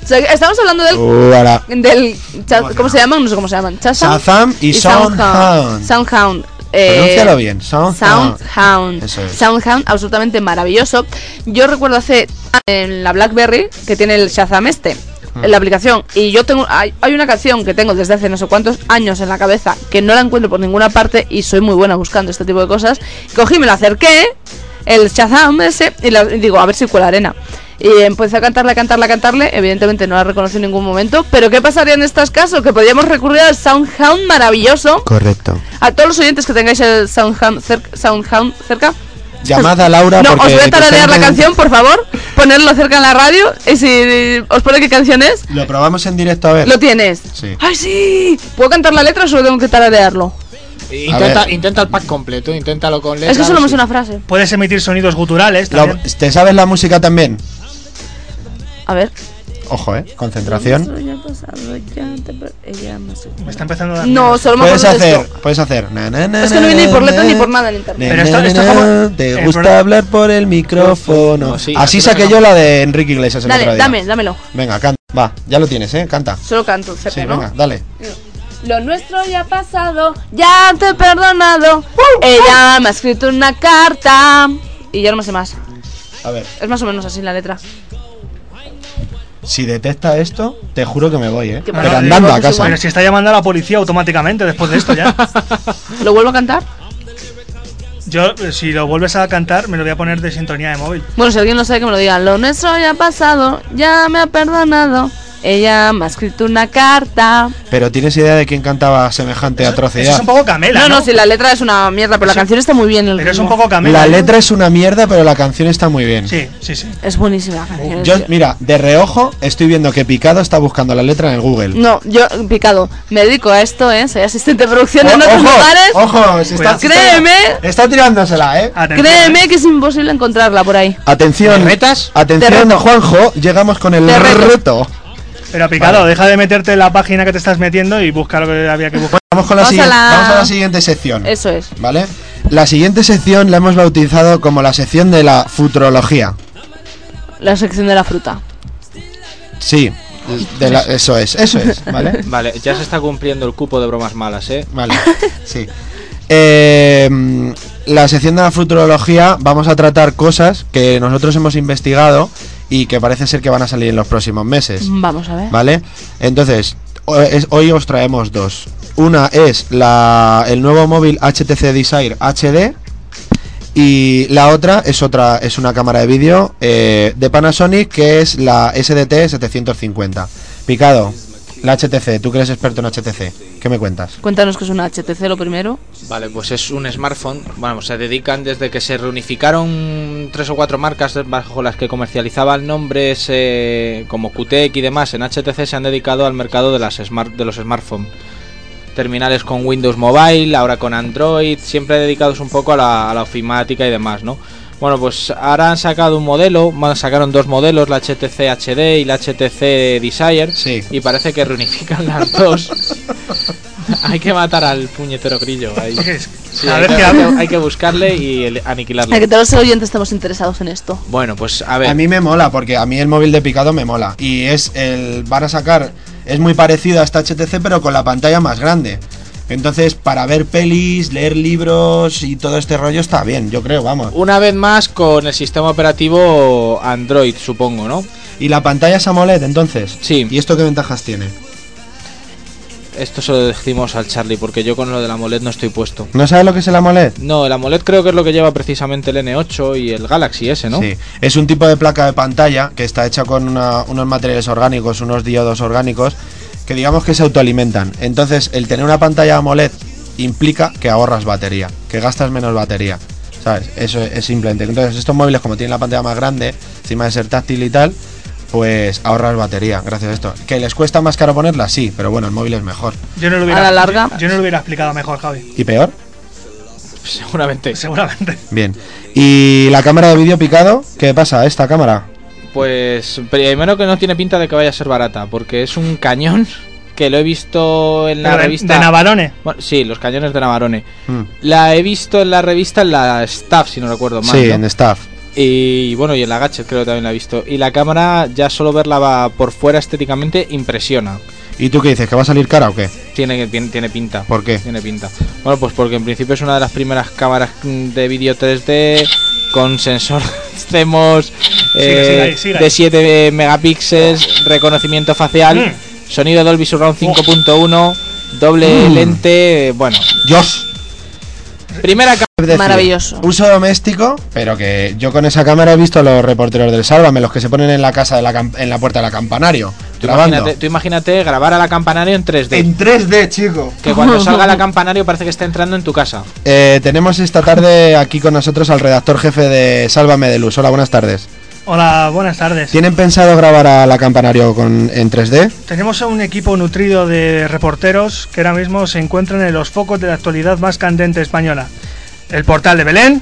[SPEAKER 3] O sea, Estamos hablando del...
[SPEAKER 2] Uh,
[SPEAKER 1] Hola.
[SPEAKER 3] del cha- ¿Cómo se llaman? No sé cómo se llaman. Shazam
[SPEAKER 1] Shazam y Soundhound.
[SPEAKER 3] Soundhound. Eh,
[SPEAKER 1] Pronúncialo bien. Sound.
[SPEAKER 3] Soundhound.
[SPEAKER 1] Eso es.
[SPEAKER 3] Soundhound, absolutamente maravilloso. Yo recuerdo hace en la BlackBerry que tiene el Shazam este.
[SPEAKER 1] Mm.
[SPEAKER 3] En la aplicación. Y yo tengo. Hay, hay una canción que tengo desde hace no sé cuántos años en la cabeza que no la encuentro por ninguna parte y soy muy buena buscando este tipo de cosas. Cogí, me la acerqué, el Shazam ese, y, la- y digo, a ver si cuela arena. Y empecé a cantarle, a cantarle, a cantarle. Evidentemente no la reconocí en ningún momento. Pero ¿qué pasaría en estos casos? Que podríamos recurrir al Soundhound maravilloso.
[SPEAKER 1] Correcto.
[SPEAKER 3] A todos los oyentes que tengáis el Soundhound, cer- Soundhound cerca.
[SPEAKER 1] Llamad a Laura
[SPEAKER 3] no,
[SPEAKER 1] porque
[SPEAKER 3] os voy a tararear la
[SPEAKER 1] evidentemente-
[SPEAKER 3] canción, por favor. Ponerlo cerca en la radio. Y si os pone qué canción es,
[SPEAKER 1] Lo probamos en directo a ver.
[SPEAKER 3] lo tienes.
[SPEAKER 1] Sí.
[SPEAKER 3] ¡Ay, sí! ¿Puedo cantar la letra o solo tengo que tararearlo?
[SPEAKER 4] Intenta, intenta el pack completo, inténtalo con letra.
[SPEAKER 3] Es que solo me suena una frase.
[SPEAKER 2] Puedes emitir sonidos guturales
[SPEAKER 1] La-
[SPEAKER 2] también.
[SPEAKER 1] ¿Te sabes la música también?
[SPEAKER 3] A ver.
[SPEAKER 1] Ojo, eh. Concentración.
[SPEAKER 2] Me está empezando a dar
[SPEAKER 3] No,
[SPEAKER 2] miedo.
[SPEAKER 3] solo me
[SPEAKER 1] Puedes
[SPEAKER 3] acuerdo de
[SPEAKER 1] hacer, puedes hacer. na, na, na,
[SPEAKER 3] Es que no viene ni por
[SPEAKER 1] na,
[SPEAKER 3] letras ni
[SPEAKER 1] na,
[SPEAKER 3] por nada en internet.
[SPEAKER 1] na,
[SPEAKER 2] Pero esto-
[SPEAKER 1] na,
[SPEAKER 2] esto
[SPEAKER 1] na,
[SPEAKER 2] como- Eh,
[SPEAKER 1] Te
[SPEAKER 2] el
[SPEAKER 1] gusta
[SPEAKER 2] problema-
[SPEAKER 1] hablar por el micrófono. Así
[SPEAKER 4] sí, así lo
[SPEAKER 1] saqué
[SPEAKER 4] sacamos.
[SPEAKER 1] yo la de Enrique Iglesias el otro
[SPEAKER 3] Dale,
[SPEAKER 1] día.
[SPEAKER 3] dame, dámelo.
[SPEAKER 1] Venga, canta. Va, ya lo tienes, ¿eh? Canta.
[SPEAKER 3] Solo canto, Cepe,
[SPEAKER 1] Sí,
[SPEAKER 3] ¿no?
[SPEAKER 1] venga, dale.
[SPEAKER 3] Lo nuestro ya ha pasado, ya te he perdonado. Ella me ha escrito una carta. Y ya no me sé más.
[SPEAKER 1] A ver.
[SPEAKER 3] Es más o menos así la letra.
[SPEAKER 1] Si detecta esto, te juro que me voy, ¿eh?
[SPEAKER 2] No,
[SPEAKER 1] Pero
[SPEAKER 2] no, te
[SPEAKER 1] andando
[SPEAKER 2] digo,
[SPEAKER 1] a casa.
[SPEAKER 2] Pero si está llamando a la policía automáticamente después de esto ya.
[SPEAKER 3] ¿Lo vuelvo a cantar?
[SPEAKER 2] Yo, eh, si lo vuelves a cantar, me lo voy a poner de sintonía de móvil.
[SPEAKER 3] Bueno, si alguien lo sabe, que me lo diga. Lo nuestro ya ha pasado, ya me ha perdonado. Ella me ha escrito una carta.
[SPEAKER 1] Pero tienes idea de quién cantaba semejante atrocidad.
[SPEAKER 3] No, no, si la letra es una mierda, pero la canción está muy bien. pero
[SPEAKER 2] es un poco
[SPEAKER 1] La letra es una mierda, pero la canción está muy bien.
[SPEAKER 2] Sí, sí, sí.
[SPEAKER 3] Es buenísima la canción.
[SPEAKER 1] Yo,
[SPEAKER 3] es-
[SPEAKER 1] mira, de reojo estoy viendo que Picado está buscando la letra en el Google.
[SPEAKER 3] No, yo, picado, me dedico a esto, ¿eh? Soy asistente de producción en
[SPEAKER 1] O-
[SPEAKER 3] otros
[SPEAKER 1] ojo,
[SPEAKER 3] lugares.
[SPEAKER 1] ojo, se está- se está-
[SPEAKER 3] Créeme,
[SPEAKER 1] Está tirándosela, ¿eh?
[SPEAKER 3] créeme que es imposible encontrarla por ahí.
[SPEAKER 1] Atención. ¿Retas?
[SPEAKER 3] Te
[SPEAKER 1] Atención,
[SPEAKER 3] reto.
[SPEAKER 1] Juanjo. Llegamos con el reto.
[SPEAKER 2] Pero picado, deja de meterte en la página que te estás metiendo y busca lo que había que buscar.
[SPEAKER 1] Vamos con la
[SPEAKER 2] Vamos a
[SPEAKER 1] siguiente.
[SPEAKER 2] la-
[SPEAKER 1] Vamos a la siguiente sección.
[SPEAKER 3] Eso es.
[SPEAKER 1] ¿Vale? La siguiente sección la hemos bautizado como la sección de la futurología.
[SPEAKER 3] La sección de la fruta.
[SPEAKER 1] Sí. de la- eso es, eso es, ¿vale?
[SPEAKER 4] Vale, ya se está cumpliendo el cupo de bromas malas, ¿eh?
[SPEAKER 1] Vale, sí. Eh, mm, la sección de la futurología vamos a tratar cosas que nosotros hemos investigado y que parece ser que van a salir en los próximos meses.
[SPEAKER 3] Vamos a ver.
[SPEAKER 1] ¿Vale? Entonces, ho- es- hoy os traemos dos. Una es la, el nuevo móvil HTC Desire HD. Y la otra es otra, es una cámara de vídeo eh, de Panasonic que es la SDT 750. Picado, la HTC, tú que eres experto en HTC, ¿qué me cuentas?
[SPEAKER 3] Cuéntanos que es una HTC lo primero.
[SPEAKER 4] Vale, pues es un smartphone. Bueno, se dedican desde que se reunificaron tres o cuatro marcas bajo las que comercializaban nombres eh, como QTEC y demás en HTC se han dedicado al mercado de las smart de los smartphones. Terminales con Windows Mobile, ahora con Android, siempre dedicados un poco a la, a la ofimática y demás, ¿no? Bueno, pues ahora han sacado un modelo, bueno, sacaron dos modelos, la HTC HD y la HTC Desire, y parece que reunifican las dos. hay que matar al puñetero grillo ahí. Sí,
[SPEAKER 2] A
[SPEAKER 4] hay,
[SPEAKER 2] ver
[SPEAKER 4] que,
[SPEAKER 2] qué
[SPEAKER 4] hay que-
[SPEAKER 2] hago.
[SPEAKER 4] hay que buscarle y el-
[SPEAKER 3] A que
[SPEAKER 4] aniquilarle.
[SPEAKER 3] todos los oyentes estamos interesados en esto.
[SPEAKER 4] Bueno, pues a ver.
[SPEAKER 1] A mí me mola porque a mí el móvil de Picado me mola y es el van a sacar es muy parecido a este esta HTC pero con la pantalla más grande. Entonces, para ver pelis, leer libros y todo este rollo está bien, yo creo, vamos.
[SPEAKER 4] Una vez más con el sistema operativo Android, supongo, ¿no?
[SPEAKER 1] ¿Y la pantalla es AMOLED entonces?
[SPEAKER 4] Sí.
[SPEAKER 1] ¿Y esto qué ventajas tiene?
[SPEAKER 4] Esto se lo decimos al Charlie porque yo con lo de la AMOLED no estoy puesto.
[SPEAKER 1] ¿No sabes lo que es el AMOLED?
[SPEAKER 4] No, el AMOLED creo que es lo que lleva precisamente el N8 y el Galaxy S, ¿no?
[SPEAKER 1] Sí, es un tipo de placa de pantalla que está hecha con una- unos materiales orgánicos, unos diodos orgánicos, que digamos que se autoalimentan. Entonces, el tener una pantalla AMOLED implica que ahorras batería, que gastas menos batería. ¿Sabes? Eso es es simplemente. Entonces, estos móviles, como tienen la pantalla más grande, encima de ser táctil y tal, pues ahorras batería gracias a esto. ¿Que les cuesta más caro ponerla? Sí, pero bueno, el móvil es mejor.
[SPEAKER 2] Yo no lo hubiera,
[SPEAKER 3] A la larga.
[SPEAKER 2] Yo, yo no lo hubiera explicado mejor, Javi.
[SPEAKER 1] ¿Y peor?
[SPEAKER 4] Seguramente.
[SPEAKER 2] Seguramente.
[SPEAKER 1] Bien. ¿Y la cámara de vídeo picado? ¿Qué pasa? ¿Esta cámara?
[SPEAKER 4] Pues primero que no tiene pinta de que vaya a ser barata, porque es un cañón que lo he visto en la
[SPEAKER 2] Pero de-
[SPEAKER 4] revista.
[SPEAKER 2] de Navarone.
[SPEAKER 4] Bueno, sí, los cañones de Navarone.
[SPEAKER 1] Mm.
[SPEAKER 4] La he visto en la revista, en la Staff, si no recuerdo mal.
[SPEAKER 1] Sí,
[SPEAKER 4] ¿no?
[SPEAKER 1] en staff.
[SPEAKER 4] Y bueno, y en la Gadget creo que también la he visto. Y la cámara, ya solo verla va por fuera estéticamente, impresiona.
[SPEAKER 1] ¿Y tú qué dices? ¿Que va a salir cara o qué?
[SPEAKER 4] Tiene, tiene, tiene pinta.
[SPEAKER 1] ¿Por qué?
[SPEAKER 4] Tiene pinta. Bueno, pues porque en principio es una de las primeras cámaras mm, de vídeo 3D con sensor CMOS
[SPEAKER 2] Sigue,
[SPEAKER 4] eh,
[SPEAKER 2] sigue ahí, sigue ahí.
[SPEAKER 4] de 7 megapíxeles, reconocimiento facial,
[SPEAKER 2] Mm.
[SPEAKER 4] sonido Dolby Surround 5.1, doble
[SPEAKER 1] Mm.
[SPEAKER 4] lente, eh, bueno.
[SPEAKER 1] Dios.
[SPEAKER 4] Primera
[SPEAKER 1] Es decir,
[SPEAKER 4] cámara.
[SPEAKER 1] Uso doméstico, pero que yo con esa cámara he visto a los reporteros del Sálvame, los que se ponen en la casa de la cam- en la puerta del campanario.
[SPEAKER 4] Tú
[SPEAKER 1] grabando.
[SPEAKER 4] imagínate, tú imagínate grabar a la campanario en 3D.
[SPEAKER 1] En 3D, chico.
[SPEAKER 4] Que cuando salga la campanario parece que está entrando en tu casa.
[SPEAKER 1] Eh, tenemos esta tarde aquí con nosotros al redactor jefe de Sálvame de Luz. Hola, buenas tardes.
[SPEAKER 2] Hola, buenas tardes.
[SPEAKER 1] ¿Tienen pensado grabar a la campanario con, en 3D?
[SPEAKER 2] Tenemos a un equipo nutrido de reporteros que ahora mismo se encuentran en los focos de la actualidad más candente española. El portal de Belén,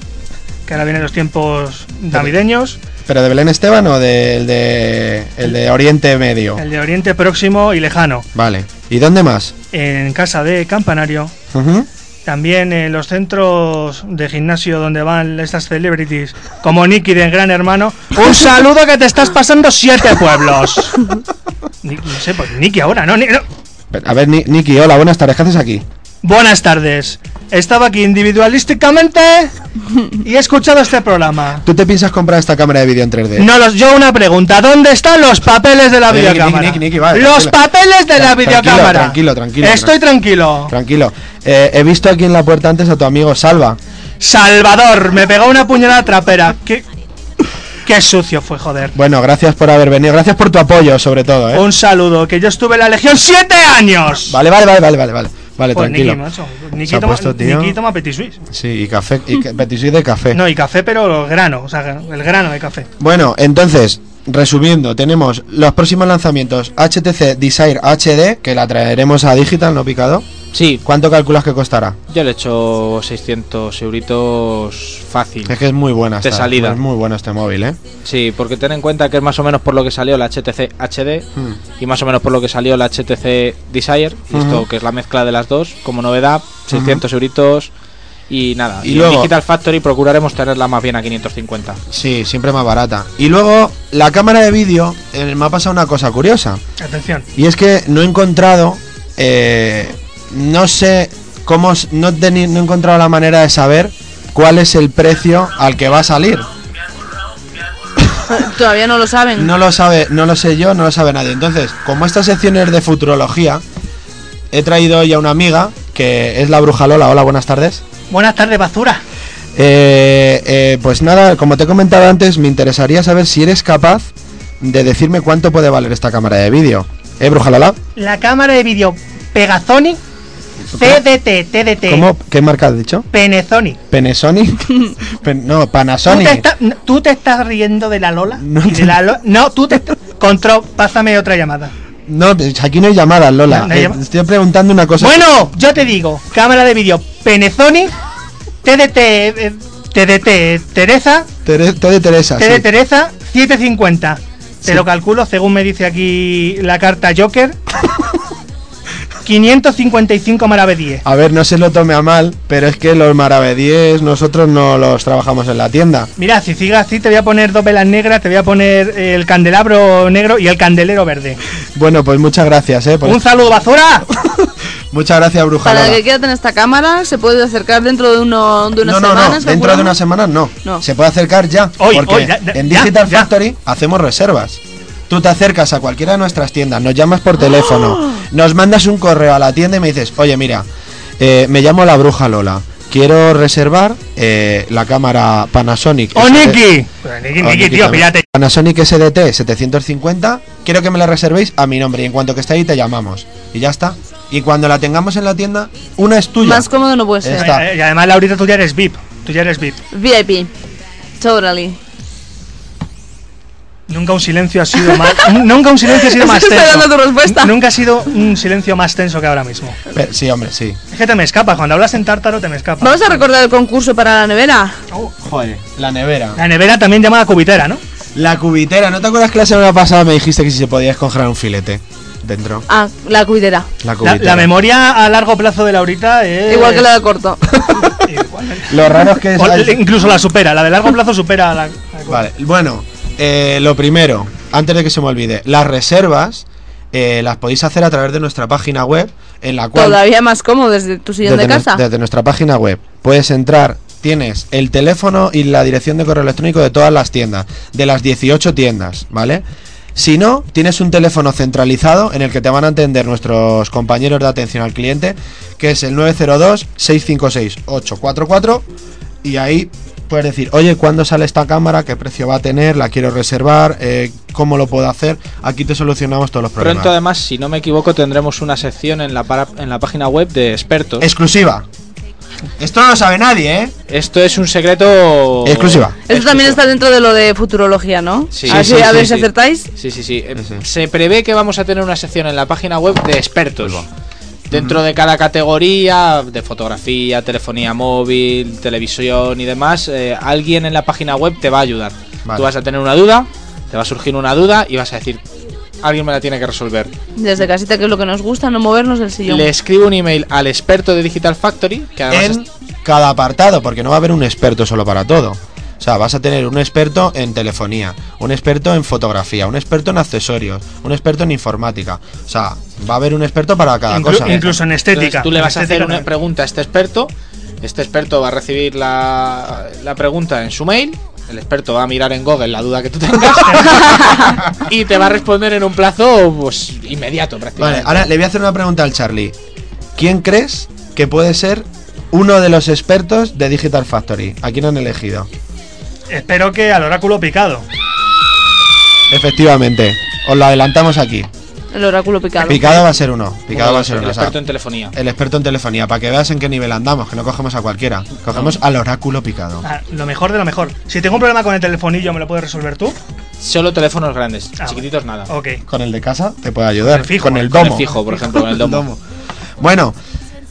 [SPEAKER 2] que ahora vienen los tiempos navideños,
[SPEAKER 1] ¿Pero de Belén Esteban o del de, el de Oriente Medio?
[SPEAKER 2] el de Oriente Próximo y Lejano,
[SPEAKER 1] Vale. ¿Y dónde más?
[SPEAKER 2] en casa de Campanario,
[SPEAKER 1] Ujú.
[SPEAKER 2] También eh, los centros de gimnasio donde van estas celebrities, como Nicky de Gran Hermano. Un saludo que te estás pasando siete pueblos. Ni- no sé, pues Nicky ahora, ¿no? Ni- no.
[SPEAKER 1] A ver, Ni- Niki, hola, buenas tardes, ¿qué haces aquí?
[SPEAKER 2] Buenas tardes. Estaba aquí individualísticamente y he escuchado este programa.
[SPEAKER 1] ¿Tú te piensas comprar esta cámara de vídeo en 3D?
[SPEAKER 2] No los, yo una pregunta, ¿dónde están los papeles de la
[SPEAKER 1] Niki, Niki,
[SPEAKER 2] videocámara?
[SPEAKER 1] Niki, Niki, vale,
[SPEAKER 2] los
[SPEAKER 1] tranquila.
[SPEAKER 2] papeles de la
[SPEAKER 1] Tra- tranquilo,
[SPEAKER 2] videocámara.
[SPEAKER 1] Tranquilo, tranquilo.
[SPEAKER 2] Estoy tranquilo.
[SPEAKER 1] Tranquilo. Eh, he visto aquí en la puerta antes a tu amigo Salva.
[SPEAKER 2] Salvador, me pegó una puñalada trapera. Qué, qué sucio fue, joder.
[SPEAKER 1] Bueno, gracias por haber venido. Gracias por tu apoyo, sobre todo, ¿eh?
[SPEAKER 2] Un saludo, que yo estuve en la Legión siete años.
[SPEAKER 1] Vale, vale, vale, vale, vale. Vale, vale
[SPEAKER 2] Pues
[SPEAKER 1] tranquilo.
[SPEAKER 2] Niki, macho. Niki
[SPEAKER 1] Se ha
[SPEAKER 2] toma,
[SPEAKER 1] puesto, tío. Eh.
[SPEAKER 2] Niki toma Petit Suisse.
[SPEAKER 1] Sí, y café, y ca- petit suisse de café.
[SPEAKER 2] No, y café, pero los grano, o sea, el grano de café.
[SPEAKER 1] Bueno, entonces, resumiendo, tenemos los próximos lanzamientos HTC Desire HD, que la traeremos a Digital, ¿no, Picado?
[SPEAKER 4] Sí.
[SPEAKER 1] ¿Cuánto calculas que costará?
[SPEAKER 4] Yo le echo 600 euritos fácil.
[SPEAKER 1] Es que es muy buena.
[SPEAKER 4] De
[SPEAKER 1] esta-
[SPEAKER 4] salida.
[SPEAKER 1] Es muy bueno este móvil, ¿eh?
[SPEAKER 4] Sí, porque ten en cuenta que es más o menos por lo que salió la HTC HD
[SPEAKER 1] Hmm.
[SPEAKER 4] y más o menos por lo que salió la HTC Desire, y
[SPEAKER 1] Ujú.
[SPEAKER 4] esto que es la mezcla de las dos, como novedad, 600 euritos y nada.
[SPEAKER 1] Y
[SPEAKER 4] en
[SPEAKER 1] luego-
[SPEAKER 4] Digital Factory procuraremos tenerla más bien a 550.
[SPEAKER 1] Sí, siempre más barata. Y luego, la cámara de vídeo, eh, me ha pasado una cosa curiosa.
[SPEAKER 2] Atención.
[SPEAKER 1] Y es que no he encontrado. eh, no sé cómo. s- No, he teni- no he encontrado la manera de saber cuál es el precio al que va a salir.
[SPEAKER 3] Todavía no lo saben.
[SPEAKER 1] No lo sabe, no lo sé yo, no lo sabe nadie. Entonces, como esta sección es de futurología, he traído hoy a una amiga que es la bruja Lola. Hola, buenas tardes.
[SPEAKER 2] Buenas tardes, basura.
[SPEAKER 1] Eh, eh, pues nada, como te he comentado antes, me interesaría saber si eres capaz de decirme cuánto puede valer esta cámara de vídeo. ¿Eh, bruja Lola?
[SPEAKER 2] La cámara de vídeo Pegasonic CDT, TDT.
[SPEAKER 1] ¿Cómo? ¿Qué marca has dicho?
[SPEAKER 2] Penezoni.
[SPEAKER 1] Panasonic. no,
[SPEAKER 2] ¿Tú te,
[SPEAKER 1] Panasonic.
[SPEAKER 2] estás- no, tú te estás riendo de la Lola?
[SPEAKER 1] No
[SPEAKER 2] y de la Lo- no tú te estás... Control, pásame otra llamada.
[SPEAKER 1] No, pues aquí no hay llamadas, Lola.
[SPEAKER 2] No, no hay
[SPEAKER 1] Eh,
[SPEAKER 2] llama-
[SPEAKER 1] Estoy preguntando una cosa.
[SPEAKER 2] Bueno, yo te digo, cámara de vídeo Penezoni, TDT, eh, TDT, Teresa,
[SPEAKER 1] Tere- Tere- Teresa.
[SPEAKER 2] TD
[SPEAKER 1] Ah, sí.
[SPEAKER 2] Teresa, 750. Te
[SPEAKER 1] Sí.
[SPEAKER 2] lo calculo, según me dice aquí la carta Joker, 555 Marabe 10.
[SPEAKER 1] A ver, no se lo tome a mal, pero es que los maravedíes nosotros no los trabajamos en la tienda.
[SPEAKER 2] Mira, si sigas así te voy a poner dos velas negras, te voy a poner eh, el candelabro negro y el candelero verde.
[SPEAKER 1] Bueno, pues muchas gracias, eh. por-
[SPEAKER 2] ¡Un saludo, basura!
[SPEAKER 1] Muchas gracias, bruja.
[SPEAKER 3] Para el
[SPEAKER 1] Lola.
[SPEAKER 3] que quiera tener esta cámara, se puede acercar dentro de, uno, de
[SPEAKER 1] No,
[SPEAKER 3] unas
[SPEAKER 1] no, no.
[SPEAKER 3] semanas.
[SPEAKER 1] Dentro de unas semanas no.
[SPEAKER 3] No.
[SPEAKER 1] Se puede acercar ya.
[SPEAKER 2] Hoy,
[SPEAKER 1] porque
[SPEAKER 2] hoy, ya, ya,
[SPEAKER 1] en
[SPEAKER 2] ya,
[SPEAKER 1] Digital Factory hacemos reservas. Tú te acercas a cualquiera de nuestras tiendas, nos llamas por teléfono, nos mandas un correo a la tienda y me dices, oye, mira, eh, me llamo la bruja Lola. Quiero reservar eh, la cámara Panasonic.
[SPEAKER 2] ¡O
[SPEAKER 1] SD
[SPEAKER 2] ¡Oh, Nicky! Pero Pues Nicky,
[SPEAKER 3] Oh,
[SPEAKER 1] Ah,
[SPEAKER 2] Nicky, tío,
[SPEAKER 1] también.
[SPEAKER 2] pírate.
[SPEAKER 1] Panasonic SDT 750. Quiero que me la reservéis a mi nombre. Y en cuanto que esté ahí, te llamamos. Y ya está. Y cuando la tengamos en la tienda, una es tuya.
[SPEAKER 3] Más cómodo no puede ser.
[SPEAKER 1] Está.
[SPEAKER 2] Eh, Y además, Laurita, tú ya eres VIP. Tú ya eres VIP.
[SPEAKER 3] VIP. Totally.
[SPEAKER 2] Nunca un silencio ha sido más. nunca un silencio ha sido más
[SPEAKER 3] Estoy
[SPEAKER 2] tenso.
[SPEAKER 3] esperando tu respuesta.
[SPEAKER 2] Nunca ha sido un silencio más tenso que ahora mismo.
[SPEAKER 1] Pero- sí, hombre, sí.
[SPEAKER 2] Es que te me escapas, cuando hablas en tártaro te me
[SPEAKER 1] Ah.
[SPEAKER 2] escapas.
[SPEAKER 3] Vamos a recordar el concurso para la nevera.
[SPEAKER 1] Oh, Joder, la nevera.
[SPEAKER 2] La nevera también llamada cubitera, ¿no?
[SPEAKER 1] La cubitera. ¿No te acuerdas que la semana pasada me dijiste que si se podía congelar un filete dentro?
[SPEAKER 3] Ah, la cuidera.
[SPEAKER 1] La
[SPEAKER 2] La,
[SPEAKER 1] cubitera.
[SPEAKER 2] la memoria a largo plazo de Laurita
[SPEAKER 1] Eh.
[SPEAKER 2] es.
[SPEAKER 3] Igual que la de corto.
[SPEAKER 1] Lo raro es que.
[SPEAKER 2] O- incluso la supera, la de largo plazo supera a la.
[SPEAKER 1] Vale, bueno, eh, lo primero, antes de que se me olvide, las reservas eh, las podéis hacer a través de nuestra página web, en la cual.
[SPEAKER 3] Todavía más cómodo desde tu sillón de
[SPEAKER 1] desde,
[SPEAKER 3] casa.
[SPEAKER 1] nue- desde nuestra página web. Puedes entrar, tienes el teléfono y la dirección de correo electrónico de todas las tiendas, de las 18 tiendas, ¿vale? Si no, tienes un teléfono centralizado en el que te van a atender nuestros compañeros de atención al cliente, que es el 902-656-844, y ahí puedes decir, oye, ¿cuándo sale esta cámara? ¿Qué precio va a tener? ¿La quiero reservar? Eh, ¿Cómo lo puedo hacer? Aquí te solucionamos todos los problemas.
[SPEAKER 4] Pronto además, si no me equivoco, tendremos una sección en la, para- en la página web de expertos.
[SPEAKER 1] Exclusiva. Esto no lo sabe nadie, ¿eh?
[SPEAKER 4] Esto es un secreto...
[SPEAKER 1] Exclusiva.
[SPEAKER 3] Eso también está dentro de lo de futurología, ¿no?
[SPEAKER 4] Sí,
[SPEAKER 3] a ver,
[SPEAKER 4] sí,
[SPEAKER 3] si- a
[SPEAKER 4] sí,
[SPEAKER 3] ver
[SPEAKER 4] sí.
[SPEAKER 3] si acertáis.
[SPEAKER 4] Sí, sí, sí. Eh, Se prevé que vamos a tener una sección en la página web de expertos. Dentro de cada categoría, de fotografía, telefonía móvil, televisión y demás, eh, alguien en la página web te va a ayudar.
[SPEAKER 1] Vale.
[SPEAKER 4] Tú vas a tener una duda, te va a surgir una duda y vas a decir, alguien me la tiene que resolver.
[SPEAKER 3] Desde casita, que es lo que nos gusta, no movernos del sillón.
[SPEAKER 4] Le escribo un email al experto de Digital Factory, que además
[SPEAKER 1] En cada apartado, porque no va a haber un experto solo para todo. O sea, vas a tener un experto en telefonía, un experto en fotografía, un experto en accesorios, un experto en informática. O sea, va a haber un experto para cada
[SPEAKER 2] Inclu-
[SPEAKER 1] cosa. ¿eh?
[SPEAKER 2] incluso en estética.
[SPEAKER 4] Entonces, tú le vas a
[SPEAKER 2] Estética
[SPEAKER 4] hacer una
[SPEAKER 2] también.
[SPEAKER 4] pregunta a este experto. Este experto va a recibir la, la pregunta en su mail. El experto va a mirar en Google la duda que tú tengas. y te va a responder en un plazo pues, inmediato
[SPEAKER 1] Vale,
[SPEAKER 4] prácticamente.
[SPEAKER 1] ahora le voy a hacer una pregunta al Charlie. ¿Quién crees que puede ser uno de los expertos de Digital Factory? ¿A quién han elegido?
[SPEAKER 2] Espero que al oráculo picado.
[SPEAKER 1] Efectivamente, os lo adelantamos aquí.
[SPEAKER 3] El oráculo picado.
[SPEAKER 1] Picado va a ser uno.
[SPEAKER 4] Uno
[SPEAKER 1] Picado
[SPEAKER 4] de
[SPEAKER 1] va a
[SPEAKER 4] los-
[SPEAKER 1] ser Eh.
[SPEAKER 4] el
[SPEAKER 1] uno. o sea,
[SPEAKER 4] experto en telefonía.
[SPEAKER 1] El experto en telefonía, para que veas en qué nivel andamos, que no cogemos a cualquiera. Cogemos al oráculo picado.
[SPEAKER 2] Ah, lo mejor de lo mejor. Si tengo un problema con el telefonillo, ¿me lo puedes resolver tú?
[SPEAKER 4] Solo teléfonos grandes, chiquititos nada.
[SPEAKER 2] Ok.
[SPEAKER 1] Con el de casa te puede ayudar. Con el,
[SPEAKER 4] fijo, con el
[SPEAKER 1] domo.
[SPEAKER 4] fijo, por ejemplo, con el domo.
[SPEAKER 1] Bueno,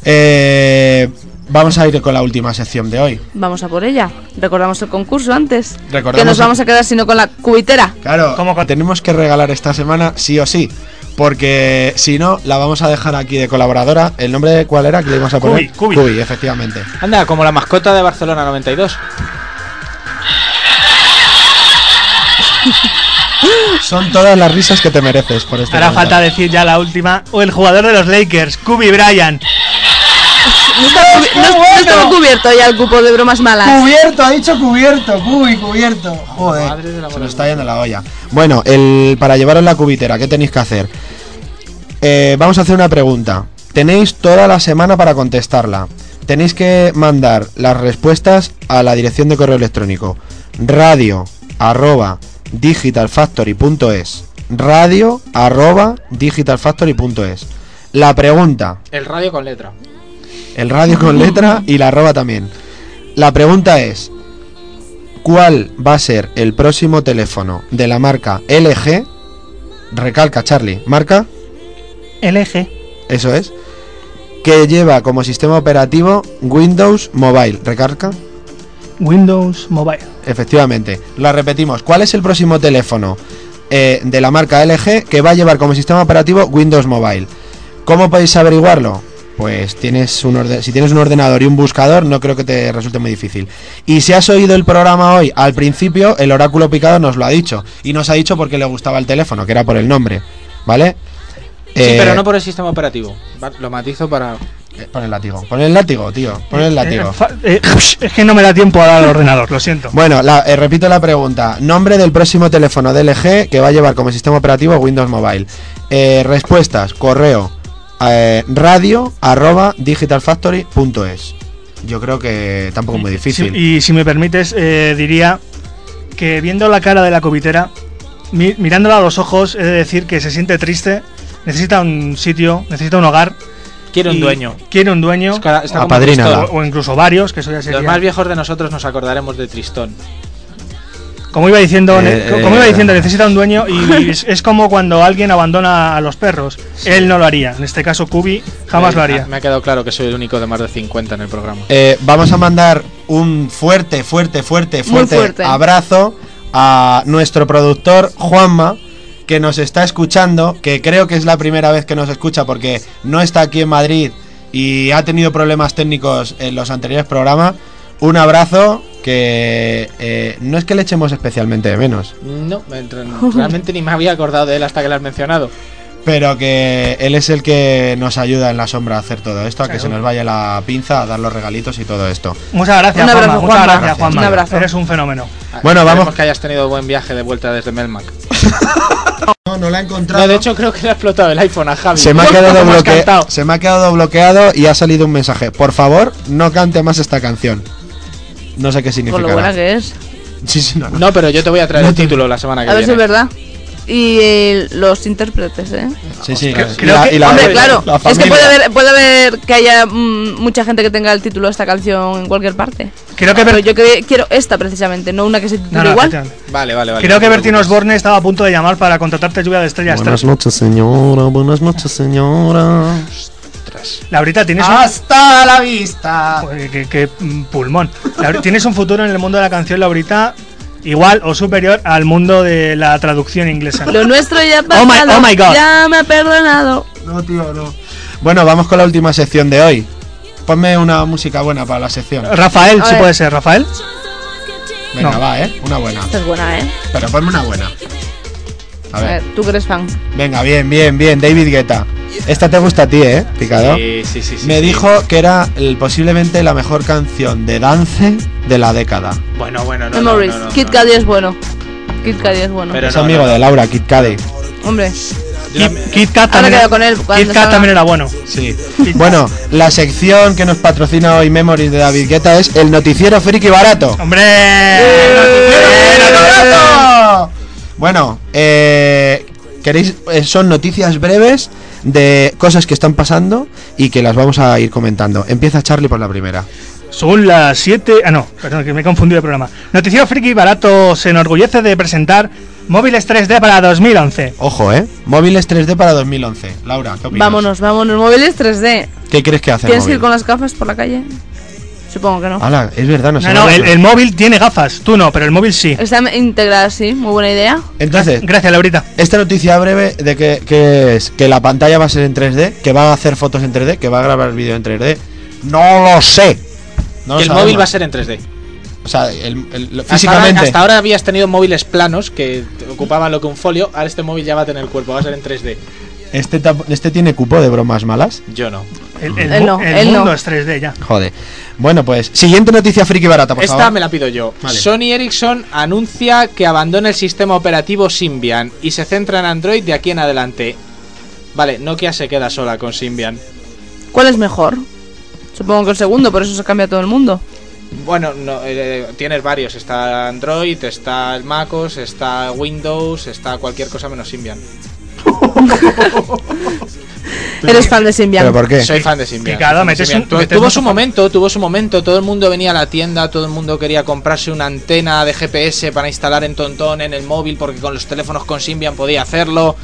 [SPEAKER 1] eh, vamos a ir con la última sección de hoy.
[SPEAKER 3] Vamos a por ella. Recordamos el concurso antes.
[SPEAKER 1] Recordamos
[SPEAKER 3] que nos
[SPEAKER 1] el-
[SPEAKER 3] vamos a quedar sino con la cubitera.
[SPEAKER 1] Claro, tenemos que regalar esta semana sí o sí. Porque si no, la vamos a dejar aquí de colaboradora. ¿El nombre de cuál era que le íbamos a poner?
[SPEAKER 4] Cubi, Cubi.
[SPEAKER 1] efectivamente.
[SPEAKER 4] Anda, como la mascota de Barcelona 92.
[SPEAKER 1] Son todas las risas que te mereces por este
[SPEAKER 2] Hará
[SPEAKER 1] programa.
[SPEAKER 2] falta decir ya la última. O el jugador de los Lakers, Kobe Bryant.
[SPEAKER 3] No estaba, cubi- no- no estaba cubierto ya el cupo de bromas malas.
[SPEAKER 11] Cubierto, ha dicho cubierto, cubi, cubierto. Joder.
[SPEAKER 1] Se nos está yendo la olla. Bueno, el, para llevaros la cubitera, ¿qué tenéis que hacer? Eh, vamos a hacer una pregunta. Tenéis toda la semana para contestarla. Tenéis que mandar las respuestas a la dirección de correo electrónico radio arroba digitalfactory.es radio arroba digitalfactory.es La pregunta,
[SPEAKER 4] El radio con letra.
[SPEAKER 1] el radio con letra y la arroba también. La pregunta es, ¿cuál va a ser el próximo teléfono de la marca LG? Recalca Charlie, marca
[SPEAKER 2] El eje.
[SPEAKER 1] eso es. Que lleva como sistema operativo Windows Mobile. Recarga.
[SPEAKER 2] Windows Mobile.
[SPEAKER 1] Efectivamente. La repetimos. ¿Cuál es el próximo teléfono eh, de la marca LG que va a llevar como sistema operativo Windows Mobile? ¿Cómo podéis averiguarlo? Pues tienes un orde- si tienes un ordenador y un buscador, no creo que te resulte muy difícil. Y si has oído el programa hoy, al principio, el oráculo picado nos lo ha dicho. Y nos ha dicho porque le gustaba el teléfono, que era por el nombre. ¿Vale?
[SPEAKER 4] Sí,
[SPEAKER 1] Eh,
[SPEAKER 4] pero no por el sistema operativo. Va- Lo matizo para.
[SPEAKER 1] Pon el látigo. Pon el látigo, tío. Pon el látigo.
[SPEAKER 2] Eh, fa- eh, es que no me da tiempo a dar al ordenador, lo siento.
[SPEAKER 1] Bueno, la- eh, repito la pregunta. Nombre del próximo teléfono de LG que va a llevar como sistema operativo Windows Mobile. Eh, respuestas, correo, eh, radio, arroba, digitalfactory.es. Yo creo que tampoco es muy
[SPEAKER 2] Si-
[SPEAKER 1] difícil.
[SPEAKER 2] y si me permites, eh, diría que viendo la cara de la cubitera, mi- mirándola a los ojos, he de decir que se siente triste, necesita un sitio, necesita un hogar.
[SPEAKER 4] Quiere un
[SPEAKER 2] y
[SPEAKER 4] dueño.
[SPEAKER 2] Quiere un dueño.
[SPEAKER 4] Está- está como
[SPEAKER 2] o,
[SPEAKER 4] Tristón.
[SPEAKER 2] o incluso varios, que eso ya sería.
[SPEAKER 4] Los más viejos de nosotros nos acordaremos de Tristón.
[SPEAKER 2] Como iba diciendo,
[SPEAKER 4] Eh,
[SPEAKER 2] ne- como iba diciendo, necesita un dueño y es, es como cuando alguien abandona a los perros. Él no lo haría. En este caso, Kubi jamás
[SPEAKER 4] Eh,
[SPEAKER 2] lo haría.
[SPEAKER 4] Me ha quedado claro que soy el único de más de 50 en el programa.
[SPEAKER 1] Eh, vamos a mandar un fuerte, fuerte, fuerte,
[SPEAKER 4] Muy
[SPEAKER 1] fuerte,
[SPEAKER 4] fuerte.
[SPEAKER 1] abrazo a nuestro productor Juanma, que nos está escuchando, que creo que es la primera vez que nos escucha porque no está aquí en Madrid y ha tenido problemas técnicos en los anteriores programas. Un abrazo que eh, no es que le echemos especialmente de menos,
[SPEAKER 4] No, me entro- realmente ni me había acordado de él hasta que lo has mencionado.
[SPEAKER 1] pero que él es el que nos ayuda en la sombra a hacer todo esto, a que
[SPEAKER 2] Claro.
[SPEAKER 1] se nos vaya la pinza, a dar los regalitos y todo esto.
[SPEAKER 2] Muchas gracias,
[SPEAKER 1] Un abrazo,
[SPEAKER 2] Juanma. Muchas
[SPEAKER 1] Juanma.
[SPEAKER 2] gracias, Juanma.
[SPEAKER 1] Un abrazo.
[SPEAKER 2] Eres un fenómeno.
[SPEAKER 1] Bueno,
[SPEAKER 4] Ah, Esperemos
[SPEAKER 1] vamos.
[SPEAKER 4] que hayas tenido buen viaje de vuelta desde Melmac.
[SPEAKER 1] No, no la he encontrado.
[SPEAKER 4] No, de hecho creo que le ha explotado el iPhone a Javi.
[SPEAKER 1] Se me, ha quedado
[SPEAKER 4] Como has
[SPEAKER 1] bloque-
[SPEAKER 4] cantado.
[SPEAKER 1] se me ha quedado bloqueado y ha salido un mensaje. Por favor, no cante más esta canción. No sé qué
[SPEAKER 3] Por lo
[SPEAKER 1] significa.
[SPEAKER 3] buena que es.
[SPEAKER 1] Sí, sí, no, no.
[SPEAKER 4] No, pero yo te voy a traer el título la semana que
[SPEAKER 3] A ver si es
[SPEAKER 4] viene.
[SPEAKER 3] verdad. Y eh, los intérpretes, ¿eh?
[SPEAKER 1] Sí, sí.
[SPEAKER 4] Creo-
[SPEAKER 1] y
[SPEAKER 4] creo
[SPEAKER 1] la-
[SPEAKER 4] que-
[SPEAKER 1] y la-
[SPEAKER 4] hombre,
[SPEAKER 3] Claro,
[SPEAKER 1] la
[SPEAKER 3] es que
[SPEAKER 1] familia.
[SPEAKER 3] puede haber, puede haber que haya mm, mucha gente que tenga el título de esta canción en cualquier parte.
[SPEAKER 2] Creo que
[SPEAKER 3] Pero yo que- quiero esta precisamente, no una que se titule
[SPEAKER 2] no,
[SPEAKER 3] igual.
[SPEAKER 2] efectivamente.
[SPEAKER 4] Vale, vale, vale. pues.
[SPEAKER 2] Creo que Bertino Osborne estaba a punto de llamar para contratarte lluvia de estrellas.
[SPEAKER 17] Buenas noches, señora. Buenas noches, señora.
[SPEAKER 2] Laurita, tienes eh,
[SPEAKER 1] ¡Hasta la vista!
[SPEAKER 2] mm, Qué, qué pulmón. Lauri- tienes un futuro en el mundo de la canción, Laurita. igual o superior al mundo de la traducción inglesa.
[SPEAKER 3] Lo nuestro ya ha pasado.
[SPEAKER 2] Oh my- oh my God.
[SPEAKER 3] Ya me ha perdonado.
[SPEAKER 1] No, tío, no. Bueno, vamos con la última sección de hoy. Ponme una música buena para la sección.
[SPEAKER 2] Rafael, si puede ser, Rafael.
[SPEAKER 1] Venga,
[SPEAKER 2] No.
[SPEAKER 1] va, ¿eh? Una buena.
[SPEAKER 3] Esta es buena, ¿eh?
[SPEAKER 1] Pero ponme una buena. A
[SPEAKER 3] A
[SPEAKER 1] ver.
[SPEAKER 3] ver, tú que eres fan.
[SPEAKER 1] Venga, bien, bien, bien. David Guetta. Esta te gusta a ti, ¿eh? Picado.
[SPEAKER 4] Sí, sí, sí, sí,
[SPEAKER 1] Me
[SPEAKER 4] sí.
[SPEAKER 1] dijo que era el- posiblemente la mejor canción de dance de la década.
[SPEAKER 4] Bueno, bueno, no. no,
[SPEAKER 3] Memories.
[SPEAKER 4] no, no,
[SPEAKER 3] Kid
[SPEAKER 4] no.
[SPEAKER 3] Cudi es bueno. Kid Cudi es bueno.
[SPEAKER 1] es amigo de Laura, Kid Cudi.
[SPEAKER 3] Hombre.
[SPEAKER 2] Kit, Kit Kat
[SPEAKER 3] Ahora
[SPEAKER 2] también,
[SPEAKER 3] quedo con él. cuando
[SPEAKER 2] Kit Kat
[SPEAKER 3] salga.
[SPEAKER 2] también era bueno.
[SPEAKER 1] Sí. Bueno, la sección que nos patrocina hoy Memories de David Guetta es el noticiero friki barato.
[SPEAKER 2] Eh,
[SPEAKER 1] ¡Eh, Bueno, eh, queréis eh, son noticias breves de cosas que están pasando y que las vamos a ir comentando. Empieza Charlie por la primera.
[SPEAKER 2] Son las 7. Ah, no, perdón, que me he confundido de programa. Noticiero Friki Barato se enorgullece de presentar móviles 3D para 2011.
[SPEAKER 1] Ojo, ¿eh? Móviles 3D para 2011. Laura, ¿qué opinas?
[SPEAKER 3] Vámonos, vámonos. Móviles 3D.
[SPEAKER 1] ¿Qué crees que hace? el
[SPEAKER 3] ¿Tienes que
[SPEAKER 1] móvil?
[SPEAKER 3] ir
[SPEAKER 1] Ah,
[SPEAKER 3] con las gafas por la calle? Supongo que no.
[SPEAKER 1] Ala, es verdad, no,
[SPEAKER 2] No,
[SPEAKER 1] sé
[SPEAKER 2] no,
[SPEAKER 1] nada.
[SPEAKER 2] Pues el, el móvil tiene gafas. Tú no, pero el móvil sí.
[SPEAKER 3] Están integradas, sí. Muy buena idea.
[SPEAKER 1] Entonces,
[SPEAKER 2] gracias Laurita.
[SPEAKER 1] Esta noticia breve de que, que es que la pantalla va a ser en 3D, que va a hacer fotos en 3D, que va a grabar vídeo en 3D. No lo sé. No lo
[SPEAKER 4] el
[SPEAKER 1] sabemos.
[SPEAKER 4] móvil va a ser en 3D.
[SPEAKER 1] o sea, el- el- lo-
[SPEAKER 4] Hasta
[SPEAKER 1] físicamente.
[SPEAKER 4] ahora- Hasta ahora, habías tenido móviles planos que te ocupaban lo que un folio. Ahora este móvil ya va a tener cuerpo, va a ser en 3D.
[SPEAKER 1] Este, tap- este tiene cupo de bromas malas.
[SPEAKER 4] Yo no.
[SPEAKER 2] El,
[SPEAKER 1] el
[SPEAKER 2] mu-
[SPEAKER 1] no,
[SPEAKER 2] el
[SPEAKER 1] él no.
[SPEAKER 2] mundo es 3D ya.
[SPEAKER 1] Joder. Bueno, pues siguiente noticia friki barata, por
[SPEAKER 4] Esta
[SPEAKER 1] favor.
[SPEAKER 4] me la pido yo.
[SPEAKER 1] Vale.
[SPEAKER 4] Sony Ericsson anuncia que abandona el sistema operativo Symbian y se centra en Android de aquí en adelante. Vale, Nokia se queda sola con Symbian.
[SPEAKER 3] ¿Cuál es mejor? Supongo que el segundo, por eso se cambia todo el mundo.
[SPEAKER 4] Bueno, no, eh, tienes varios. Está Android, está el MacOS, está Windows, está cualquier cosa menos Symbian.
[SPEAKER 3] Eres fan de Symbian.
[SPEAKER 4] Soy fan de Symbian.
[SPEAKER 2] Picado,
[SPEAKER 4] Soy fan de
[SPEAKER 2] metes
[SPEAKER 4] Symbian.
[SPEAKER 2] un-
[SPEAKER 4] Tu-
[SPEAKER 2] metes
[SPEAKER 4] tuvo
[SPEAKER 2] mucho
[SPEAKER 4] su momento, tuvo su momento. Todo el mundo venía a la tienda, todo el mundo quería comprarse una antena de GPS para instalar en Tontón en el móvil, porque con los teléfonos con Symbian podía hacerlo.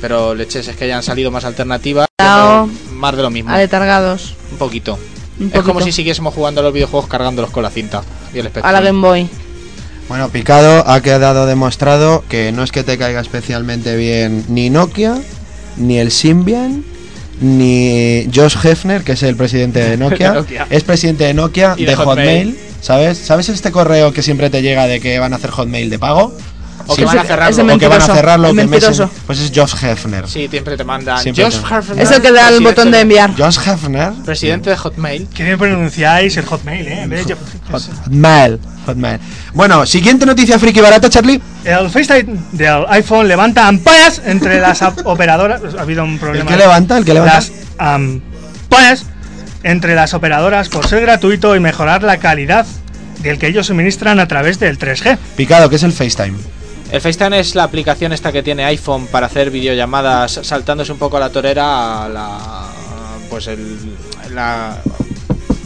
[SPEAKER 4] Pero leches, es que ya han salido más alternativas.
[SPEAKER 3] Lao.
[SPEAKER 4] pero Más de lo mismo.
[SPEAKER 3] Aletargados.
[SPEAKER 4] Un poquito.
[SPEAKER 3] Un
[SPEAKER 4] Es como
[SPEAKER 3] poquito.
[SPEAKER 4] si siguiésemos jugando a los videojuegos cargándolos con la cinta y el espectro.
[SPEAKER 3] A la Game Boy.
[SPEAKER 1] Bueno, Picado ha quedado demostrado que no es que te caiga especialmente bien ni Nokia, ni el Symbian, ni Josh Hefner, que es el presidente de Nokia.
[SPEAKER 4] De Nokia.
[SPEAKER 1] Es presidente de Nokia,
[SPEAKER 4] Y
[SPEAKER 1] de,
[SPEAKER 4] de Hotmail.
[SPEAKER 1] Hotmail. ¿Sabes? ¿Sabes este correo que siempre te llega de que van a hacer Hotmail de pago?
[SPEAKER 4] O que van a cerrarlo. Ese
[SPEAKER 1] o que van a
[SPEAKER 4] mentiroso,
[SPEAKER 1] cerrarlo.
[SPEAKER 4] el
[SPEAKER 1] que
[SPEAKER 4] mentiroso.
[SPEAKER 1] Messenger- pues es Josh Hefner.
[SPEAKER 4] Sí, siempre te mandan.
[SPEAKER 1] Siempre
[SPEAKER 4] Josh
[SPEAKER 1] te-
[SPEAKER 4] Hefner,
[SPEAKER 3] Es el que da el
[SPEAKER 4] presidente
[SPEAKER 3] botón de enviar.
[SPEAKER 1] Josh Hefner.
[SPEAKER 4] Presidente de Hotmail.
[SPEAKER 2] Qué bien pronunciáis el Hotmail, ¿eh? En vez de-
[SPEAKER 1] Hotmail. Hotmail. Bueno, siguiente noticia friki barata, Charlie.
[SPEAKER 2] El FaceTime del iPhone levanta ampollas entre las ap- operadoras. Ha habido un problema.
[SPEAKER 1] ¿El que levanta? ¿El que levanta?
[SPEAKER 2] Las ampollas entre las operadoras por ser gratuito y mejorar la calidad del que ellos suministran a través del 3G.
[SPEAKER 1] Picado, que es el FaceTime.
[SPEAKER 4] El FaceTime es la aplicación esta que tiene iPhone para hacer videollamadas saltándose un poco a la torera a la pues el la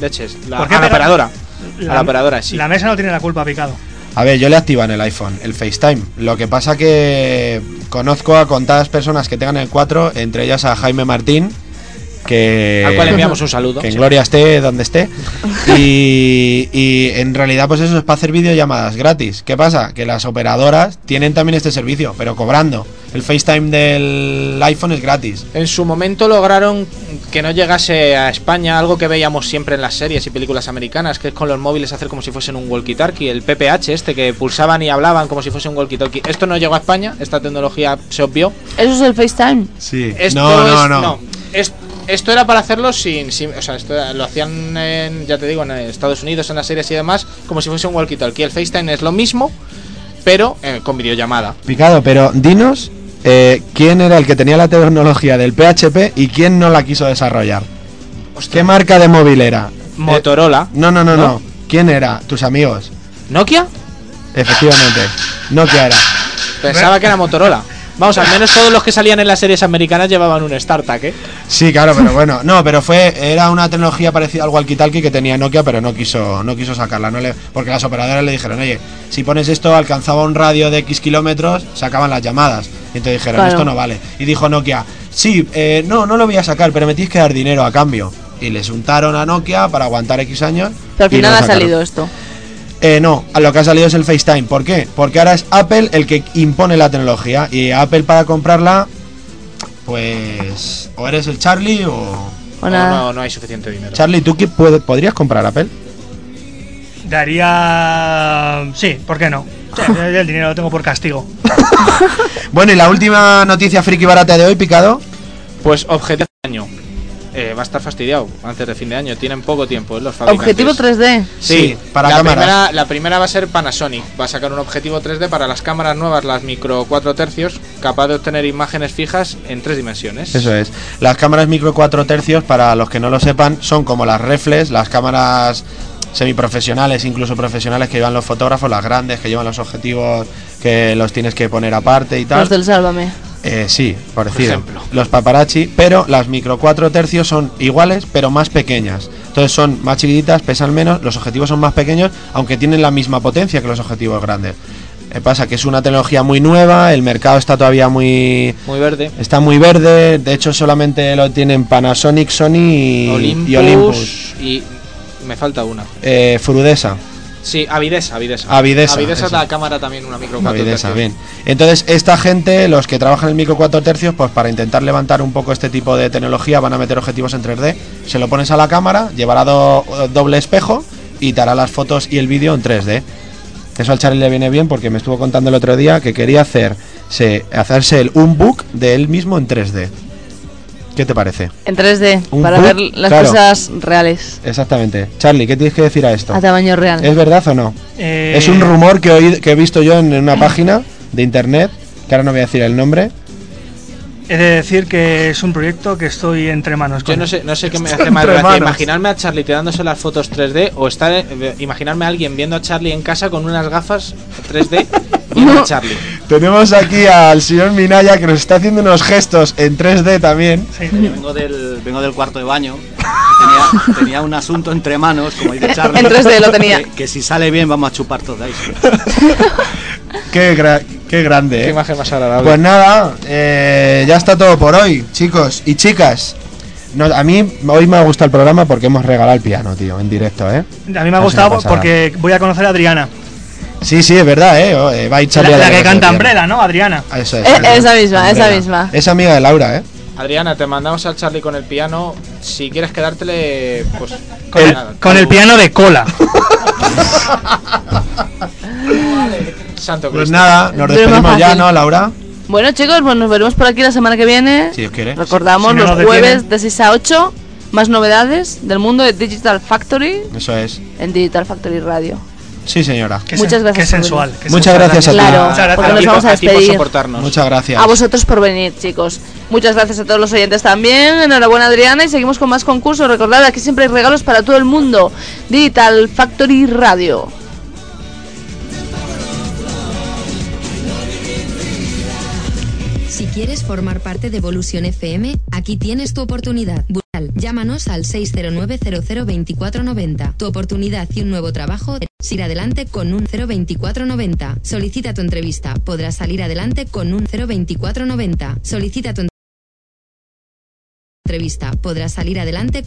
[SPEAKER 4] leches, la,
[SPEAKER 2] ¿Por qué
[SPEAKER 4] a la
[SPEAKER 2] pega-
[SPEAKER 4] operadora. a la operadora, sí.
[SPEAKER 2] La mesa no tiene la culpa, picado.
[SPEAKER 1] A ver, yo le activo en el iPhone el FaceTime. Lo que pasa que conozco a contadas personas que tengan el 4, entre ellas a Jaime Martín, que...
[SPEAKER 4] Al cual enviamos un saludo.
[SPEAKER 1] Que en
[SPEAKER 4] Sí.
[SPEAKER 1] gloria esté donde esté. Y, y en realidad pues eso es para hacer videollamadas gratis. ¿Qué pasa? Que las operadoras tienen también este servicio, pero cobrando. El FaceTime del iPhone es gratis.
[SPEAKER 4] En su momento lograron que no llegase a España algo que veíamos siempre en las series y películas americanas, que es con los móviles hacer como si fuesen un walkie-talkie, el PPH este que pulsaban y hablaban como si fuese un walkie-talkie. Esto no llegó a España, esta tecnología se obvió.
[SPEAKER 3] ¿Eso es el FaceTime?
[SPEAKER 1] Sí.
[SPEAKER 4] Esto
[SPEAKER 1] no, no,
[SPEAKER 4] es-
[SPEAKER 1] no,
[SPEAKER 4] es- esto era para hacerlo sin, sin- O sea, esto era- lo hacían, en, ya te digo, en Estados Unidos, en las series y demás, como si fuese un walkie-talkie. El FaceTime es lo mismo, pero eh, con videollamada.
[SPEAKER 1] Picado, pero dinos eh, quién era el que tenía la tecnología del PHP y quién no la quiso desarrollar. ¿Qué marca de móvil era?
[SPEAKER 4] Eh, Motorola.
[SPEAKER 1] No, no, no,
[SPEAKER 4] ¿No?
[SPEAKER 1] no, ¿Quién era? ¿Tus amigos?
[SPEAKER 4] ¿Nokia?
[SPEAKER 1] Efectivamente. Nokia era.
[SPEAKER 4] Pensaba que era Motorola. Vamos, al menos todos los que salían en las series americanas llevaban un StarTAC, ¿eh?
[SPEAKER 1] Sí, claro, pero bueno. No, pero fue. Era una tecnología parecida al walkie-talkie que tenía Nokia, pero no quiso, no quiso sacarla. No le, porque las operadoras le dijeron, oye, si pones esto, alcanzaba un radio de X kilómetros, sacaban las llamadas. Y entonces dijeron,
[SPEAKER 17] Claro.
[SPEAKER 1] esto no vale. Y dijo Nokia, sí, eh, no, no lo voy a sacar, pero me tienes que dar dinero a cambio. Y les untaron a Nokia para aguantar X años.
[SPEAKER 3] Pero al
[SPEAKER 1] y
[SPEAKER 3] final
[SPEAKER 1] lo
[SPEAKER 3] ha
[SPEAKER 1] sacaron.
[SPEAKER 3] salido esto.
[SPEAKER 1] Eh, no, a lo que ha salido es el FaceTime. ¿Por qué? Porque ahora es Apple el que impone la tecnología. Y Apple para comprarla, pues. O eres el Charlie o.
[SPEAKER 4] O no, no hay suficiente dinero.
[SPEAKER 1] Charlie, ¿tú qué puede- podrías comprar Apple?
[SPEAKER 2] Daría. Sí, ¿por qué no? Sí, yo el dinero lo tengo por castigo.
[SPEAKER 1] Bueno, y la última noticia friki barata de hoy, Picado.
[SPEAKER 4] Pues objetivo de año. Eh, va a estar fastidiado antes de fin de año. Tienen poco tiempo, ¿eh? los fabricantes.
[SPEAKER 3] Objetivo 3D.
[SPEAKER 4] Sí,
[SPEAKER 1] Sí, para
[SPEAKER 4] la
[SPEAKER 1] cámaras.
[SPEAKER 4] primera, la primera va a ser Panasonic. Va a sacar un objetivo 3D para las cámaras nuevas, las micro 4 tercios, capaz de obtener imágenes fijas en tres dimensiones.
[SPEAKER 1] Eso es. Las cámaras micro 4 tercios, para los que no lo sepan, son como las reflex, las cámaras semiprofesionales, incluso profesionales que llevan los fotógrafos, las grandes que llevan los objetivos que los tienes que poner aparte y tal.
[SPEAKER 3] Los del Sálvame.
[SPEAKER 1] Eh, sí, parecido.
[SPEAKER 4] ejemplo.
[SPEAKER 1] Los paparazzi, pero las micro 4 tercios son iguales, pero más pequeñas. Entonces son más chiquititas, pesan menos, los objetivos son más pequeños, aunque tienen la misma potencia que los objetivos grandes. Eh, pasa que es una tecnología muy nueva, el mercado está todavía muy
[SPEAKER 4] Muy verde.
[SPEAKER 1] Está muy verde, de hecho solamente lo tienen Panasonic, Sony y
[SPEAKER 4] Olympus,
[SPEAKER 1] y Olympus.
[SPEAKER 4] y me falta una.
[SPEAKER 1] Eh, Furudesa.
[SPEAKER 4] Sí, Avidesa, Avidesa.
[SPEAKER 1] Avidesa,
[SPEAKER 4] Avidesa es
[SPEAKER 1] esa.
[SPEAKER 4] la cámara también, una micro 4
[SPEAKER 1] Navidesa,
[SPEAKER 4] tercios.
[SPEAKER 1] bien. Entonces, esta gente, los que trabajan en el micro 4 tercios, pues para intentar levantar un poco este tipo de tecnología, van a meter objetivos en 3D. Se lo pones a la cámara, llevará do- eh, doble espejo y te hará las fotos y el vídeo en 3D. Eso al Charlie le viene bien porque me estuvo contando el otro día que quería hacerse, hacerse el unbook de él mismo en 3D. ¿Qué te parece?
[SPEAKER 3] En 3D.
[SPEAKER 1] Un
[SPEAKER 3] para
[SPEAKER 1] book,
[SPEAKER 3] ver las
[SPEAKER 1] claro.
[SPEAKER 3] cosas reales.
[SPEAKER 1] Exactamente. Charlie, ¿qué tienes que decir a esto?
[SPEAKER 3] A tamaño real.
[SPEAKER 1] ¿Es verdad o no?
[SPEAKER 2] Eh,
[SPEAKER 1] Es un rumor que he, oído- que he visto yo en, en una página de internet, que ahora no voy a decir el nombre.
[SPEAKER 2] He de decir que es un proyecto que estoy entre manos.
[SPEAKER 4] Yo
[SPEAKER 2] con-
[SPEAKER 4] no sé, no sé qué me hace más
[SPEAKER 2] Entre
[SPEAKER 4] gracia,
[SPEAKER 2] manos.
[SPEAKER 4] imaginarme a Charlie tirándose las fotos 3D o estar eh, imaginarme a alguien viendo a Charlie en casa con unas gafas 3D viendo a Charlie.
[SPEAKER 1] Eh. Tenemos aquí al señor Minaya que nos está haciendo unos gestos en 3D también.
[SPEAKER 18] Yo vengo del, vengo del cuarto de baño. Tenía, tenía un asunto entre manos, como dice Charlie.
[SPEAKER 3] En 3D lo tenía.
[SPEAKER 18] Que, que si sale bien, vamos a chupar todos de ahí.
[SPEAKER 1] Qué, gra- qué grande, ¿eh?
[SPEAKER 4] Qué imagen más agradable.
[SPEAKER 1] Pues nada, eh, ya está todo por hoy, chicos y chicas. No, a mí hoy me ha gustado el programa porque hemos regalado el piano, tío, en directo, ¿eh?
[SPEAKER 2] A mí me
[SPEAKER 1] Ha
[SPEAKER 2] ha
[SPEAKER 1] sido una
[SPEAKER 2] gustado
[SPEAKER 1] pasada.
[SPEAKER 2] porque voy a conocer a Adriana.
[SPEAKER 1] Sí, sí, es verdad, ¿eh? Oh, eh, va a ir
[SPEAKER 2] La,
[SPEAKER 1] Charlie a
[SPEAKER 2] la
[SPEAKER 1] la
[SPEAKER 2] que
[SPEAKER 1] casa
[SPEAKER 2] canta
[SPEAKER 1] de piano. Ah,
[SPEAKER 2] Umbrella, ¿no? Adriana.
[SPEAKER 1] Eso es,
[SPEAKER 3] Eh,
[SPEAKER 1] Adriana.
[SPEAKER 3] esa misma, esa
[SPEAKER 1] Umbrella.
[SPEAKER 3] misma.
[SPEAKER 1] Es amiga de Laura, ¿eh?
[SPEAKER 4] Adriana, te mandamos al Charlie con el piano. Si quieres quedártele, pues.
[SPEAKER 2] Con el,
[SPEAKER 4] nada,
[SPEAKER 2] con el
[SPEAKER 4] tú-
[SPEAKER 2] piano de cola.
[SPEAKER 4] Santo
[SPEAKER 1] Pues
[SPEAKER 4] Cristo.
[SPEAKER 1] nada, nos
[SPEAKER 3] Pero más
[SPEAKER 1] despedimos ya,
[SPEAKER 3] fácil.
[SPEAKER 1] ¿no, Laura?
[SPEAKER 3] Bueno, chicos, pues nos veremos por aquí la semana que viene.
[SPEAKER 1] Si os quiere.
[SPEAKER 3] Recordamos
[SPEAKER 1] Si no
[SPEAKER 3] los
[SPEAKER 1] nos detienen.
[SPEAKER 3] jueves de 6 a 8. Más novedades del mundo de Digital Factory
[SPEAKER 1] Eso es.
[SPEAKER 3] en Digital Factory Radio.
[SPEAKER 1] Sí, señora.
[SPEAKER 3] Muchas gracias. por
[SPEAKER 2] sensual,
[SPEAKER 3] venir.
[SPEAKER 2] qué
[SPEAKER 1] Muchas gracias a ti.
[SPEAKER 3] Claro, porque nos vamos a despedir.
[SPEAKER 1] Muchas gracias.
[SPEAKER 3] A vosotros por venir, chicos. Muchas gracias a todos los oyentes también. Enhorabuena, Adriana. Y seguimos con más concursos. Recordad, aquí siempre hay regalos para todo el mundo. Digital Factory Radio.
[SPEAKER 19] Si quieres formar parte de Evolución FM, aquí tienes tu oportunidad. Brutal. Llámanos al 609-002490. Tu oportunidad y un nuevo trabajo es ir adelante con un 02490. Solicita tu entrevista. Podrás salir adelante con un 02490. Solicita tu entrevista. Podrás salir adelante